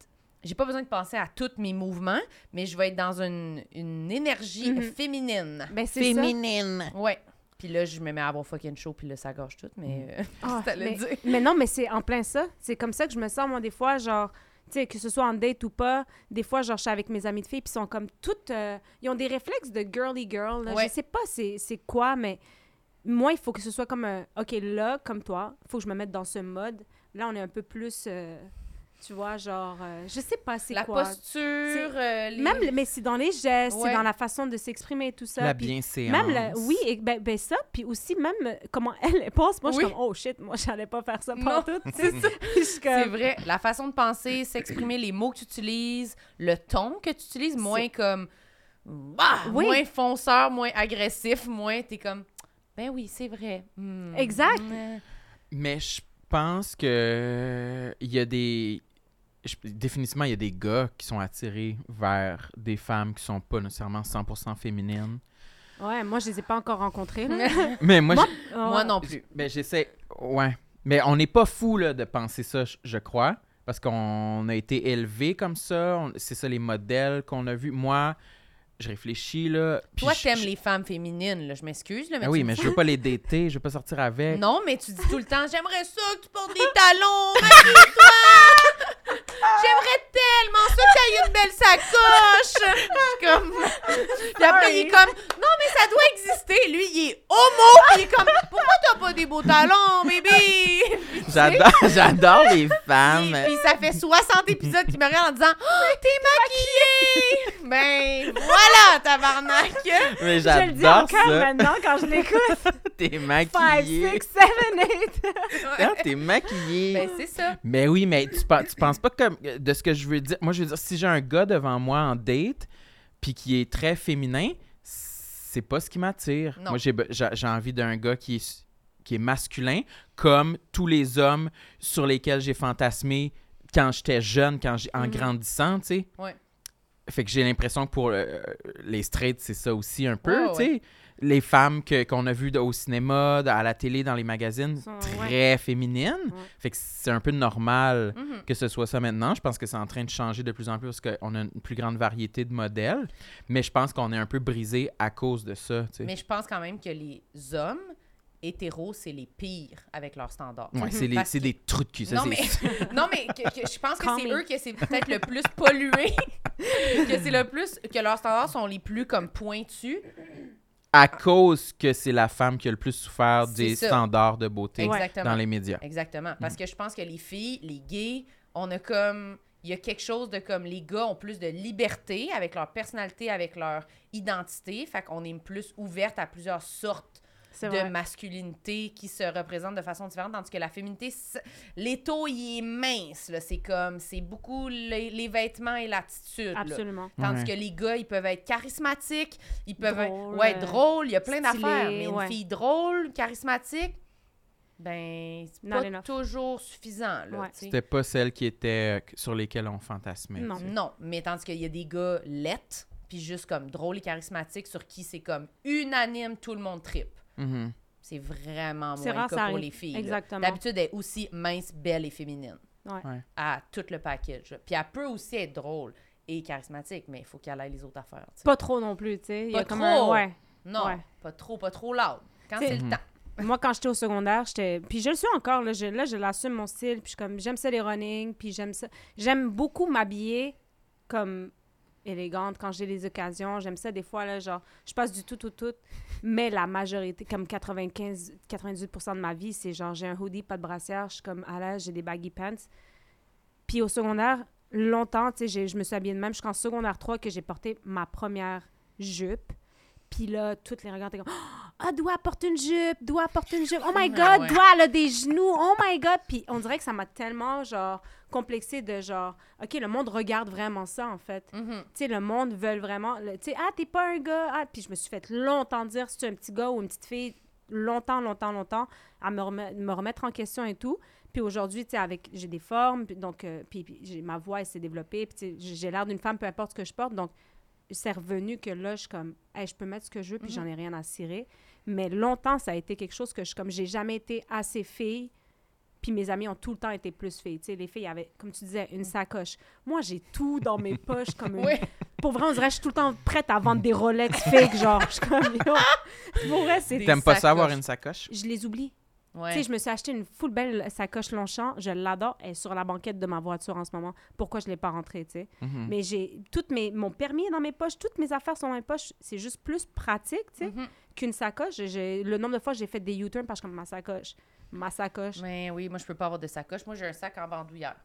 Speaker 1: J'ai pas besoin de penser à tous mes mouvements, mais je vais être dans une, une énergie
Speaker 4: Mhm.
Speaker 1: féminine.
Speaker 4: Ben, c'est ça.
Speaker 2: féminine.
Speaker 1: Ouais. Puis là, je me mets à avoir fucking chaud, puis là, ça gorge tout, mais... euh,
Speaker 4: Ah,
Speaker 1: t'allais
Speaker 4: mais,
Speaker 1: dire.
Speaker 4: mais non, mais c'est en plein ça. C'est comme ça que je me sens, moi, des fois, genre, tu sais, que ce soit en date ou pas, des fois, genre, je suis avec mes amis de filles, puis ils sont comme toutes. euh, ils ont des réflexes de girly girl. là.
Speaker 1: Ouais.
Speaker 4: Je sais pas c'est c'est quoi, mais moi, il faut que ce soit comme un. OK, là, comme toi, faut que je me mette dans ce mode. Là, on est un peu plus. euh, tu vois, genre, euh, je sais pas c'est
Speaker 1: la
Speaker 4: quoi.
Speaker 1: posture, euh, les-
Speaker 4: Même, le- mais c'est dans les gestes,
Speaker 1: Ouais.
Speaker 4: c'est dans la façon de s'exprimer et tout ça.
Speaker 2: La
Speaker 4: puis-
Speaker 2: bienséance.
Speaker 4: même la- oui, et ben, ben ça, puis aussi même euh, comment elle elle pense. Moi, je
Speaker 1: Oui.
Speaker 4: suis comme, oh shit, moi, j'allais pas faire ça
Speaker 1: Non,
Speaker 4: pour tout.
Speaker 1: c'est ça.
Speaker 4: Je suis comme,
Speaker 1: C'est vrai. La façon de penser, s'exprimer, les mots que tu utilises, le ton que tu utilises, moins comme. Bah!
Speaker 4: Oui.
Speaker 1: Moins fonceur, moins agressif, moins. T'es comme. Ben oui, c'est vrai. Hmm.
Speaker 4: Exact.
Speaker 1: Hmm.
Speaker 2: Mais je pense que il y a des je- définitivement il y a des gars qui sont attirés vers des femmes qui sont pas nécessairement 100% féminines.
Speaker 4: Ouais, moi, je les ai pas encore rencontrés. là.
Speaker 2: Mais moi,
Speaker 4: Moi,
Speaker 2: j'-
Speaker 4: Ah
Speaker 1: Moi
Speaker 4: ouais.
Speaker 1: non plus.
Speaker 2: ben, j'essaie ouais, mais on n'est pas fou là de penser ça, je- je crois, parce qu'on a été élevés comme ça, on- c'est ça les modèles qu'on a vus. Moi, je réfléchis là, puis
Speaker 1: Toi,
Speaker 2: je-
Speaker 1: t'aimes
Speaker 2: je-
Speaker 1: les femmes féminines, là. Je m'excuse, là. Mais
Speaker 2: Ah oui,
Speaker 1: tu-
Speaker 2: mais je veux pas les dater, je veux pas sortir avec.
Speaker 1: Non, mais tu dis tout le temps J'aimerais ça que tu portes des talons, maquille-toi! J'aimerais tellement ça que t'aies une belle sacoche! Je suis comme. Puis après, il est comme Non, mais ça doit exister! Lui, il est homo! Puis il est comme Pourquoi t'as pas des beaux talons, bébé?
Speaker 2: J'adore, j'adore les
Speaker 1: Puis,
Speaker 2: femmes.
Speaker 1: puis ça fait 60 épisodes qu'il me regarde en disant oh, T'es maquillée! ben voilà, tabarnak!
Speaker 2: Mais
Speaker 4: Je le dis
Speaker 2: j'adore
Speaker 4: en cœur
Speaker 2: ça.
Speaker 4: maintenant quand je l'écoute.
Speaker 2: T'es
Speaker 4: 5,
Speaker 2: maquillée.
Speaker 4: 6, 7, 8.
Speaker 1: Hein?
Speaker 2: Ah, t'es maquillée.
Speaker 1: Ben c'est ça.
Speaker 2: Mais oui, mais tu, pen- tu penses pas comme euh, de ce que je veux dire. Moi, je veux dire, si j'ai un gars devant moi en date, puis qui est très féminin, c'est pas ce qui m'attire.
Speaker 1: Non.
Speaker 2: Moi, j'ai be- j'a- j'ai envie d'un gars qui est, s- qui est masculin, comme tous les hommes sur lesquels j'ai fantasmé quand j'étais jeune, quand j'ai- en
Speaker 1: Mhm.
Speaker 2: grandissant, tu sais.
Speaker 1: Ouais.
Speaker 2: Fait que j'ai l'impression que pour euh, les straights, c'est ça aussi un peu,
Speaker 1: Ouais, ouais.
Speaker 2: tu sais. Les femmes que- qu'on a vues de- au cinéma, de- à la télé, dans les magazines,
Speaker 4: Sont-
Speaker 2: très féminines.
Speaker 4: Ouais.
Speaker 2: Fait que c'est un peu normal
Speaker 1: Mhm.
Speaker 2: que ce soit ça maintenant. Je pense que c'est en train de changer de plus en plus parce qu'on a une plus grande variété de modèles. Mais je pense qu'on est un peu brisé à cause de ça, tu sais.
Speaker 1: Mais je pense quand même que les hommes hétéros, c'est les pires avec leurs standards.
Speaker 2: Ouais, c'est, les-
Speaker 1: Parce
Speaker 2: c'est
Speaker 1: que-
Speaker 2: des trous de cul. ça,
Speaker 1: non,
Speaker 2: c'est-
Speaker 1: mais, non, mais que- que je pense que
Speaker 4: Call
Speaker 1: c'est
Speaker 4: me.
Speaker 1: eux que c'est peut-être le plus pollué, que c'est le plus, que leurs standards sont les plus comme pointus.
Speaker 2: À cause que c'est la femme qui a le plus souffert
Speaker 1: C'est
Speaker 2: des
Speaker 1: ça.
Speaker 2: standards de beauté
Speaker 1: Exactement.
Speaker 2: dans les Mm. médias.
Speaker 1: Exactement. Parce que je pense que les filles, les gays, on a comme. Il y a quelque chose de comme les gars ont plus de liberté avec leur personnalité, avec leur identité. Fait qu'on est plus ouverte à plusieurs sortes
Speaker 4: C'est
Speaker 1: de
Speaker 4: vrai.
Speaker 1: masculinité qui se représentent de façon différente. Tandis que la féminité, c'est- l'étau, il est mince. là. C'est comme. C'est beaucoup les, les vêtements et l'attitude. là.
Speaker 4: Absolument.
Speaker 1: Tandis
Speaker 2: Ouais.
Speaker 1: que les gars, ils peuvent être charismatiques, ils peuvent
Speaker 4: Drôles,
Speaker 1: être ouais,
Speaker 4: euh,
Speaker 1: drôles, il y a plein
Speaker 4: stylés,
Speaker 1: d'affaires. Mais une
Speaker 4: ouais.
Speaker 1: fille drôle, charismatique, ben, c'est
Speaker 4: Not
Speaker 1: pas
Speaker 4: enough.
Speaker 1: toujours suffisant. Là,
Speaker 4: Ouais.
Speaker 1: tu sais.
Speaker 2: C'était pas celle qui était euh, sur lesquelles on fantasmait.
Speaker 4: Non.
Speaker 2: tu sais.
Speaker 1: Non, mais tandis qu'il y a des gars lettres, puis juste comme drôles et charismatiques, sur qui c'est comme unanime, tout le monde tripe.
Speaker 2: Mhm.
Speaker 1: C'est vraiment
Speaker 4: C'est
Speaker 1: moins
Speaker 4: rare,
Speaker 1: le cas
Speaker 4: ça
Speaker 1: pour
Speaker 4: arrive.
Speaker 1: les filles. là.
Speaker 4: Exactement.
Speaker 1: D'habitude, elle est aussi mince, belle et féminine.
Speaker 4: Ouais.
Speaker 2: Ouais.
Speaker 1: À tout le package. là. Puis elle peut aussi être drôle et charismatique, mais il faut qu'elle ait les autres affaires. tu sais.
Speaker 4: Pas trop non plus, tu sais. Il y
Speaker 1: Pas
Speaker 4: a comme un-
Speaker 1: trop.
Speaker 4: ouais.
Speaker 1: Non,
Speaker 4: Ouais.
Speaker 1: pas trop, pas trop loud. Quand
Speaker 4: T'sais-
Speaker 1: c'est le
Speaker 2: Mhm.
Speaker 1: temps.
Speaker 4: Moi, quand j'étais au secondaire, j'étais. Puis je le suis encore, là, je, là, je l'assume mon style. Puis je suis comme, j'aime ça les running, puis j'aime ça. J'aime beaucoup m'habiller comme élégante quand j'ai les occasions. J'aime ça des fois, là, genre, je passe du tout au tout. Mais la majorité, comme 95, 98% de ma vie, c'est genre, j'ai un hoodie, pas de brassière, je suis comme à l'aise, j'ai des baggy pants. Puis au secondaire, longtemps, tu sais, j'ai- je me suis habillée de même jusqu'en secondaire 3 que j'ai porté ma première jupe. Puis là, toutes les regards étaient comme « Ah, doit porte une jupe! doit porte une jupe! Oh my
Speaker 1: Ah
Speaker 4: God!
Speaker 1: ouais.
Speaker 4: doit elle a des genoux! Oh my God! » Puis on dirait que ça m'a tellement, genre, complexée de genre « OK, le monde regarde vraiment ça, en fait.
Speaker 1: Mhm.
Speaker 4: Tu sais, le monde veut vraiment... le- Tu sais, « Ah, t'es pas un gars! » Ah, puis je me suis fait longtemps dire « Si tu es un petit gars ou une petite fille, longtemps, longtemps, longtemps, à me, remet- me remettre en question et tout. » Puis aujourd'hui, tu sais, avec j'ai des formes, puis donc euh, puis, puis j'ai- ma voix elle s'est développée, puis tu sais, j'ai j'ai l'air d'une femme peu importe ce que je porte. Donc c'est revenu que là je suis comme Hey, je peux mettre ce que je veux puis j'en ai rien à cirer. Mais longtemps ça a été quelque chose que je comme j'ai jamais été assez fille. Puis mes amis ont tout le temps été plus filles. Tu sais, les filles avaient, comme tu disais, une sacoche. Moi, j'ai tout dans mes poches, comme une
Speaker 1: Oui.
Speaker 4: pour vrai, on dirait que je suis tout le temps prête à vendre des Rolex fake, genre. Je suis comme, yo. Pour vrai, c'est.
Speaker 1: Des
Speaker 2: T'aimes pas ça
Speaker 1: sacoches.
Speaker 2: avoir une sacoche?
Speaker 4: Je les oublie.
Speaker 1: Ouais.
Speaker 4: Tu sais, je me suis acheté une full belle sacoche Longchamp. Je l'adore. Elle est sur la banquette de ma voiture en ce moment. Pourquoi je l'ai pas rentrée, tu sais?
Speaker 2: Mhm.
Speaker 4: Mais j'ai... Toutes mes... Mon permis est dans mes poches. Toutes mes affaires sont dans mes poches. C'est juste plus pratique, tu sais,
Speaker 1: Mhm.
Speaker 4: qu'une sacoche. J'ai- Le nombre de fois, j'ai fait des U-turns parce que ma sacoche... Ma sacoche.
Speaker 1: Mais oui, moi, je peux pas avoir de sacoche. Moi, j'ai un sac en bandoulière.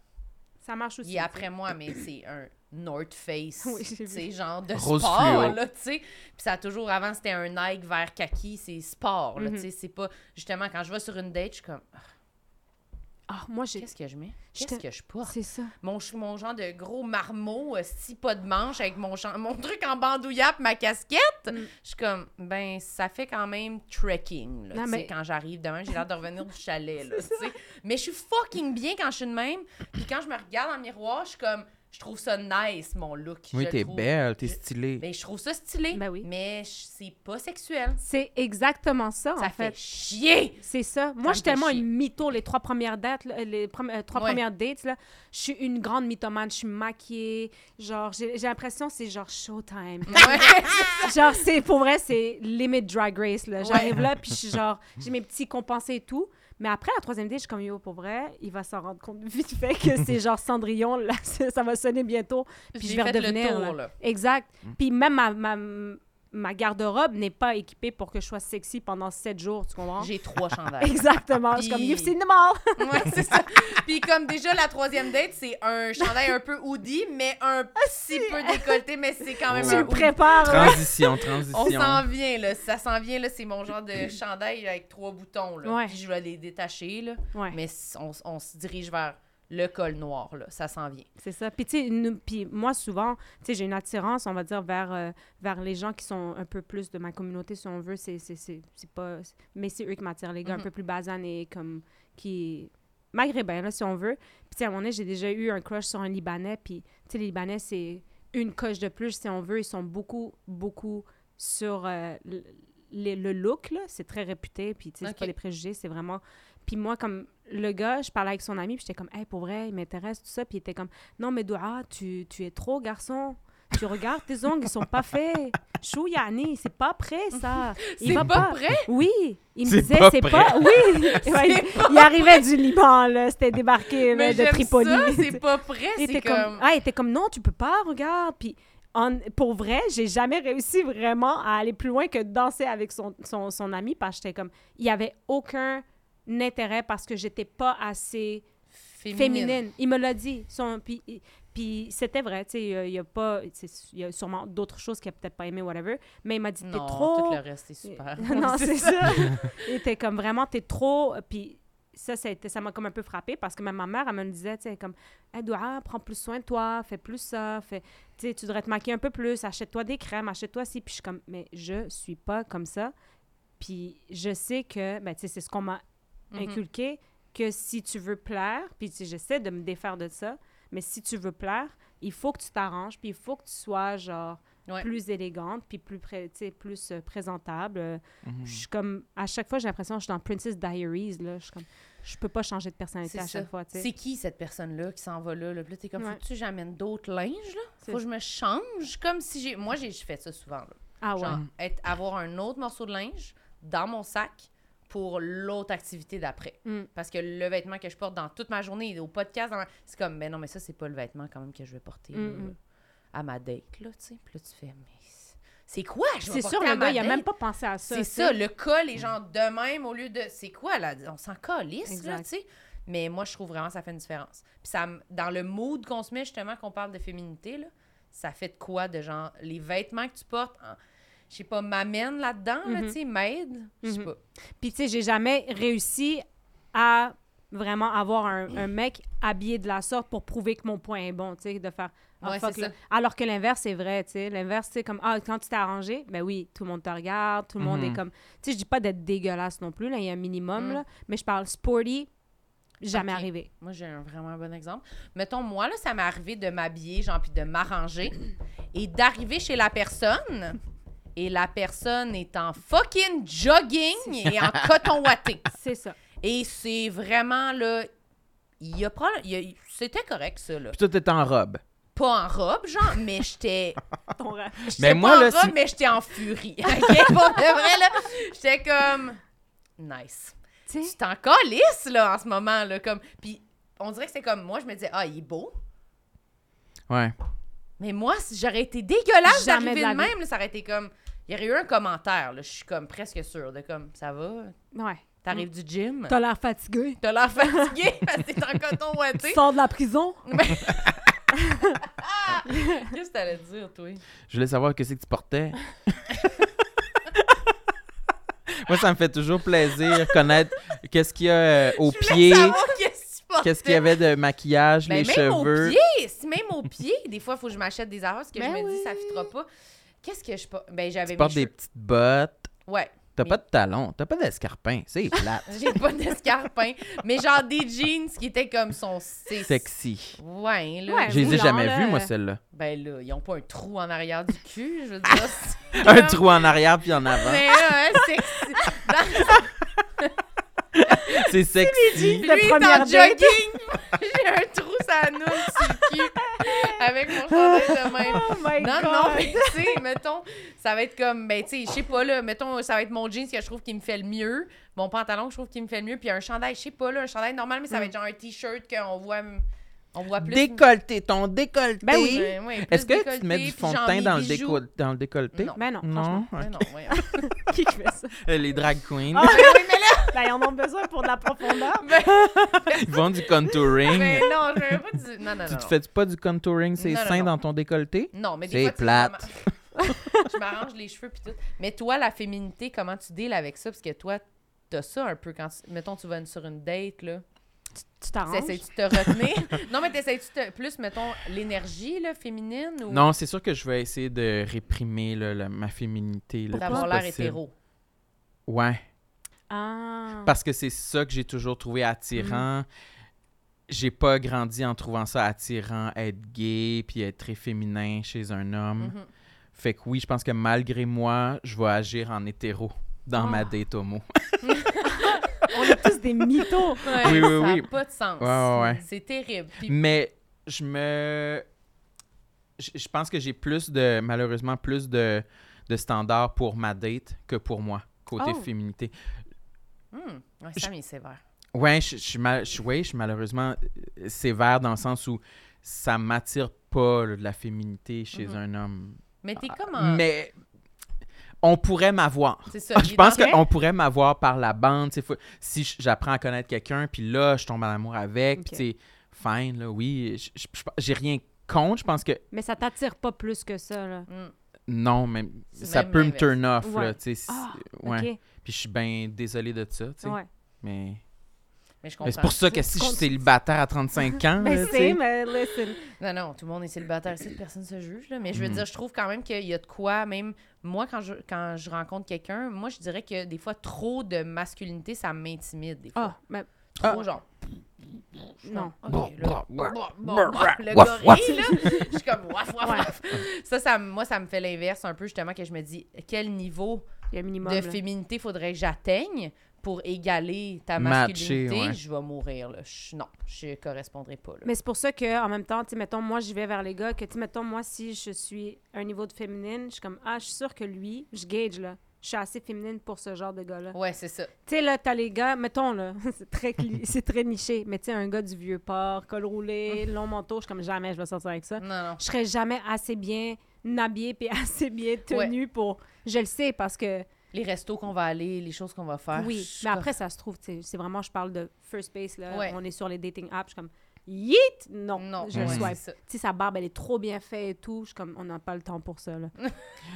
Speaker 4: Ça marche aussi.
Speaker 1: Il est après moi, mais c'est un North Face,
Speaker 4: Oui, j'ai
Speaker 1: tu sais,
Speaker 4: vu.
Speaker 1: genre de
Speaker 2: Rose
Speaker 1: sport,
Speaker 2: fluo.
Speaker 1: là, tu sais. Puis ça a toujours, avant, c'était un Nike vert kaki, c'est sport, là,
Speaker 4: Mhm.
Speaker 1: tu sais. C'est pas, justement, quand je vais sur une date, je suis comme, Ah,
Speaker 4: Ah, moi, j'ai...
Speaker 1: qu'est-ce que je mets?
Speaker 4: Je
Speaker 1: Qu'est-ce
Speaker 4: te-
Speaker 1: que je porte?
Speaker 4: C'est ça.
Speaker 1: Mon, ch- mon genre de gros marmot, euh, six pas de manche, avec mon, chan- mon truc en bandoulière puis ma casquette.
Speaker 4: Mm.
Speaker 1: Je suis comme, ben, ça fait quand même trekking, là,
Speaker 4: Non,
Speaker 1: tu sais,
Speaker 4: mais-
Speaker 1: quand j'arrive demain, j'ai l'air de revenir du chalet, là, tu sais. Mais je suis fucking bien quand je suis de même. Puis quand je me regarde dans le miroir, je suis comme, je trouve ça nice, mon look.
Speaker 2: Oui,
Speaker 1: Je
Speaker 2: t'es
Speaker 1: le trouve-
Speaker 2: belle, t'es
Speaker 1: je-
Speaker 2: stylée.
Speaker 1: Ben, je trouve ça stylé,
Speaker 4: Ben oui.
Speaker 1: mais je- c'est pas sexuel.
Speaker 4: C'est exactement ça,
Speaker 1: Ça
Speaker 4: en fait.
Speaker 1: fait chier!
Speaker 4: C'est ça.
Speaker 1: me
Speaker 4: Moi, je suis
Speaker 1: fait
Speaker 4: tellement
Speaker 1: chier.
Speaker 4: une mytho les trois premières dates, là, les premi- euh, trois
Speaker 1: Ouais.
Speaker 4: premières dates là. Je suis une grande mythomane. Je suis maquillée. Genre, j'ai j'ai l'impression que c'est genre showtime. genre, c'est pour vrai, c'est limit drag race là. J'arrive là, puis je suis genre, j'ai mes petits compensés et tout. Mais après la troisième date, je suis comme yo pour vrai, il va s'en rendre compte vite fait que c'est genre Cendrillon là, ça ça va sonner bientôt. Puis je
Speaker 1: J'ai
Speaker 4: vais
Speaker 1: fait le
Speaker 4: redevenir.
Speaker 1: tour,
Speaker 4: là.
Speaker 1: là.
Speaker 4: Exact.
Speaker 1: Mm.
Speaker 4: Puis même ma, ma, ma garde-robe n'est pas équipée pour que je sois sexy pendant sept jours, tu comprends?
Speaker 1: J'ai trois chandelles.
Speaker 4: Exactement. Je suis comme,
Speaker 1: Puis-
Speaker 4: you've seen them all.
Speaker 1: Ouais, c'est ça. Puis comme déjà la troisième date, c'est un chandail un peu hoodie, mais un
Speaker 4: Ah,
Speaker 1: petit peu décolleté, mais c'est quand même
Speaker 2: Tu
Speaker 4: tu
Speaker 1: un
Speaker 4: le
Speaker 1: hoodie.
Speaker 4: prépares. ouais.
Speaker 2: Transition,
Speaker 1: On
Speaker 2: transition.
Speaker 1: s'en vient là, ça s'en vient là, c'est mon genre de chandail avec trois boutons là.
Speaker 4: Ouais.
Speaker 1: Puis je vais les détacher là,
Speaker 4: Ouais,
Speaker 1: mais s- on, s- on se dirige vers le col noir là, ça s'en vient.
Speaker 4: c'est ça. Puis, tu sais, nous- puis moi, souvent, tu sais, j'ai une attirance, on va dire, vers, euh, vers les gens qui sont un peu plus de ma communauté, si on veut. C'est, c'est, c'est, c'est pas... c'est- Mais c'est eux qui m'attirent, les gars,
Speaker 1: Mhm.
Speaker 4: un peu plus basanes et comme... qui Maghrébins, là, si on veut. Puis, tu sais, à un moment donné, j'ai déjà eu un crush sur un Libanais. Puis, tu sais, les Libanais, c'est une coche de plus, si on veut. Ils sont beaucoup, beaucoup sur euh, l- les- le look, là. C'est très réputé. Puis, tu sais, c'est
Speaker 1: Ok.
Speaker 4: pas les préjugés, c'est vraiment... Puis moi, comme le gars, je parlais avec son ami, puis j'étais comme, hey, pour vrai, il m'intéresse, tout ça. Puis il était comme, non, mais Doua, tu, tu es trop garçon. Tu regardes, tes ongles, ils sont pas faits. Chou, Yanni, c'est pas prêt, ça. Il
Speaker 1: C'est
Speaker 4: va
Speaker 1: pas, prêt.
Speaker 4: Oui, il me
Speaker 2: C'est
Speaker 4: disait,
Speaker 2: pas
Speaker 4: c'est
Speaker 2: prêt.
Speaker 4: pas. Oui, Ouais, il, il arrivait du Liban, là. C'était débarqué là,
Speaker 1: Mais
Speaker 4: de
Speaker 1: j'aime
Speaker 4: Tripoli.
Speaker 1: ça, c'est pas prêt,
Speaker 4: Il
Speaker 1: c'est
Speaker 4: était comme...
Speaker 1: comme
Speaker 4: Ah, il était comme, non, tu peux pas, regarde. Puis en- pour vrai, j'ai jamais réussi vraiment à aller plus loin que danser avec son, son, son ami parce que j'étais comme, il y avait aucun intérêt parce que j'étais pas assez
Speaker 1: féminine.
Speaker 4: féminine. Il me l'a dit. Son, puis, il- puis c'était vrai, tu sais, il y a- il y a pas, c'est- il y a sûrement d'autres choses qu'il a peut-être pas aimé, whatever, mais il m'a dit, t'es
Speaker 1: Non,
Speaker 4: trop...
Speaker 1: tout le reste c'est super.
Speaker 4: non,
Speaker 1: Ouais,
Speaker 4: c'est ça. Il était comme vraiment, t'es trop. Puis ça, ça a été- ça m'a comme un peu frappée parce que même ma mère, elle me disait, tu sais, comme, hey, Doua, prends plus soin de toi, fais plus ça, fais, tu sais, tu devrais te maquiller un peu plus, achète-toi des crèmes, achète-toi ci. Puis je suis comme, mais je suis pas comme ça. Puis je sais que, ben, tu sais, c'est ce qu'on m'a
Speaker 1: Mhm.
Speaker 4: inculqué, que si tu veux plaire, puis tu sais, j'essaie de me défaire de ça, mais si tu veux plaire, il faut que tu t'arranges, puis il faut que tu sois genre
Speaker 1: Ouais.
Speaker 4: plus élégante, puis plus, pré- tu sais, plus euh, présentable. Euh, Je suis comme, à chaque fois, j'ai l'impression que je suis dans Princess Diaries, là. Je suis comme, je peux pas changer de personnalité
Speaker 1: C'est
Speaker 4: à chaque
Speaker 1: ça.
Speaker 4: fois, tu sais.
Speaker 1: C'est qui cette personne-là qui s'en va là? Là, Puis là, t'es comme,
Speaker 4: Ouais.
Speaker 1: faut-tu que j'amène d'autres linges, là?
Speaker 4: C'est-
Speaker 1: Faut que je me change? Comme si j'ai... Moi, j'ai fait ça souvent, là.
Speaker 4: Ah ouais.
Speaker 1: Genre, être- avoir un autre morceau de linge dans mon sac pour l'autre activité d'après.
Speaker 4: Mm.
Speaker 1: Parce que le vêtement que je porte dans toute ma journée, au podcast, dans ma- c'est comme, mais non, mais ça, c'est pas le vêtement quand même que je vais porter là,
Speaker 4: Mm-mm.
Speaker 1: à ma date, là, tu sais. Puis là, tu fais, mais c'est- c'est quoi? je vais
Speaker 4: C'est sûr,
Speaker 1: porter à
Speaker 4: le
Speaker 1: ma
Speaker 4: gars, il a
Speaker 1: date?
Speaker 4: même pas pensé à ça.
Speaker 1: C'est
Speaker 4: tu sais.
Speaker 1: ça, le col est genre de même au lieu de. C'est quoi, là? On s'en calisse, là,
Speaker 4: Exact.
Speaker 1: tu sais. Mais moi, je trouve vraiment que ça fait une différence. Puis ça, me- dans le mood qu'on se met, justement, qu'on parle de féminité, là, ça fait de quoi, de genre, les vêtements que tu portes, en- je sais pas, m'amènent là-dedans, là,
Speaker 4: Mhm.
Speaker 1: tu sais, m'aident, je sais
Speaker 4: Mhm.
Speaker 1: pas.
Speaker 4: Puis, tu sais, j'ai jamais réussi à vraiment avoir un, un mec habillé de la sorte pour prouver que mon point est bon, tu sais, de faire ah,
Speaker 1: Ouais,
Speaker 4: fuck,
Speaker 1: c'est
Speaker 4: là.
Speaker 1: ça.
Speaker 4: Alors que l'inverse, c'est vrai, tu sais. L'inverse, c'est comme, ah, quand tu t'es arrangé, ben oui, tout le monde te regarde, tout le monde
Speaker 2: Mhm.
Speaker 4: est comme... Tu sais, je dis pas d'être dégueulasse non plus, là, il y a un minimum,
Speaker 1: Mm.
Speaker 4: là. Mais je parle sporty, jamais
Speaker 1: Ok.
Speaker 4: arrivé.
Speaker 1: Moi, j'ai un vraiment bon exemple. Mettons, moi, là, ça m'est arrivé de m'habiller, genre, puis de m'arranger et d'arriver chez la personne et la personne est en fucking jogging et en coton watté.
Speaker 4: C'est ça.
Speaker 1: Et c'est vraiment là. Il y a, proba- il y a- C'était correct, ça, là.
Speaker 2: Puis toi, t'es en robe.
Speaker 1: pas en robe, genre, mais j'étais.
Speaker 4: Ton rap.
Speaker 1: j'étais
Speaker 2: Mais
Speaker 1: pas
Speaker 2: Ben, moi,
Speaker 1: en
Speaker 2: là,
Speaker 1: robe,
Speaker 2: si-
Speaker 1: mais j'étais en furie. OK? Pour de vrai, là, j'étais comme. Nice.
Speaker 4: Tu sais,
Speaker 1: C'est encore lisse, là, en ce moment, là. Comme... Puis on dirait que c'est comme. Moi, je me disais, ah, il est beau.
Speaker 2: Ouais.
Speaker 1: Mais moi, si j'aurais été dégueulasse
Speaker 4: Jamais
Speaker 1: d'arriver
Speaker 4: de la
Speaker 1: de
Speaker 4: vie.
Speaker 1: même, là, ça aurait été comme. Il y aurait eu un commentaire, là. Je suis comme presque sûre de comme, ça va?
Speaker 4: ouais.
Speaker 1: T'arrives du gym?
Speaker 4: Mm. T'as l'air fatigué.
Speaker 1: T'as l'air fatigué parce que t'es en coton
Speaker 4: Tu
Speaker 1: ouaté.
Speaker 4: sors de la prison.
Speaker 1: Qu'est-ce que t'allais dire, toi?
Speaker 2: Je voulais savoir qu'est-ce que tu portais. Moi, ça me fait toujours plaisir connaître qu'est-ce qu'il y a euh, aux
Speaker 1: Je voulais
Speaker 2: pieds,
Speaker 1: savoir qu'est-ce que tu portais.
Speaker 2: qu'est-ce qu'il y avait de maquillage,
Speaker 1: Ben,
Speaker 2: les
Speaker 1: même
Speaker 2: cheveux.
Speaker 1: Au pied, si même au pied, des fois, il faut que je m'achète des affaires parce que
Speaker 4: Ben
Speaker 1: je me dis,
Speaker 4: oui.
Speaker 1: ça fitera pas. Qu'est-ce que je. por- Ben, j'avais
Speaker 2: Tu
Speaker 1: mes
Speaker 2: portes des
Speaker 1: cheveux-
Speaker 2: petites bottes.
Speaker 1: Ouais.
Speaker 2: T'as
Speaker 1: Mais-
Speaker 2: pas de talons, t'as pas d'escarpins, c'est plate.
Speaker 1: J'ai pas d'escarpin, mais genre des jeans qui étaient comme son. c'est-
Speaker 2: Sexy.
Speaker 1: Ouais, là.
Speaker 4: Ouais.
Speaker 2: Je les ai
Speaker 4: Roulant,
Speaker 2: jamais
Speaker 4: là.
Speaker 2: vus, moi, celle-là.
Speaker 1: Ben là, ils ont pas un trou en arrière du cul, je veux dire. c'est
Speaker 2: Un
Speaker 1: comme-
Speaker 2: trou en arrière puis en avant.
Speaker 1: Mais là, hein, sexy.
Speaker 2: C'est sexy.
Speaker 1: Lui,
Speaker 4: La
Speaker 1: il est
Speaker 4: première
Speaker 1: en
Speaker 4: date.
Speaker 1: jogging. J'ai un trou ça nous sur le cul avec mon chandail de même.
Speaker 4: Oh my
Speaker 1: Non, non, mais tu sais, mettons, ça va être comme, ben, tu sais, je sais pas, là, mettons, ça va être mon jeans que je trouve qui me fait le mieux, mon pantalon que je trouve qui me fait le mieux, puis un chandail, je sais pas, là, un chandail normal, mais ça
Speaker 2: Mm.
Speaker 1: va être genre un t-shirt qu'on voit, on voit plus.
Speaker 2: Décolleté, ton décolleté.
Speaker 4: Ben oui.
Speaker 1: Ouais, ouais, plus
Speaker 2: Est-ce que tu
Speaker 1: décolleté,
Speaker 2: te mets du
Speaker 1: puis
Speaker 2: fond de
Speaker 1: genre
Speaker 2: teint
Speaker 1: mes
Speaker 2: dans le,
Speaker 1: bijoux.
Speaker 2: déco- dans le décolleté?
Speaker 1: Non.
Speaker 4: Mais non,
Speaker 2: Non.
Speaker 4: franchement.
Speaker 1: Ben non, ouais.
Speaker 4: Qui fait ça?
Speaker 2: Euh, Les drag queens,
Speaker 4: Ah.
Speaker 1: Ben oui, mais là,
Speaker 4: Ben, ils en ont besoin pour de la profondeur.
Speaker 2: ils font du contouring.
Speaker 1: ben non, je vais pas dire. Non, non, non.
Speaker 2: Tu te
Speaker 1: non.
Speaker 2: fais pas du contouring ses
Speaker 1: Non, non,
Speaker 2: seins
Speaker 1: non.
Speaker 2: dans ton décolleté?
Speaker 1: Non, mais des
Speaker 2: C'est
Speaker 1: fois, tu sais,
Speaker 2: plate.
Speaker 1: je m'arrange- je m'arrange les cheveux puis tout. Mais toi, la féminité, comment tu deals avec ça? Parce que toi, t'as ça un peu quand... tu- Mettons, tu vas une- sur une date, là.
Speaker 4: Tu t'arranges.
Speaker 1: T'essayes-tu de te retenir? non, mais t'essayes-tu de... Plus, mettons, l'énergie, là, féminine? Ou...
Speaker 2: Non, c'est sûr que je vais essayer de réprimer là, la- ma féminité. le
Speaker 1: Pour
Speaker 2: plus
Speaker 1: avoir l'air
Speaker 2: possible.
Speaker 1: hétéro.
Speaker 2: Ouais,
Speaker 4: Ah.
Speaker 2: parce que c'est ça que j'ai toujours trouvé attirant.
Speaker 1: Mm.
Speaker 2: J'ai pas grandi en trouvant ça attirant, être gay puis être très féminin chez un homme.
Speaker 1: Mhm.
Speaker 2: Fait que oui, je pense que malgré moi, je vais agir en hétéro dans ma
Speaker 4: Ah.
Speaker 2: date homo.
Speaker 4: On est tous des mythos.
Speaker 1: Ouais,
Speaker 2: Oui, oui,
Speaker 1: ça
Speaker 2: oui.
Speaker 1: n'a pas de sens.
Speaker 2: Ouais, ouais, ouais.
Speaker 1: C'est terrible. Puis-
Speaker 2: Mais je me. Je je pense que j'ai plus de. Malheureusement, plus de, de standards pour ma date que pour moi, côté
Speaker 4: Oh.
Speaker 2: féminité.
Speaker 1: Hum, ouais, Sam, il est sévère.
Speaker 2: Ouais, je, je suis mal- je- ouais, je suis malheureusement euh, sévère dans le sens où ça m'attire pas là, de la féminité chez
Speaker 1: Mhm.
Speaker 2: un homme.
Speaker 1: Mais t'es comme en...
Speaker 2: Ah, Mais on pourrait m'avoir.
Speaker 1: C'est ça. il
Speaker 2: je
Speaker 1: est
Speaker 2: pense
Speaker 1: dans-
Speaker 2: qu'on pourrait m'avoir par la bande. tu sais, faut- si j- j'apprends à connaître quelqu'un, puis là, je tombe en amour avec,
Speaker 4: Ok.
Speaker 2: puis tu sais, fine, là, oui. je- je- je- J'ai rien contre. Je pense que
Speaker 4: Mais ça t'attire pas plus que ça, là.
Speaker 1: Hum.
Speaker 2: non, mais
Speaker 1: C'est
Speaker 2: ça
Speaker 1: même
Speaker 2: peut me
Speaker 1: l'inverse.
Speaker 2: turn off.
Speaker 4: Ouais.
Speaker 2: Là, tu sais, c'est-
Speaker 4: Ah,
Speaker 2: ouais.
Speaker 4: OK.
Speaker 2: Puis je suis bien désolé de ça. tu sais,
Speaker 4: Ouais.
Speaker 2: Mais,
Speaker 1: Mais je
Speaker 2: mais c'est
Speaker 1: comprends.
Speaker 2: pour ça que si je suis célibataire à 35 ans, là,
Speaker 4: Ben,
Speaker 2: tu sais,
Speaker 4: c'est, mais listen.
Speaker 1: Non, non, tout le monde est célibataire ici, personne se juge, là. Mais je veux
Speaker 2: Mm.
Speaker 1: dire, je trouve quand même qu'il y a de quoi, même moi, quand je, quand je rencontre quelqu'un, moi, je dirais que des fois, trop de masculinité, ça m'intimide, des fois.
Speaker 4: Ah, ben,
Speaker 1: Trop, genre. Ah,
Speaker 4: non.
Speaker 1: Ok,
Speaker 2: Bon,
Speaker 1: là,
Speaker 2: bon,
Speaker 1: bon, bon, bon, Bah, le
Speaker 2: Bah, waf,
Speaker 1: gorille, là, je suis comme waf, waf,
Speaker 4: Ouais.
Speaker 1: waf. Ça, ça, moi, ça me fait l'inverse un peu, justement, que je me dis, quel niveau
Speaker 4: Il y a un minimum.
Speaker 1: de
Speaker 4: là.
Speaker 1: féminité faudrait que j'atteigne pour égaler ta
Speaker 2: Matcher,
Speaker 1: masculinité?
Speaker 2: ouais.
Speaker 1: Je vais mourir, là. Je- non, je correspondrai pas, là.
Speaker 4: Mais c'est pour ça que en même temps, tu sais, mettons, moi, je vais vers les gars, que, tu sais, mettons, moi, si je suis à un niveau de féminine, je suis comme, ah, je suis sûre que lui, je gauge, là. Je suis assez féminine pour ce genre de gars-là.
Speaker 1: Ouais, c'est ça.
Speaker 4: Tu sais, là, t'as les gars, mettons, là, c'est très, cli- c'est très niché, mais tu sais, un gars du vieux port, col roulé, long manteau, je suis comme, jamais je vais sortir avec ça.
Speaker 1: Non, non.
Speaker 4: Je serais jamais assez bien habillée puis assez bien tenue pour... Je le sais parce que,
Speaker 1: les restos qu'on va aller, les choses qu'on va faire. je
Speaker 4: oui,
Speaker 1: suis
Speaker 4: mais
Speaker 1: comme-
Speaker 4: après, ça se trouve, tu sais, c'est vraiment, je parle de first base, là,
Speaker 1: Ouais.
Speaker 4: on est sur les dating apps, je suis comme, yeet! Non,
Speaker 1: non,
Speaker 4: je
Speaker 1: ouais,
Speaker 4: le
Speaker 1: c'est
Speaker 4: swipe
Speaker 1: ça.
Speaker 4: sais, sa barbe, elle est trop bien faite et tout. Je suis comme, on n'a pas le temps pour ça, là.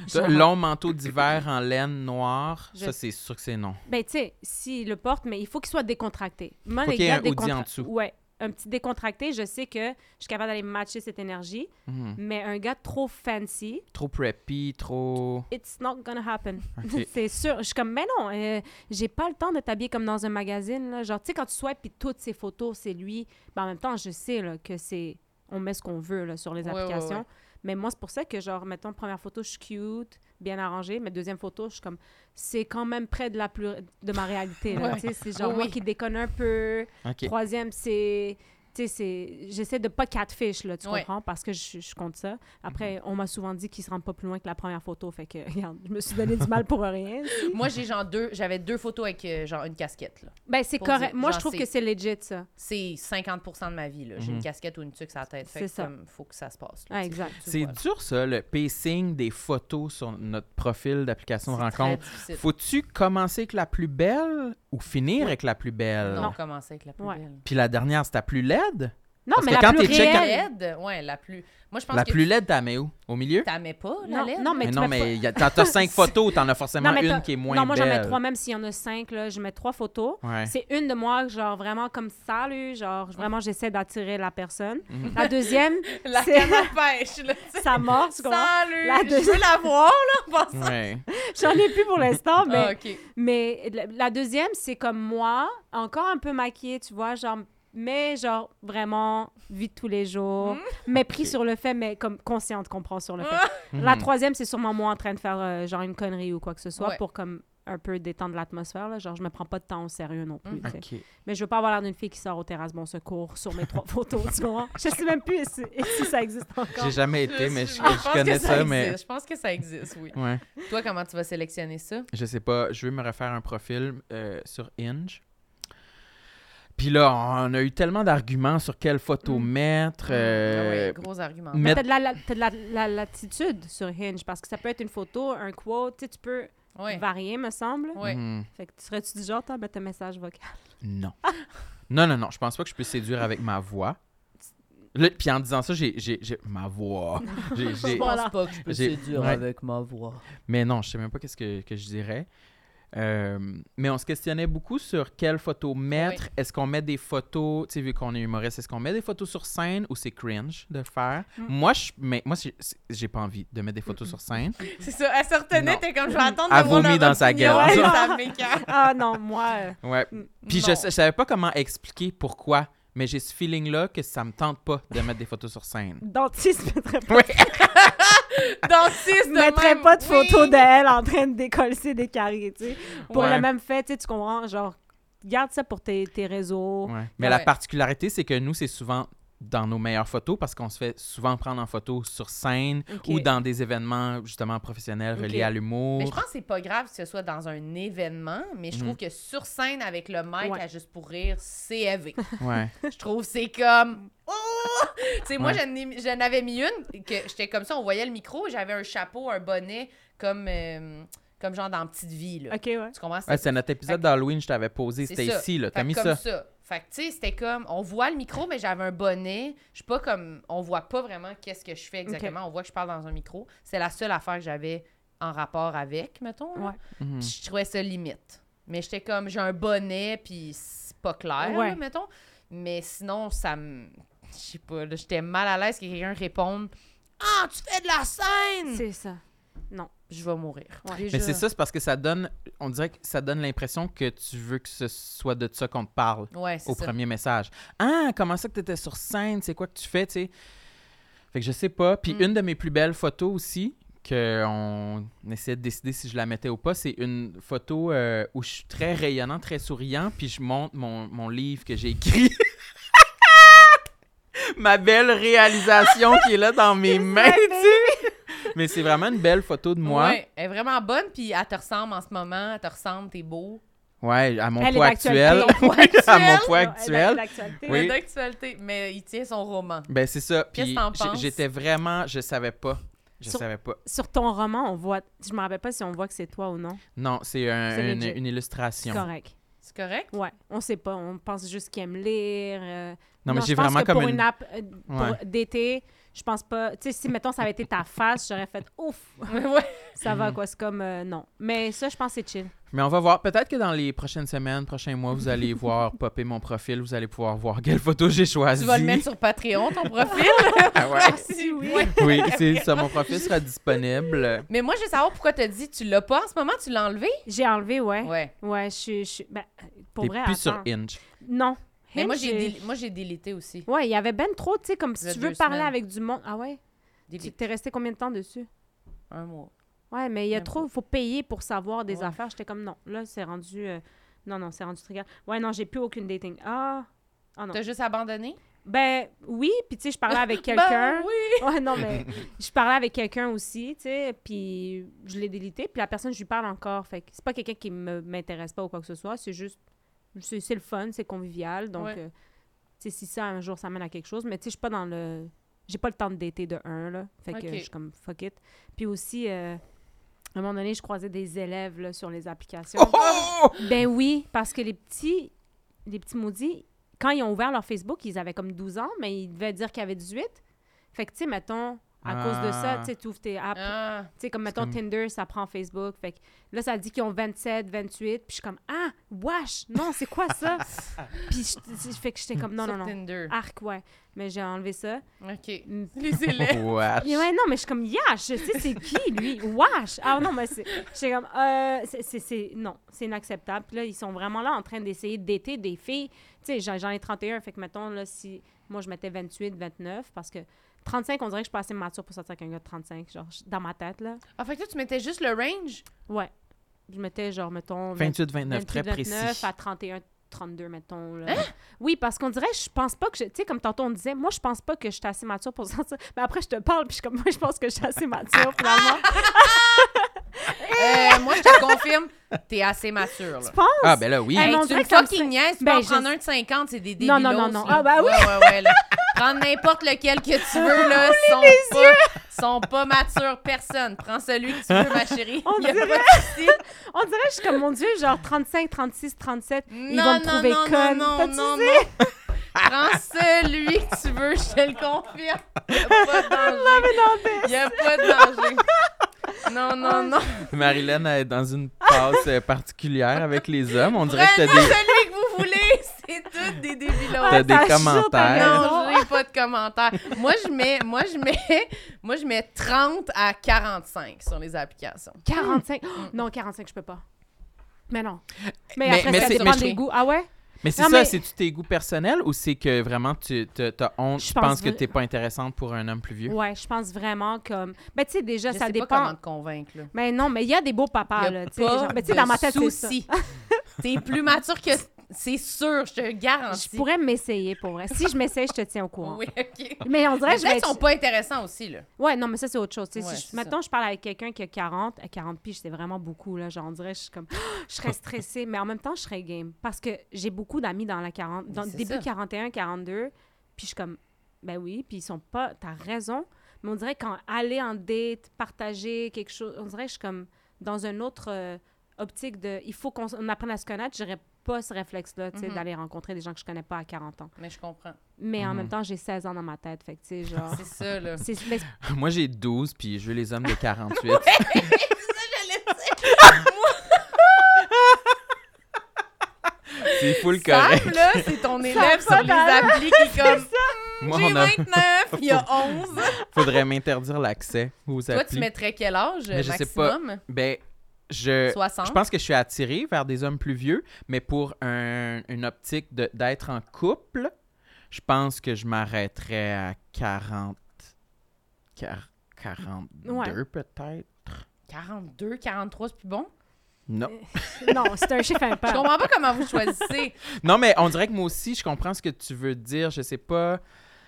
Speaker 2: ça, Euh, long manteau d'hiver en laine noire,
Speaker 4: Je-
Speaker 2: ça, c'est sûr que c'est non.
Speaker 4: Ben, tu sais, s'il le porte, mais il faut qu'il soit décontracté. Moi,
Speaker 2: Faut
Speaker 4: les
Speaker 2: qu'il y ait
Speaker 4: gars
Speaker 2: un hoodie
Speaker 4: décontra-
Speaker 2: en dessous.
Speaker 4: Ouais, un petit décontracté, je sais que je suis capable d'aller matcher cette énergie,
Speaker 1: Mm.
Speaker 2: Mhm.
Speaker 4: mais un gars trop fancy,
Speaker 2: Trop preppy, trop.
Speaker 4: it's not gonna happen.
Speaker 2: Ok.
Speaker 4: c'est sûr. Je suis comme, mais non, euh, j'ai pas le temps de t'habiller comme dans un magazine, là. Genre, tu sais, quand tu swipes, puis toutes ces photos, c'est lui. Ben, en même temps, je sais, là, que c'est... On met ce qu'on veut, là, sur les
Speaker 1: Ouais, ouais,
Speaker 4: applications.
Speaker 1: ouais.
Speaker 4: Mais moi, c'est pour ça que, genre, mettons, première photo, je suis cute, bien arrangée, mais deuxième photo, je suis comme, c'est quand même près de la plus de ma réalité. là.
Speaker 1: Ouais. Oh
Speaker 4: Tu sais, C'est genre
Speaker 1: Oui,
Speaker 4: moi
Speaker 1: oui.
Speaker 4: qui déconne un peu.
Speaker 2: Ok.
Speaker 4: Troisième, c'est tu tu sais, c'est- j'essaie de pas catfish, là, tu
Speaker 1: Ouais.
Speaker 4: comprends, parce que je, je compte ça. Après, on m'a souvent dit qu'ils se rendent pas plus loin que la première photo, fait que, regarde, je me suis donné du mal pour rien.
Speaker 1: Moi, j'ai genre deux, j'avais deux photos avec euh, genre une casquette. là.
Speaker 4: Ben, c'est
Speaker 1: Pour
Speaker 4: correct.
Speaker 1: dire,
Speaker 4: Moi,
Speaker 1: j'en
Speaker 4: je trouve
Speaker 1: sais.
Speaker 4: que c'est legit, ça.
Speaker 1: C'est 50 de ma vie. là. J'ai
Speaker 2: Mhm.
Speaker 1: une casquette ou une tuque sur la tête. Fait
Speaker 4: C'est
Speaker 1: que
Speaker 4: ça.
Speaker 1: comme, faut que ça se passe. là,
Speaker 4: Ah,
Speaker 1: tu sais.
Speaker 4: exact.
Speaker 1: Tu
Speaker 2: C'est
Speaker 1: vois, là.
Speaker 2: dur, ça, le pacing des photos sur notre profil d'application de
Speaker 1: C'est très
Speaker 2: rencontre.
Speaker 1: difficile.
Speaker 2: Faut-tu commencer avec la plus belle ou finir avec la plus belle?
Speaker 1: Non, commencer avec la plus
Speaker 4: Ouais.
Speaker 1: belle.
Speaker 2: Puis la dernière, c'est ta plus laide?
Speaker 4: Non,
Speaker 2: Parce
Speaker 4: mais
Speaker 2: que
Speaker 4: la
Speaker 2: quand
Speaker 4: plus
Speaker 2: t'es check-
Speaker 4: réelle...
Speaker 1: Laide, ouais, la plus. Moi, je pense
Speaker 2: La
Speaker 1: que
Speaker 2: plus laide, t'as mis où? Au milieu?
Speaker 1: tu mets pas, la
Speaker 4: Non,
Speaker 1: laide.
Speaker 4: non, mais
Speaker 2: Mais
Speaker 4: tu
Speaker 2: non,
Speaker 4: mets
Speaker 2: mais y a- t'en as cinq photos, t'en as forcément
Speaker 4: Non, mais t'as-
Speaker 2: une qui est moins
Speaker 4: non, moi, j'en
Speaker 2: belle.
Speaker 4: mets trois, même s'il y en a cinq, là, je mets trois photos.
Speaker 2: Ouais.
Speaker 4: C'est une de moi, genre, vraiment comme salut, genre, vraiment, j'essaie d'attirer la personne. La deuxième,
Speaker 1: La
Speaker 4: c'est
Speaker 1: canne à pêche, là, tu sais.
Speaker 4: ça mort, tu comprends?
Speaker 1: Salut!
Speaker 4: La
Speaker 1: Je veux la voir, là, en passant.
Speaker 2: Ouais.
Speaker 4: J'en ai plus pour l'instant, mais...
Speaker 1: Ah, OK.
Speaker 4: Mais la, la deuxième, c'est comme moi, encore un peu maquillée, tu vois, genre, mais genre vraiment vie de tous les jours,
Speaker 1: Hmm.
Speaker 4: mais pris sur le fait, mais comme consciente qu'on prend sur le
Speaker 1: Ah,
Speaker 4: fait.
Speaker 2: Hmm.
Speaker 4: La troisième, c'est sûrement moi en train de faire euh, genre une connerie ou quoi que ce soit
Speaker 1: Ouais.
Speaker 4: pour comme un peu détendre l'atmosphère, là. genre je me prends pas de temps au sérieux non plus. tu sais.
Speaker 2: Hmm. OK.
Speaker 4: Mais je veux pas avoir l'air d'une fille qui sort au terrasse Bon Secours sur mes trois photos, tu vois. Je sais même plus si, si ça existe encore.
Speaker 2: J'ai jamais été, mais je,
Speaker 1: pense
Speaker 2: je
Speaker 1: que
Speaker 2: connais ça, mais...
Speaker 1: existe. Je pense que ça existe, oui. Euh,
Speaker 2: Ouais.
Speaker 1: Toi, comment tu vas sélectionner ça?
Speaker 2: Je sais pas, je veux me refaire un profil euh, sur Inge. Puis là, on a eu tellement d'arguments sur quelle photo
Speaker 4: Mm.
Speaker 2: mettre. euh,
Speaker 1: Ah ouais, gros argument.
Speaker 2: mais-
Speaker 4: Mais T'as de la, la- t'as de la- la latitude sur Hinge parce que ça peut être une photo, un quote, tu sais, tu peux
Speaker 1: Ouais.
Speaker 4: varié, me semble.
Speaker 1: Ouais.
Speaker 2: mm,
Speaker 4: Fait que tu serais-tu du genre, toi, à mettre un message vocal?
Speaker 2: Non. non, non, non, je pense pas que je peux séduire avec ma voix. Là, puis en disant ça, j'ai. j'ai- j'ai- Ma voix. J'ai- j'ai-
Speaker 4: Voilà.
Speaker 1: pas que je
Speaker 2: J'ai-
Speaker 1: séduire
Speaker 2: ouais.
Speaker 1: avec ma voix.
Speaker 2: Mais non, je sais même pas qu'est-ce que, que je dirais. Euh, mais on se questionnait beaucoup sur quelle photo mettre. Est-ce qu'on met des photos, tu sais, vu qu'on est humoriste, est-ce qu'on met des photos sur scène ou c'est cringe de le faire?
Speaker 1: Mm.
Speaker 2: Moi, je, mais, moi, j'ai- j'ai pas envie de mettre des photos sur scène.
Speaker 1: C'est ça, elle se retenait,
Speaker 2: Non.
Speaker 1: t'es comme, je vais attendre
Speaker 2: Elle
Speaker 1: de voir
Speaker 2: vomit
Speaker 1: leur
Speaker 2: dans sa
Speaker 1: opinion, et
Speaker 4: gueule. Ouais.
Speaker 1: ça m'écoeure.
Speaker 4: Ah non, moi...
Speaker 2: Ouais.
Speaker 4: Mm,
Speaker 2: Puis je,
Speaker 1: non.
Speaker 2: je savais pas comment expliquer pourquoi, mais j'ai ce feeling-là que ça me tente pas de mettre des photos sur scène.
Speaker 4: Dentiste mettrait pas,
Speaker 2: Ouais.
Speaker 1: Dans six de
Speaker 4: mettrait
Speaker 1: même,
Speaker 4: pas de
Speaker 1: oui.
Speaker 4: photo d'elle en train de décoller des caries, tu sais. Pour
Speaker 2: Ouais.
Speaker 4: le même fait, tu sais, tu comprends, genre, garde ça pour tes, tes réseaux.
Speaker 2: Ouais. Mais
Speaker 1: Oh. Ouais.
Speaker 2: la particularité, c'est que nous, c'est souvent dans nos meilleures photos parce qu'on se fait souvent prendre en photo sur scène
Speaker 4: Ok.
Speaker 2: ou dans des événements justement professionnels reliés
Speaker 4: Ok.
Speaker 2: à
Speaker 1: Mais je
Speaker 2: l'humour.
Speaker 1: pense que c'est pas grave que ce soit dans un événement, mais je trouve que sur scène avec le mic
Speaker 4: Ouais.
Speaker 1: à juste pour rire, c'est élevé.
Speaker 2: Ouais.
Speaker 1: je trouve que c'est comme oh! Tu sais moi
Speaker 2: Ouais.
Speaker 1: j'en ai- j'en avais mis une que j'étais comme ça, on voyait le micro, et j'avais un chapeau, un bonnet comme euh, comme genre dans petite vie là.
Speaker 4: OK, ouais.
Speaker 1: Tu comprends
Speaker 2: Ouais, c'est notre
Speaker 1: Fait-
Speaker 2: épisode d'Halloween, je t'avais posé,
Speaker 1: C'est
Speaker 2: c'était
Speaker 1: ça.
Speaker 2: ici, là.
Speaker 1: Fait
Speaker 2: T'as
Speaker 1: que
Speaker 2: mis
Speaker 1: comme
Speaker 2: ça.
Speaker 1: Fait que, tu sais, c'était comme, on voit le micro, mais j'avais un bonnet. Je suis pas comme, on voit pas vraiment qu'est-ce que je fais exactement. On voit que je parle dans un micro. C'est la seule affaire que j'avais en rapport avec, mettons. là.
Speaker 4: Ouais.
Speaker 2: Mhm.
Speaker 1: Puis je trouvais ça limite. Mais j'étais comme, j'ai un bonnet, puis c'est pas clair, là,
Speaker 4: Ouais.
Speaker 1: mettons. Mais sinon, ça me. Je sais pas, là, j'étais mal à l'aise que quelqu'un réponde Ah, tu fais de la scène
Speaker 4: C'est ça.
Speaker 1: Je vais mourir.
Speaker 4: Ouais.
Speaker 1: Déjà.
Speaker 2: Mais c'est ça, c'est parce que ça donne, on dirait que ça donne l'impression que tu veux que ce soit de ça qu'on te parle
Speaker 1: Ouais, c'est
Speaker 2: au
Speaker 1: ça.
Speaker 2: premier message. Ah, comment ça que t'étais sur scène, c'est quoi que tu fais, tu sais. Fait que je sais pas. Puis
Speaker 1: Mm.
Speaker 2: une de mes plus belles photos aussi, que on essayait de décider si je la mettais ou pas, c'est une photo euh, où je suis très rayonnant, très souriant, puis je montre mon, mon livre que j'ai écrit. Ma belle réalisation qui est là dans mes mains, tu sais. Mais c'est vraiment une belle photo de moi.
Speaker 1: Ouais, elle est vraiment bonne, puis elle te ressemble en ce moment, elle te ressemble, t'es beau.
Speaker 2: Ouais, à mon
Speaker 4: Elle est
Speaker 2: poids
Speaker 4: d'actualité.
Speaker 2: actuel.
Speaker 4: Ton
Speaker 1: poids
Speaker 2: Ouais, à
Speaker 1: actuel.
Speaker 2: Ah, mon poids
Speaker 4: Non, elle a-
Speaker 2: actuel.
Speaker 4: l'actualité.
Speaker 2: Oui.
Speaker 1: Oui. d'actualité, mais il tient son roman.
Speaker 2: Ben c'est ça. Puis
Speaker 1: Qu'est-ce que t'en
Speaker 2: j-
Speaker 1: penses?
Speaker 2: j'étais vraiment, je savais pas. Je
Speaker 4: Sur-
Speaker 2: savais pas.
Speaker 4: Sur ton roman, on voit... Je me rappelle pas si on voit que c'est toi ou non.
Speaker 2: Non, c'est un-
Speaker 4: C'est
Speaker 2: une,
Speaker 4: legit.
Speaker 2: une
Speaker 4: C'est
Speaker 2: illustration.
Speaker 4: correct.
Speaker 1: C'est correct?
Speaker 4: Ouais. On sait pas. On pense juste qu'il aime lire. euh,
Speaker 2: Non, mais
Speaker 4: je
Speaker 2: j'ai
Speaker 4: pense
Speaker 2: vraiment
Speaker 4: que
Speaker 2: comme
Speaker 4: pour
Speaker 2: une.
Speaker 4: app euh, pour
Speaker 2: Ouais.
Speaker 4: d'été, je pense pas. Tu sais, si mettons ça avait été ta face, j'aurais fait ouf,
Speaker 1: ouais.
Speaker 4: ça va quoi, c'est comme euh, non. Mais ça, je pense que c'est chill.
Speaker 2: Mais on va voir. Peut-être que dans les prochaines semaines, prochains mois, vous allez voir popper mon profil. Vous allez pouvoir voir quelle photo j'ai choisie.
Speaker 1: Tu vas le mettre sur Patreon, ton profil.
Speaker 2: Ah ouais.
Speaker 1: si, oui.
Speaker 2: Oui, c'est ça. Mon profil sera disponible.
Speaker 1: Mais moi, je veux savoir pourquoi t'as dit tu l'as pas en ce moment, tu l'as enlevé?
Speaker 4: J'ai enlevé, ouais. Ouais,
Speaker 1: Ouais.
Speaker 4: je suis. je suis- ben, pour
Speaker 2: Et
Speaker 4: vrai,
Speaker 2: puis
Speaker 4: attends.
Speaker 2: sur Inch.
Speaker 4: Non.
Speaker 1: Mais
Speaker 4: Hinge,
Speaker 1: moi, j'ai déli- moi, j'ai délité aussi.
Speaker 4: Ouais, il y avait ben trop, tu sais, comme si
Speaker 1: Il y a
Speaker 4: tu veux
Speaker 1: deux
Speaker 4: parler
Speaker 1: semaines.
Speaker 4: avec du monde. Ah ouais? Tu-
Speaker 1: Délite.
Speaker 4: T'es resté combien de temps dessus?
Speaker 1: Un mois.
Speaker 4: Ouais, mais il y a
Speaker 1: Même
Speaker 4: trop, faut payer pour savoir des
Speaker 1: Ouais.
Speaker 4: affaires. J'étais comme non, là, c'est rendu. euh, non, non, c'est rendu très grave. Ouais, non, j'ai plus aucune dating. Ah! Ah non.
Speaker 1: T'as juste abandonné?
Speaker 4: Ben oui, puis tu sais, je parlais avec
Speaker 1: Ben
Speaker 4: quelqu'un.
Speaker 1: oui.
Speaker 4: Ouais, non, mais je parlais avec quelqu'un aussi, tu sais, puis je l'ai délité, puis la personne, je lui parle encore. Fait que c'est pas quelqu'un qui me- m'intéresse pas ou quoi que ce soit, c'est juste, c'est c'est le fun, c'est convivial, donc,
Speaker 1: Ouais.
Speaker 4: euh, tu sais, si ça, un jour, ça mène à quelque chose, mais tu sais, je suis pas dans le... J'ai pas le temps de dater de un, là, fait que
Speaker 1: Ok.
Speaker 4: euh, je suis comme « fuck it ». Puis aussi, euh, à un moment donné, je croisais des élèves, là, sur les applications.
Speaker 2: Oh!
Speaker 4: Ben oui, parce que les petits, les petits maudits, quand ils ont ouvert leur Facebook, ils avaient comme 12 ans, mais ils devaient dire qu'ils avaient 18. Fait que, tu sais, mettons, à cause de ça,
Speaker 2: Ah.
Speaker 4: tu sais, tu ouvres tes apps.
Speaker 1: Ah,
Speaker 4: Tu sais, comme, mettons,
Speaker 2: comme-
Speaker 4: Tinder, ça prend Facebook. Fait que là, ça dit qu'ils ont 27, 28. Puis je suis comme, ah, wesh, non, c'est quoi ça? puis je, fait que j'étais comme, non,
Speaker 1: sur
Speaker 4: non, non.
Speaker 1: Tinder.
Speaker 4: Arc, ouais. Mais j'ai enlevé ça.
Speaker 1: OK.
Speaker 4: Mm.
Speaker 1: Les élèves.
Speaker 2: Wesh.
Speaker 4: Mais ouais, non, mais je suis comme, yash, tu sais, c'est qui, lui? Wash! Ah non, mais c'est. J'étais comme, euh, c'est- c'est. c'est- Non, c'est inacceptable. Puis là, ils sont vraiment là en train d'essayer d'été des filles. Tu sais, j'en j'en ai 31, fait que mettons, là, si. Moi, je mettais 28, 29, parce que 35, on dirait que je suis pas assez mature pour sortir avec un gars de 35, genre, je- dans ma tête, là.
Speaker 1: Ah, fait que toi, tu mettais juste le range?
Speaker 4: Ouais. Je mettais, genre, mettons.
Speaker 2: 28, 29, très
Speaker 4: 28,
Speaker 2: précis.
Speaker 4: 29 à 31, 32, mettons. Là.
Speaker 1: Hein?
Speaker 4: Oui, parce qu'on dirait, je pense pas que. je- Tu sais, comme tantôt on disait, moi, je pense pas que je suis assez mature pour ça. Mais après, je te parle, puis je suis comme, moi, je pense que je suis assez mature, finalement.
Speaker 1: Ah, Euh, moi, je te confirme, t'es assez mature, là.
Speaker 4: tu penses?
Speaker 2: Ah, ben là, oui.
Speaker 4: Hey,
Speaker 1: Hey,
Speaker 4: mais on
Speaker 1: tu
Speaker 4: dirait
Speaker 1: me
Speaker 4: que ça me
Speaker 1: fucking
Speaker 4: fait-
Speaker 1: niaises, tu
Speaker 4: Ben,
Speaker 1: peux en
Speaker 4: je-
Speaker 1: prendre un de 50, c'est des débilos.
Speaker 4: Non, non, non, non. Ah, ben oui.
Speaker 1: Ouais, ouais, ouais, là. Prendre n'importe lequel que tu veux, là, sont pas, sont pas matures, personne. Prends celui que tu veux, ma chérie.
Speaker 4: On
Speaker 1: Il y a
Speaker 4: dirait-
Speaker 1: pas de souci.
Speaker 4: On dirait, je suis comme, mon Dieu, genre 35, 36, 37, ils
Speaker 1: Non,
Speaker 4: vont me
Speaker 1: non,
Speaker 4: trouver
Speaker 1: non,
Speaker 4: conne.
Speaker 1: non,
Speaker 4: T'as-tu
Speaker 1: non,
Speaker 4: dit?
Speaker 1: non. Prends celui que tu veux, je te le confirme. Il n'y a pas de danger. Il n'y a pas de danger. Non,
Speaker 4: Oh,
Speaker 1: non, non.
Speaker 2: Marilyn est dans une passe euh, particulière avec les hommes. On dirait que
Speaker 1: Prenez
Speaker 2: t'as des...
Speaker 1: celui que vous voulez. C'est tout des débilos.
Speaker 2: T'as des Hein?
Speaker 4: ça chute,
Speaker 2: commentaires.
Speaker 4: t'as
Speaker 1: Non, j'ai pas de commentaire. Moi, je mets, moi, je mets, moi, je mets 30 à 45 sur les applications. Mm.
Speaker 4: 45. Oh, non, 45, je peux pas. Mais non. Mais,
Speaker 2: Mais-
Speaker 4: après,
Speaker 2: mais
Speaker 4: ça
Speaker 2: c'est-
Speaker 4: dépend
Speaker 2: mais je-
Speaker 4: des goûts. Ah ouais?
Speaker 2: Mais c'est
Speaker 4: Non,
Speaker 2: ça,
Speaker 4: mais-
Speaker 2: c'est-tu tes goûts personnels ou c'est que vraiment tu te- t'as honte,
Speaker 4: Je
Speaker 2: tu
Speaker 4: pense
Speaker 2: penses que
Speaker 4: vrai-
Speaker 2: t'es pas intéressante pour un homme plus vieux?
Speaker 4: Ouais, je pense vraiment comme. Ben, tu sais, déjà,
Speaker 1: je
Speaker 4: ça
Speaker 1: sais
Speaker 4: dépend.
Speaker 1: pas comment te convaincre, là.
Speaker 4: Mais non, mais il y a des beaux
Speaker 1: Y
Speaker 4: papas,
Speaker 1: a
Speaker 4: là. tu sais,
Speaker 1: pas
Speaker 4: genre- Mais tu sais,
Speaker 1: de
Speaker 4: dans ma tête, c'est ça.
Speaker 1: souci. T'es plus mature que... C'est sûr, je te le garantis.
Speaker 4: Je pourrais m'essayer pour vrai. Si je m'essaye, je te tiens au courant.
Speaker 1: Oui, OK.
Speaker 4: Mais on
Speaker 1: Les
Speaker 4: dirait que je vais
Speaker 1: dates sont
Speaker 4: être-
Speaker 1: pas intéressants aussi, là.
Speaker 4: Ouais, non, mais ça, c'est autre chose. tu sais,
Speaker 1: Ouais,
Speaker 4: si
Speaker 1: c'est
Speaker 4: je... Maintenant, je parle avec quelqu'un qui a 40. À 40 piges, c'est vraiment beaucoup. Là. Genre, on dirait, je suis comme. je serais stressée, mais en même temps, je serais game. Parce que j'ai beaucoup d'amis dans la 40. Dans
Speaker 1: Mais c'est
Speaker 4: début
Speaker 1: ça.
Speaker 4: 41, 42. Puis je suis comme. Ben oui, puis ils sont pas. T'as raison. Mais on dirait quand aller en date, partager quelque chose. On dirait que je suis comme dans une autre euh, optique de. Il faut qu'on s- on apprenne à se connaître. J'aurais pas ce réflexe-là, tu sais,
Speaker 1: Mhm.
Speaker 4: d'aller rencontrer des gens que je connais pas à 40 ans.
Speaker 1: Mais je comprends.
Speaker 4: Mais en
Speaker 2: Mhm.
Speaker 4: même
Speaker 1: Mm-hmm.
Speaker 4: temps, j'ai 16 ans dans ma tête. Fait que, tu sais, genre.
Speaker 1: C'est ça, là.
Speaker 4: c'est- mais
Speaker 2: Moi, j'ai 12, puis je veux les hommes de 48. c'est full correct.
Speaker 1: Sam, là, c'est ton élève
Speaker 4: pas hein?
Speaker 1: sur les
Speaker 4: d'allure.
Speaker 1: applis qui est comme...
Speaker 2: Moi,
Speaker 1: J'ai
Speaker 2: on a...
Speaker 1: 29, il y a 11.
Speaker 2: faudrait m'interdire l'accès aux
Speaker 1: Toi, tu
Speaker 2: applis.
Speaker 1: mettrais quel âge
Speaker 2: Mais je sais pas.
Speaker 1: maximum?
Speaker 2: Ben, je...
Speaker 1: 60?
Speaker 2: Je pense que je suis attirée vers des hommes plus vieux, mais pour un- une optique de- d'être en couple, je pense que je m'arrêterais à 40... quar- 42
Speaker 4: Ouais.
Speaker 2: peut-être.
Speaker 1: 42, 43, c'est plus bon.
Speaker 2: Non.
Speaker 4: non, c'est un chiffre
Speaker 1: Je
Speaker 4: impair.
Speaker 1: comprends pas comment vous choisissez.
Speaker 2: non, mais on dirait que moi aussi, je comprends ce que tu veux dire. Je sais pas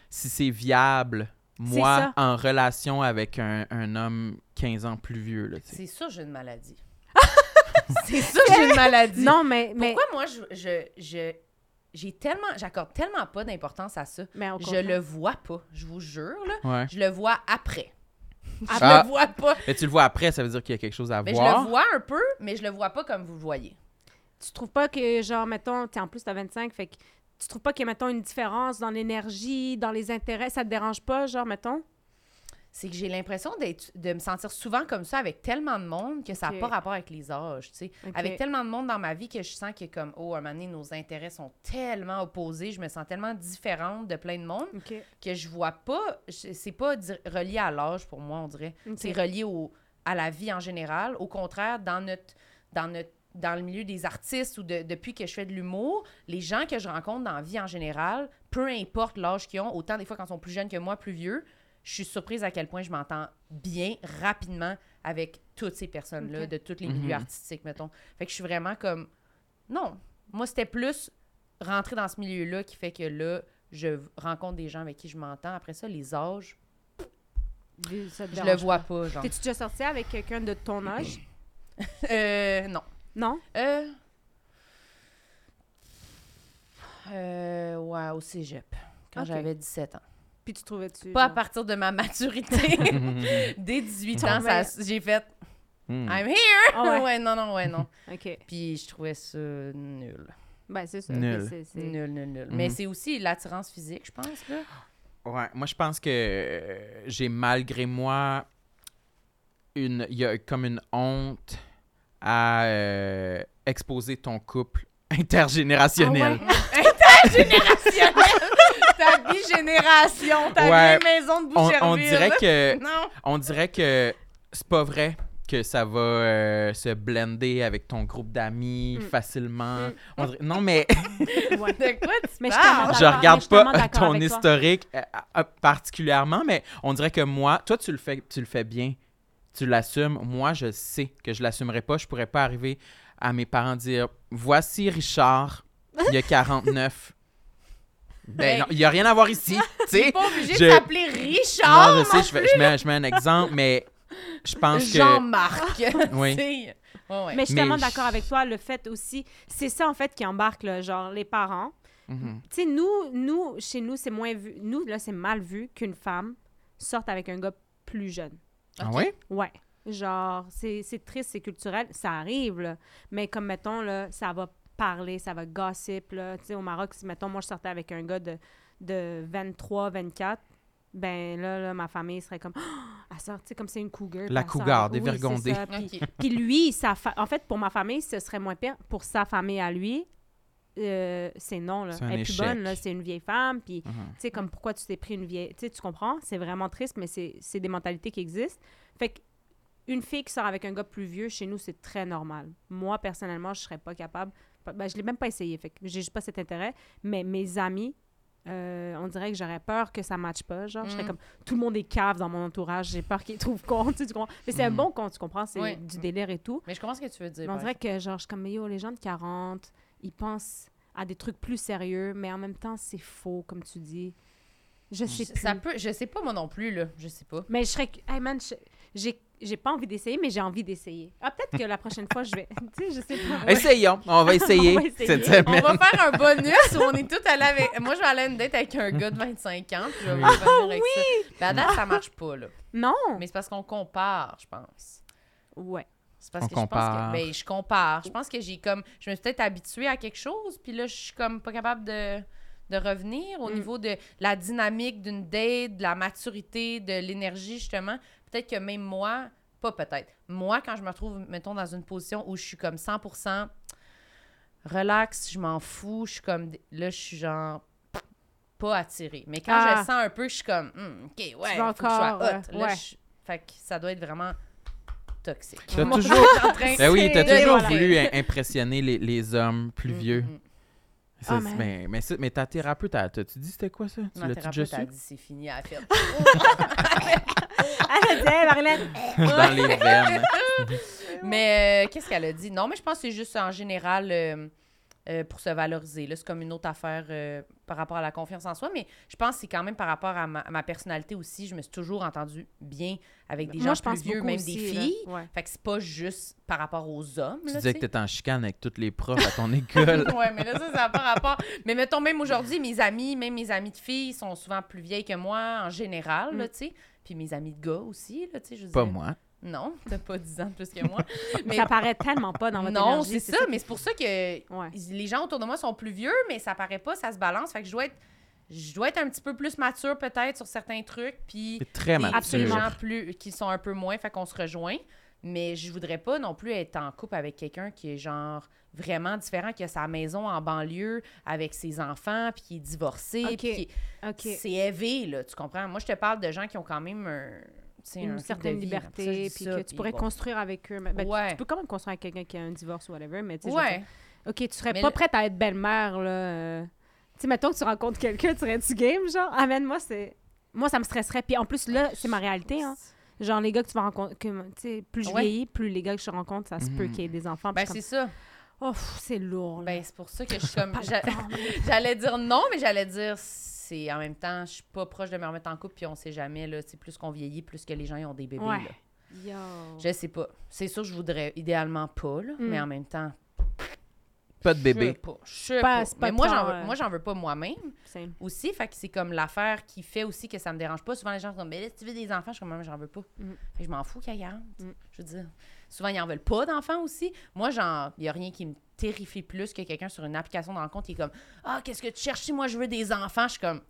Speaker 2: si c'est viable,
Speaker 4: C'est
Speaker 2: moi,
Speaker 4: ça.
Speaker 2: en relation avec un, un homme 15 ans plus vieux. Là, tu sais.
Speaker 1: C'est sûr, j'ai une maladie. c'est sûr, j'ai une maladie.
Speaker 4: Non, mais, mais,
Speaker 1: Pourquoi moi, je, je, je- j'ai tellement, j'accorde tellement pas d'importance à ça.
Speaker 4: mais au
Speaker 1: Je
Speaker 4: contraire.
Speaker 1: le vois pas, je vous jure. Là.
Speaker 2: Ouais.
Speaker 1: Je le vois après. Je
Speaker 2: Ah.
Speaker 1: le vois pas.
Speaker 2: Mais tu le vois après, ça veut dire qu'il y a quelque chose à
Speaker 1: Mais Ben, je
Speaker 2: voir.
Speaker 1: le vois un peu, mais je le vois pas comme vous le voyez.
Speaker 4: Tu trouves pas que, genre, mettons, t'es en plus, t'as 25, fait que tu trouves pas qu'il y a, mettons, une différence dans l'énergie, dans les intérêts, ça te dérange pas, genre, mettons?
Speaker 1: C'est que j'ai l'impression d'être, de me sentir souvent comme ça avec tellement de monde que ça n'a
Speaker 4: Ok.
Speaker 1: pas rapport avec les âges, tu sais.
Speaker 4: Ok.
Speaker 1: Avec tellement de monde dans ma vie que je sens que comme, oh, à un moment donné, nos intérêts sont tellement opposés, je me sens tellement différente de plein de monde
Speaker 4: OK.
Speaker 1: que je vois pas, je- c'est pas di- relié à l'âge pour moi, on dirait.
Speaker 4: Ok.
Speaker 1: C'est relié au, à la vie en général. Au contraire, dans notre, dans notre dans le milieu des artistes ou de- depuis que je fais de l'humour, les gens que je rencontre dans la vie en général, peu importe l'âge qu'ils ont, autant des fois quand ils sont plus jeunes que moi, plus vieux, je suis surprise à quel point je m'entends bien rapidement avec toutes ces personnes-là,
Speaker 4: Ok.
Speaker 1: de tous les
Speaker 2: Mhm.
Speaker 1: milieux artistiques, mettons. Fait que je suis vraiment comme, non, moi c'était plus rentrer dans ce milieu-là qui fait que là, je rencontre des gens avec qui je m'entends. Après ça, les âges,
Speaker 4: Vu- ça te
Speaker 1: je le
Speaker 4: dérange
Speaker 1: vois
Speaker 4: pas.
Speaker 1: pas, genre.
Speaker 4: T'es-tu déjà sortie avec quelqu'un de ton âge?
Speaker 1: Euh, non.
Speaker 4: Non?
Speaker 1: Euh... Euh, ouais, au cégep, quand
Speaker 4: Ok.
Speaker 1: j'avais 17 ans.
Speaker 4: Puis tu trouvais-tu...
Speaker 1: Pas à
Speaker 4: genre-
Speaker 1: partir de ma maturité. Dès 18 ans, ça- j'ai fait «
Speaker 2: Hmm.
Speaker 1: I'm here!
Speaker 4: Ah ouais.
Speaker 1: ouais, non, non, ouais, non.
Speaker 4: OK.
Speaker 1: Puis je trouvais ça nul.
Speaker 4: Ben, c'est ça.
Speaker 2: Nul.
Speaker 4: C'est- c'est-
Speaker 1: Nul, nul, nul. Mais
Speaker 2: Mhm.
Speaker 1: c'est aussi l'attirance physique, je pense, là.
Speaker 2: Ouais, moi je pense que euh, j'ai malgré moi une il y a comme une honte à euh, exposer ton couple
Speaker 4: Ah
Speaker 2: intergénérationnel.
Speaker 1: Intergénérationnel! ta bigénération, ta
Speaker 2: Ouais.
Speaker 1: vieille maison de
Speaker 2: on,
Speaker 1: Boucherville.
Speaker 2: on dirait que
Speaker 1: Non!
Speaker 2: on dirait que c'est pas vrai que ça va euh, se blender avec ton groupe d'amis
Speaker 4: Mm.
Speaker 2: facilement. On dirait- non mais
Speaker 4: Ouais.
Speaker 1: De quoi tu
Speaker 4: Mais je
Speaker 1: parles?
Speaker 4: commence
Speaker 2: je
Speaker 4: D'accord, mais je
Speaker 2: regarde
Speaker 4: suis tellement
Speaker 2: pas
Speaker 4: d'accord
Speaker 2: ton
Speaker 4: avec toi.
Speaker 2: historique euh, euh, particulièrement, mais on dirait que moi, toi, tu le fais, tu le fais bien. Tu l'assumes. Moi, je sais que je l'assumerai pas. Je pourrais pas arriver à mes parents dire Voici Richard, il a 49. ben
Speaker 1: Hey.
Speaker 2: non, il y a rien à voir ici. tu
Speaker 1: T'es
Speaker 2: sais.
Speaker 1: pas obligé
Speaker 2: je-
Speaker 1: de t'appeler Richard!
Speaker 2: non, je sais, je, fais- je mets, je mets un exemple, mais je pense que.
Speaker 1: Jean-Marc.
Speaker 2: Oui.
Speaker 1: Tu sais. Ouais, ouais.
Speaker 4: Mais je suis
Speaker 2: Mais
Speaker 4: tellement
Speaker 2: je-
Speaker 4: d'accord avec toi. Le fait aussi... C'est ça, en fait, qui embarque, là, genre, les parents.
Speaker 2: Mhm.
Speaker 4: Tu sais, nous, nous, chez nous, c'est moins vu... Nous, là, c'est mal vu qu'une femme sorte avec un gars plus jeune.
Speaker 2: Ah
Speaker 1: Ok.
Speaker 2: ouais?
Speaker 4: Ouais. Genre, c'est c'est triste, c'est culturel, ça arrive, là. Mais comme, mettons, là, ça va parler, ça va gossip, là. Tu sais, au Maroc, si, mettons, moi, je sortais avec un gars de, de 23, 24, ben là, là, ma famille serait comme... Ah, elle sort, tu sais, comme c'est une cougar. puis
Speaker 2: La
Speaker 4: elle sort
Speaker 2: cougar,
Speaker 4: avec-
Speaker 2: des
Speaker 4: Oui, c'est
Speaker 2: Virgondés.
Speaker 4: ça. Puis,
Speaker 1: Ok.
Speaker 4: puis lui, sa fa- en fait, pour ma famille, ce serait moins pire. Pour sa famille à lui... euh, c'est non, là.
Speaker 2: C'est un
Speaker 4: Elle est plus
Speaker 2: échec.
Speaker 4: bonne, là. C'est une vieille femme, puis
Speaker 2: Mhm.
Speaker 4: tu sais, comme pourquoi tu t'es pris une vieille. Tu sais, tu comprends? C'est vraiment triste, mais c'est c'est des mentalités qui existent. Fait que une fille qui sort avec un gars plus vieux, chez nous, c'est très normal. Moi, personnellement, je serais pas capable. Ben, je l'ai même pas essayé, fait que j'ai juste pas cet intérêt. Mais mes amis, euh, on dirait que j'aurais peur que ça matche pas. Genre, je serais
Speaker 1: Mm.
Speaker 4: comme tout le monde est cave dans mon entourage, j'ai peur qu'ils trouvent con. tu sais, tu comprends? Mais c'est un
Speaker 2: Mm.
Speaker 4: bon con, tu comprends? C'est
Speaker 1: Ouais.
Speaker 4: du délire et tout.
Speaker 1: Mais je comprends ce que tu veux dire.
Speaker 4: Mais on
Speaker 1: par
Speaker 4: dirait que, genre, je suis comme, yo, les gens de 40, ils pensent à des trucs plus sérieux, mais en même temps, c'est faux, comme tu dis. Je sais
Speaker 1: exemple.
Speaker 4: plus.
Speaker 1: ça peut, je sais pas moi non plus là, je sais pas.
Speaker 4: Mais je serais... cu- Hey, man, je- j'ai... j'ai pas envie d'essayer, mais j'ai envie d'essayer. Ah, peut-être que la prochaine fois, je vais... tu sais, je sais pas.
Speaker 2: Mhm. Essayons. On va essayer,
Speaker 4: On va essayer.
Speaker 2: cette
Speaker 1: On
Speaker 2: semaine.
Speaker 1: va faire un bonus où on est tous allés avec. Moi, je vais aller à une date avec un gars de 25 ans. Puis je vais vous
Speaker 4: Ah
Speaker 1: revenir avec ça. Ben, à date, ça marche pas, là.
Speaker 4: Non!
Speaker 1: Mais c'est parce qu'on compare, je pense.
Speaker 4: Ouais.
Speaker 1: C'est parce
Speaker 2: On
Speaker 1: que
Speaker 2: compare.
Speaker 1: je pense que. Ben, je compare. Je pense que j'ai comme. Je me suis peut-être habituée à quelque chose, puis là, je suis comme pas capable de, de revenir au
Speaker 4: Mm.
Speaker 1: niveau de la dynamique d'une date, de la maturité, de l'énergie, justement. Peut-être que même moi, pas peut-être, moi, quand je me retrouve, mettons, dans une position où je suis comme 100% relax, je m'en fous, je suis comme. Là, je suis genre pas attirée. Mais quand
Speaker 4: Ah.
Speaker 1: je sens un peu, je suis comme, Hmm, OK, ouais, faut
Speaker 4: vas
Speaker 1: que je sois
Speaker 4: encore, euh,
Speaker 1: hot. Là,
Speaker 4: ouais.
Speaker 1: je- fait que ça doit être vraiment toxique.
Speaker 2: T'as
Speaker 1: Moi,
Speaker 2: toujours-
Speaker 1: je suis en train-
Speaker 2: Ben oui, t'as
Speaker 1: C'est-
Speaker 2: toujours
Speaker 1: voilà.
Speaker 2: voulu im- impressionner les, les hommes plus
Speaker 4: Mhm.
Speaker 1: Mm,
Speaker 2: vieux.
Speaker 1: mm.
Speaker 2: C'est-
Speaker 4: Ah, man.
Speaker 2: mais, mais, c'est- mais ta thérapeute, elle t'a- tu dis c'était quoi ça? Tu
Speaker 1: Ma
Speaker 2: l'as-tu déjà
Speaker 1: thérapeute a
Speaker 2: su?
Speaker 1: dit c'est fini à faire.
Speaker 4: Ah, elle dit, Hey, Marilyn!
Speaker 2: Dans les veines.
Speaker 1: mais euh, qu'est-ce qu'elle a dit? Non, mais je pense que c'est juste en général euh, euh, pour se valoriser. là. C'est comme une autre affaire euh, par rapport à la confiance en soi, mais je pense que c'est quand même par rapport à ma, à ma personnalité aussi. Je me suis toujours entendue bien avec des
Speaker 4: Moi,
Speaker 1: gens
Speaker 4: je pense
Speaker 1: plus vieux,
Speaker 4: beaucoup
Speaker 1: même
Speaker 4: aussi,
Speaker 1: des
Speaker 4: là.
Speaker 1: filles.
Speaker 4: Ouais.
Speaker 1: Fait que c'est pas juste par rapport aux hommes.
Speaker 2: Tu
Speaker 1: là,
Speaker 2: disais
Speaker 1: tu
Speaker 2: que
Speaker 1: sais.
Speaker 2: t'étais en chicane avec toutes les profs à ton école.
Speaker 1: ouais, mais là, ça, ça n'a pas rapport. Mais mettons, même aujourd'hui, mes amis, même mes amis de filles sont souvent plus vieilles que moi en général, là,
Speaker 4: Mm.
Speaker 1: tu sais. Puis mes amis de gars aussi, là, tu sais, je veux
Speaker 2: Pas
Speaker 1: dire-
Speaker 2: moi.
Speaker 1: Non, t'as pas 10 ans de plus que moi. mais
Speaker 4: Ça paraît tellement pas dans votre
Speaker 1: non,
Speaker 4: énergie,
Speaker 1: c'est ça, mais c'est pour ça que
Speaker 4: Ouais.
Speaker 1: les gens autour de moi sont plus vieux, mais ça paraît pas, ça se balance. Fait que je dois être, je dois être un petit peu plus mature peut-être sur certains trucs, puis
Speaker 2: C'est très
Speaker 1: des-
Speaker 2: mature.
Speaker 1: des
Speaker 4: Absolument.
Speaker 1: gens plus, qui sont un peu moins, fait qu'on se rejoint. Mais je voudrais pas non plus être en couple avec quelqu'un qui est genre vraiment différent, qui a sa maison en banlieue avec ses enfants, puis qui est divorcé, puis
Speaker 4: Ok,
Speaker 1: qui-
Speaker 4: OK.
Speaker 1: c'est élevé, là, tu comprends? Moi, je te parle de gens qui ont quand même un, tu sais, un
Speaker 4: Une
Speaker 1: rythme
Speaker 4: certaine
Speaker 1: de vie, après ça, je
Speaker 4: liberté,
Speaker 1: dis
Speaker 4: puis
Speaker 1: ça,
Speaker 4: que tu pourrais
Speaker 1: bon.
Speaker 4: construire avec eux. mais- ben, tu-
Speaker 1: Ouais.
Speaker 4: Tu peux quand même construire avec quelqu'un qui a un divorce ou whatever, mais tu sais, je veux dire,
Speaker 1: Ouais.
Speaker 4: OK, tu serais
Speaker 1: Mais
Speaker 4: pas
Speaker 1: le-
Speaker 4: prête à être belle-mère, là. euh, Tu sais, mettons que tu rencontres quelqu'un, tu serais-tu game, genre? Amène-moi, c'est... Moi, ça me stresserait. Puis en plus, là, c'est ma réalité, hein. Genre, les gars que tu vas rencontrer, que, tu sais, plus je
Speaker 1: Ouais.
Speaker 4: vieillis, plus les gars que je rencontre, ça se peut
Speaker 2: Mhm.
Speaker 4: qu'il y ait des enfants.
Speaker 1: Ben,
Speaker 4: Puis je
Speaker 1: c'est
Speaker 4: suis
Speaker 1: ça.
Speaker 4: comme, oh, pff, c'est lourd, là.
Speaker 1: Ben, c'est pour ça que je suis comme.
Speaker 4: Pas le
Speaker 1: j'a-
Speaker 4: temps, man.
Speaker 1: J'allais dire non, mais j'allais dire c'est- c'est en même temps, je suis pas proche de me remettre en couple, puis on sait jamais, là, c'est plus qu'on vieillit, plus que les gens ils ont des bébés,
Speaker 4: Ouais.
Speaker 1: là.
Speaker 4: Yo.
Speaker 1: Je sais pas. C'est sûr, je voudrais idéalement pas, là,
Speaker 4: Mm.
Speaker 1: mais en même temps,
Speaker 2: Pas de
Speaker 1: je sais
Speaker 2: bébé.
Speaker 1: pas. Je sais
Speaker 4: Pas-
Speaker 1: pas.
Speaker 4: c'est pas
Speaker 1: Mais moi,
Speaker 4: tant,
Speaker 1: j'en
Speaker 4: euh,
Speaker 1: veux, moi, j'en veux pas moi-même
Speaker 4: Same.
Speaker 1: aussi. Fait que c'est comme l'affaire qui fait aussi que ça me dérange pas. Souvent, les gens sont comme, mais là, si tu veux des enfants, je suis comme, Maman, j'en veux pas.
Speaker 4: Mm.
Speaker 1: Fait que je m'en fous qu'il y ait 40.
Speaker 4: Mm.
Speaker 1: Je veux dire, souvent, ils en veulent pas d'enfants aussi. Moi, genre, il y a rien qui me terrifie plus que quelqu'un sur une application de rencontre qui est comme, ah, qu'est-ce que tu cherches? Si moi, je veux des enfants, je suis comme,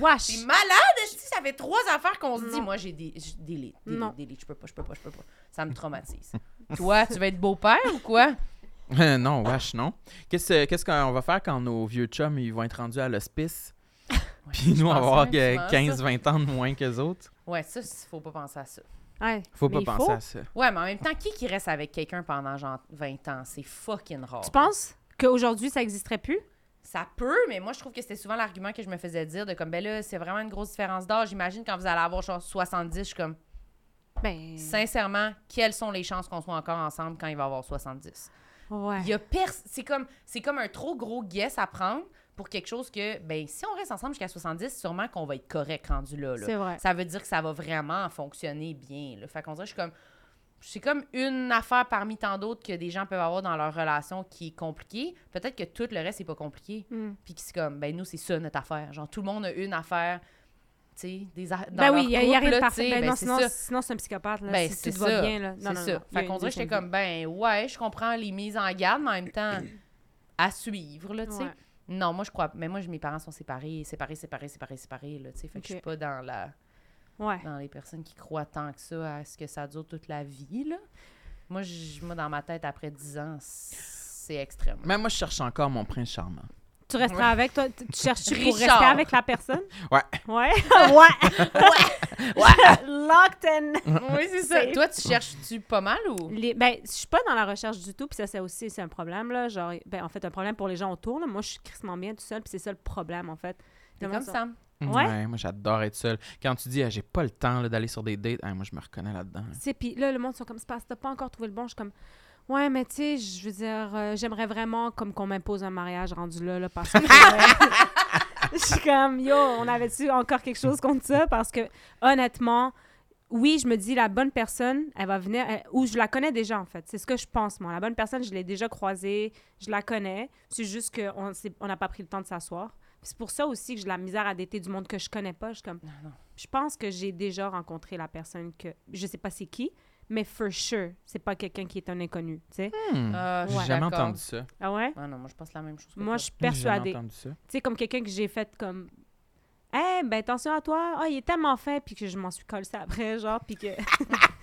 Speaker 4: Wesh!
Speaker 1: c'est malade, esti, ça fait trois affaires qu'on se dit.
Speaker 4: Non.
Speaker 1: Moi, j'ai des j- délite, délite,
Speaker 4: Non.
Speaker 1: délite, je peux pas, je peux pas, je peux pas. Ça me traumatise. Toi, tu vas être beau-père ou quoi?
Speaker 2: non, wesh, non. Qu'est-ce euh, qu'est-ce qu'on va faire quand nos vieux chums ils vont être rendus à l'hospice? Puis nous, on va
Speaker 1: pense
Speaker 2: avoir
Speaker 1: même souvent à ça.
Speaker 2: 15-20 ans de moins qu'eux autres.
Speaker 1: Ouais, ça, c- faut pas penser à ça.
Speaker 4: Ouais,
Speaker 2: Faut
Speaker 4: mais
Speaker 2: pas
Speaker 4: il
Speaker 2: penser
Speaker 4: faut.
Speaker 2: à ça.
Speaker 1: Ouais, mais en même temps, qui qui reste avec quelqu'un pendant genre 20 ans? C'est fucking rare.
Speaker 4: Tu penses qu'aujourd'hui, ça n'existerait plus?
Speaker 1: Ça peut, mais moi, je trouve que c'était souvent l'argument que je me faisais dire de comme, ben là, c'est vraiment une grosse différence d'âge. J'imagine quand vous allez avoir genre 70, je suis comme,
Speaker 4: Ben.
Speaker 1: sincèrement, quelles sont les chances qu'on soit encore ensemble quand il va avoir 70?
Speaker 4: Ouais.
Speaker 1: Il y a pers- c'est comme c'est comme un trop gros guess à prendre pour quelque chose que ben si on reste ensemble jusqu'à 70, sûrement qu'on va être correct rendu là. là.
Speaker 4: C'est vrai.
Speaker 1: Ça veut dire que ça va vraiment fonctionner bien. Là. Fait qu'on dirait que je suis comme c'est comme une affaire parmi tant d'autres que des gens peuvent avoir dans leur relation qui est compliquée. Peut-être que tout le reste n'est pas compliqué.
Speaker 4: Mm.
Speaker 1: Puis que c'est comme ben nous c'est ça notre affaire. Genre tout le monde a une affaire, tu sais, des a- dans
Speaker 4: Ben
Speaker 1: leur
Speaker 4: oui, il y a- il
Speaker 1: couple,
Speaker 4: y a rien de
Speaker 1: là,
Speaker 4: parfait.
Speaker 1: tu sais,
Speaker 4: Ben
Speaker 1: ben,
Speaker 4: non,
Speaker 1: c'est
Speaker 4: sinon,
Speaker 1: ça.
Speaker 4: sinon c'est un psychopathe. Là,
Speaker 1: Ben,
Speaker 4: si
Speaker 1: c'est
Speaker 4: tout
Speaker 1: ça.
Speaker 4: va bien. Là. Non,
Speaker 1: C'est
Speaker 4: non,
Speaker 1: ça.
Speaker 4: non. Il y a
Speaker 1: Fait qu'on
Speaker 4: une
Speaker 1: dirait que j'étais
Speaker 4: leçon de
Speaker 1: comme, ben ouais, je comprends les mises en garde, mais en même temps, à suivre, là, tu sais.
Speaker 4: Ouais.
Speaker 1: Non, moi, je crois. Mais moi, je- mes parents sont séparés, séparés, séparés, séparés, séparés, là, tu sais. Fait que je suis
Speaker 4: Ok.
Speaker 1: pas dans, la,
Speaker 4: vie. Ouais.
Speaker 1: dans les personnes qui croient tant que ça à ce que ça dure toute la vie, là. Moi, je- moi dans ma tête, après 10 ans, c'est extrême.
Speaker 2: Mais moi, je cherche encore mon prince charmant.
Speaker 4: Tu resteras avec toi. Tu tu cherches pour rester
Speaker 1: Richard.
Speaker 4: avec la personne?
Speaker 2: Ouais.
Speaker 4: Ouais. ouais. ouais. Locked in.
Speaker 1: oui, c'est ça. Toi, tu cherches-tu pas mal ou.
Speaker 4: Les- ben, je suis pas dans la recherche du tout, puis ça, c'est aussi c'est un problème, là. Genre, ben, en fait, un problème pour les gens autour, là. Moi, je suis crissement bien tout seul, puis c'est ça le problème, en fait.
Speaker 1: T'es comme
Speaker 4: Le monde sont-
Speaker 1: ça.
Speaker 4: Ouais.
Speaker 2: moi, j'adore être seule. Quand tu dis, Ah, j'ai pas le temps là, d'aller sur des dates, Ah, moi, je me reconnais là-dedans. là.
Speaker 4: Tu sais, puis là, le monde sont comme, c'est parce que t'as pas encore trouvé le bon. Je suis comme, ouais, mais tu sais, je veux dire, euh, j'aimerais vraiment comme qu'on m'impose un mariage rendu là, là, parce que... Je suis comme, yo, on avait-tu encore quelque chose contre ça? Parce que, honnêtement, oui, je me dis, la bonne personne, elle va venir, elle- ou je la connais déjà, en fait. C'est ce que je pense, moi. La bonne personne, je l'ai déjà croisée, je la connais. C'est juste qu'on on n'a pas pris le temps de s'asseoir. C'est pour ça aussi que j'ai de la misère à dater du monde que je connais pas. Je suis comme, je pense que j'ai déjà rencontré la personne que, je sais pas c'est qui, mais for sure, c'est pas quelqu'un qui est un inconnu, tu sais.
Speaker 2: Hmm.
Speaker 1: Ah, je
Speaker 2: J'ai
Speaker 1: suis
Speaker 2: jamais
Speaker 1: d'accord.
Speaker 2: entendu ça.
Speaker 4: Ah ouais?
Speaker 1: Ah non, moi, je pense la même chose. que
Speaker 4: Moi,
Speaker 1: toi.
Speaker 4: je suis
Speaker 2: J'ai jamais
Speaker 4: persuadée
Speaker 2: entendu ça.
Speaker 4: tu sais, comme quelqu'un que j'ai fait comme. Hey, ben attention à toi. Ah, il est tellement fin. Puis que je m'en suis collée après, genre. Puis que.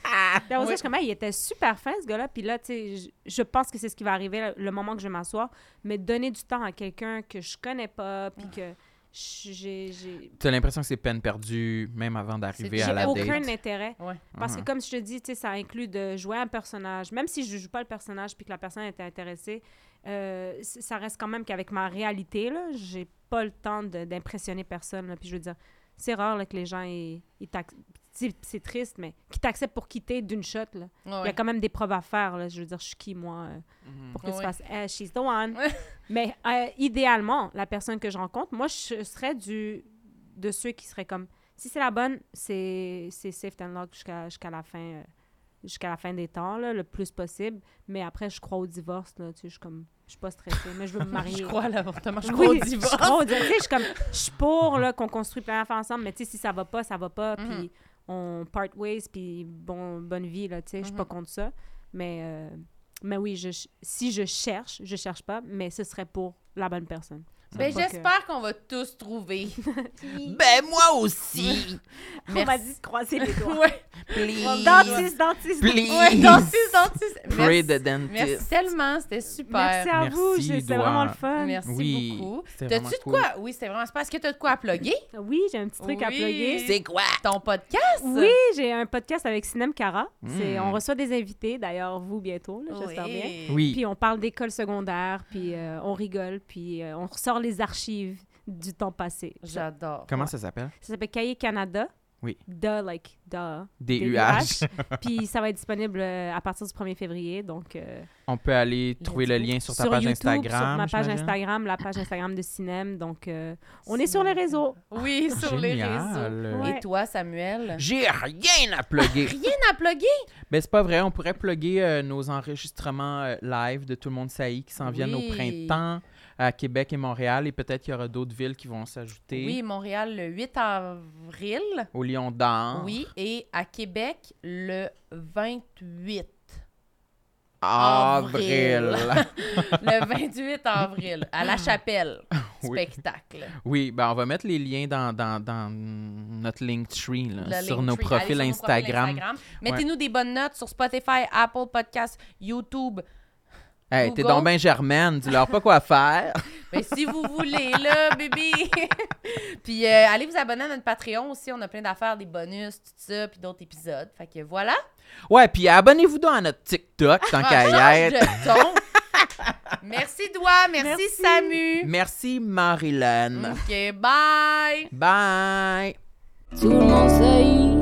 Speaker 4: Puis après ça, je suis comme, Hey, il était super fin, ce gars-là. Puis là, tu sais, je- je pense que c'est ce qui va arriver là, le moment que je vais m'asseoir. Mais donner du temps à quelqu'un que je connais pas. Puis
Speaker 2: Ah.
Speaker 4: que je- j'ai. j'ai-
Speaker 2: T'as l'impression que c'est peine perdue, même avant d'arriver
Speaker 1: C'est-
Speaker 2: à
Speaker 4: J'ai
Speaker 2: la
Speaker 4: aucun
Speaker 2: date.
Speaker 4: intérêt.
Speaker 1: Ouais.
Speaker 4: Parce que,
Speaker 2: Mhm.
Speaker 4: comme je te dis, tu sais, ça inclut de jouer un personnage. Même si je joue pas le personnage puis que la personne était intéressée, euh, c- ça reste quand même qu'avec ma réalité, là, j'ai pas le temps de- d'impressionner personne. là. Puis je veux dire, c'est rare là, que les gens, ils, ils t'ac- c'est- c'est triste, mais qui t'acceptent pour quitter d'une shot. là.
Speaker 1: Ouais,
Speaker 4: Il y a
Speaker 1: ouais.
Speaker 4: quand même des preuves à faire. Là. Je veux dire, je suis qui, moi, euh,
Speaker 2: Mhm.
Speaker 4: pour que tu
Speaker 1: Ouais.
Speaker 4: fasses Eh, she's the one Mais euh, idéalement, la personne que je rencontre, moi, je serais du, de ceux qui seraient comme si c'est la bonne, c'est c'est safe and lock jusqu'à jusqu'à la fin. euh, jusqu'à la fin des temps, là, le plus possible. Mais après, je crois au divorce, là, tu sais, je suis comme... Je suis pas stressée, mais je veux me marier.
Speaker 1: Je crois à l'avortement, je crois
Speaker 4: Ah Oui,
Speaker 1: au divorce.
Speaker 4: Je crois au divorce. Tu sais, je suis comme... Je suis pour, là, qu'on construit plein d'affaires ensemble, mais tu sais, si ça va pas, ça va pas,
Speaker 1: Mm-hmm.
Speaker 4: puis on part ways, puis bon, bonne vie, là, tu sais, je suis
Speaker 1: Mm-hmm.
Speaker 4: pas contre ça. Mais, euh, mais oui, je, ch- si je cherche, je cherche pas, mais ce serait pour la bonne personne.
Speaker 1: Ben,
Speaker 4: Pas que-
Speaker 1: j'espère qu'on va tous trouver.
Speaker 2: Ben, moi aussi!
Speaker 4: On m'a dit de croiser les doigts.
Speaker 1: Ouais.
Speaker 2: Please!
Speaker 4: dentiste, dentiste.
Speaker 1: Ouais,
Speaker 2: Please!
Speaker 1: dentiste, dentiste.
Speaker 2: Pray
Speaker 1: Merci,
Speaker 2: the dentist.
Speaker 1: merci tellement, c'était
Speaker 4: Merci
Speaker 1: super.
Speaker 4: à
Speaker 2: Merci,
Speaker 4: vous, j'ai- c'est
Speaker 2: Doigt.
Speaker 4: vraiment le fun.
Speaker 1: Merci
Speaker 2: Oui,
Speaker 1: beaucoup.
Speaker 2: c'était vraiment
Speaker 1: T'as-tu de
Speaker 2: cool.
Speaker 1: quoi? Oui, c'était vraiment super. Est-ce que t'as de quoi à plugger?
Speaker 4: Oui, j'ai un petit truc à
Speaker 1: Oui.
Speaker 4: plugger.
Speaker 1: C'est
Speaker 2: quoi?
Speaker 1: Ton podcast?
Speaker 4: Oui, j'ai un podcast avec Sinem Cara. C'est-
Speaker 2: Mm.
Speaker 4: On reçoit des invités, d'ailleurs, vous bientôt, là, j'espère bien.
Speaker 1: Oui.
Speaker 2: Oui.
Speaker 4: Puis on parle d'école secondaire, puis euh, on rigole, puis euh, on ressort les archives du temps passé. Ça
Speaker 1: J'adore.
Speaker 2: Comment ça s'appelle?
Speaker 4: s'appelle Cahier Canada.
Speaker 2: Oui.
Speaker 4: Duh, like, duh.
Speaker 2: D-U-H.
Speaker 4: Puis ça va être disponible euh, à partir du 1er février. Donc, euh,
Speaker 2: On peut aller trouver le
Speaker 1: go.
Speaker 2: lien sur ta page
Speaker 4: YouTube,
Speaker 2: Instagram.
Speaker 4: Sur ma page
Speaker 2: j'imagine.
Speaker 4: Instagram, la page Instagram de Cinem. Donc, euh, on
Speaker 1: Cinem.
Speaker 4: est sur les réseaux.
Speaker 1: Oui, sur les réseaux.
Speaker 2: Ah, Génial.
Speaker 4: Ouais.
Speaker 1: Et toi, Samuel?
Speaker 2: J'ai rien à plugger.
Speaker 1: Rien à plugger?
Speaker 2: Mais c'est pas vrai, on pourrait plugger euh, nos enregistrements euh, live de Tout le monde saillit qui s'en viennent au
Speaker 1: Oui.
Speaker 2: printemps à Québec et Montréal et peut-être qu'il y aura d'autres villes qui vont s'ajouter
Speaker 1: Oui, Montréal le 8 avril.
Speaker 2: au Lion d'Or.
Speaker 1: Oui, et à Québec le 28.
Speaker 2: Avril.
Speaker 1: le 28 avril, à La Chapelle,
Speaker 2: Ah, Oui.
Speaker 1: spectacle.
Speaker 2: oui, ben on va mettre les liens dans, dans, dans notre Linktree là,
Speaker 1: Le
Speaker 2: sur
Speaker 1: Linktree.
Speaker 2: nos
Speaker 1: Allez
Speaker 2: profils
Speaker 1: sur nos
Speaker 2: Instagram.
Speaker 1: Instagram. Mettez-nous des bonnes notes sur Spotify, Apple Podcasts, YouTube.
Speaker 2: Hey, t'es
Speaker 1: Google.
Speaker 2: donc bien germaine, dis-leur pas quoi faire.
Speaker 1: Mais si vous voulez, là, bébé. Puis euh, allez vous abonner à notre Patreon aussi. On a plein d'affaires, des bonus, tout ça, puis d'autres épisodes. Fait que voilà.
Speaker 2: Ouais, puis abonnez-vous donc à notre TikTok tant qu'à y
Speaker 1: Ah, change
Speaker 2: être.
Speaker 1: de ton. Merci, Doua. Merci,
Speaker 4: Merci.
Speaker 1: Samu.
Speaker 2: Merci Marilyn.
Speaker 1: Mm. OK, bye.
Speaker 2: Bye.
Speaker 3: Tout le monde saillit.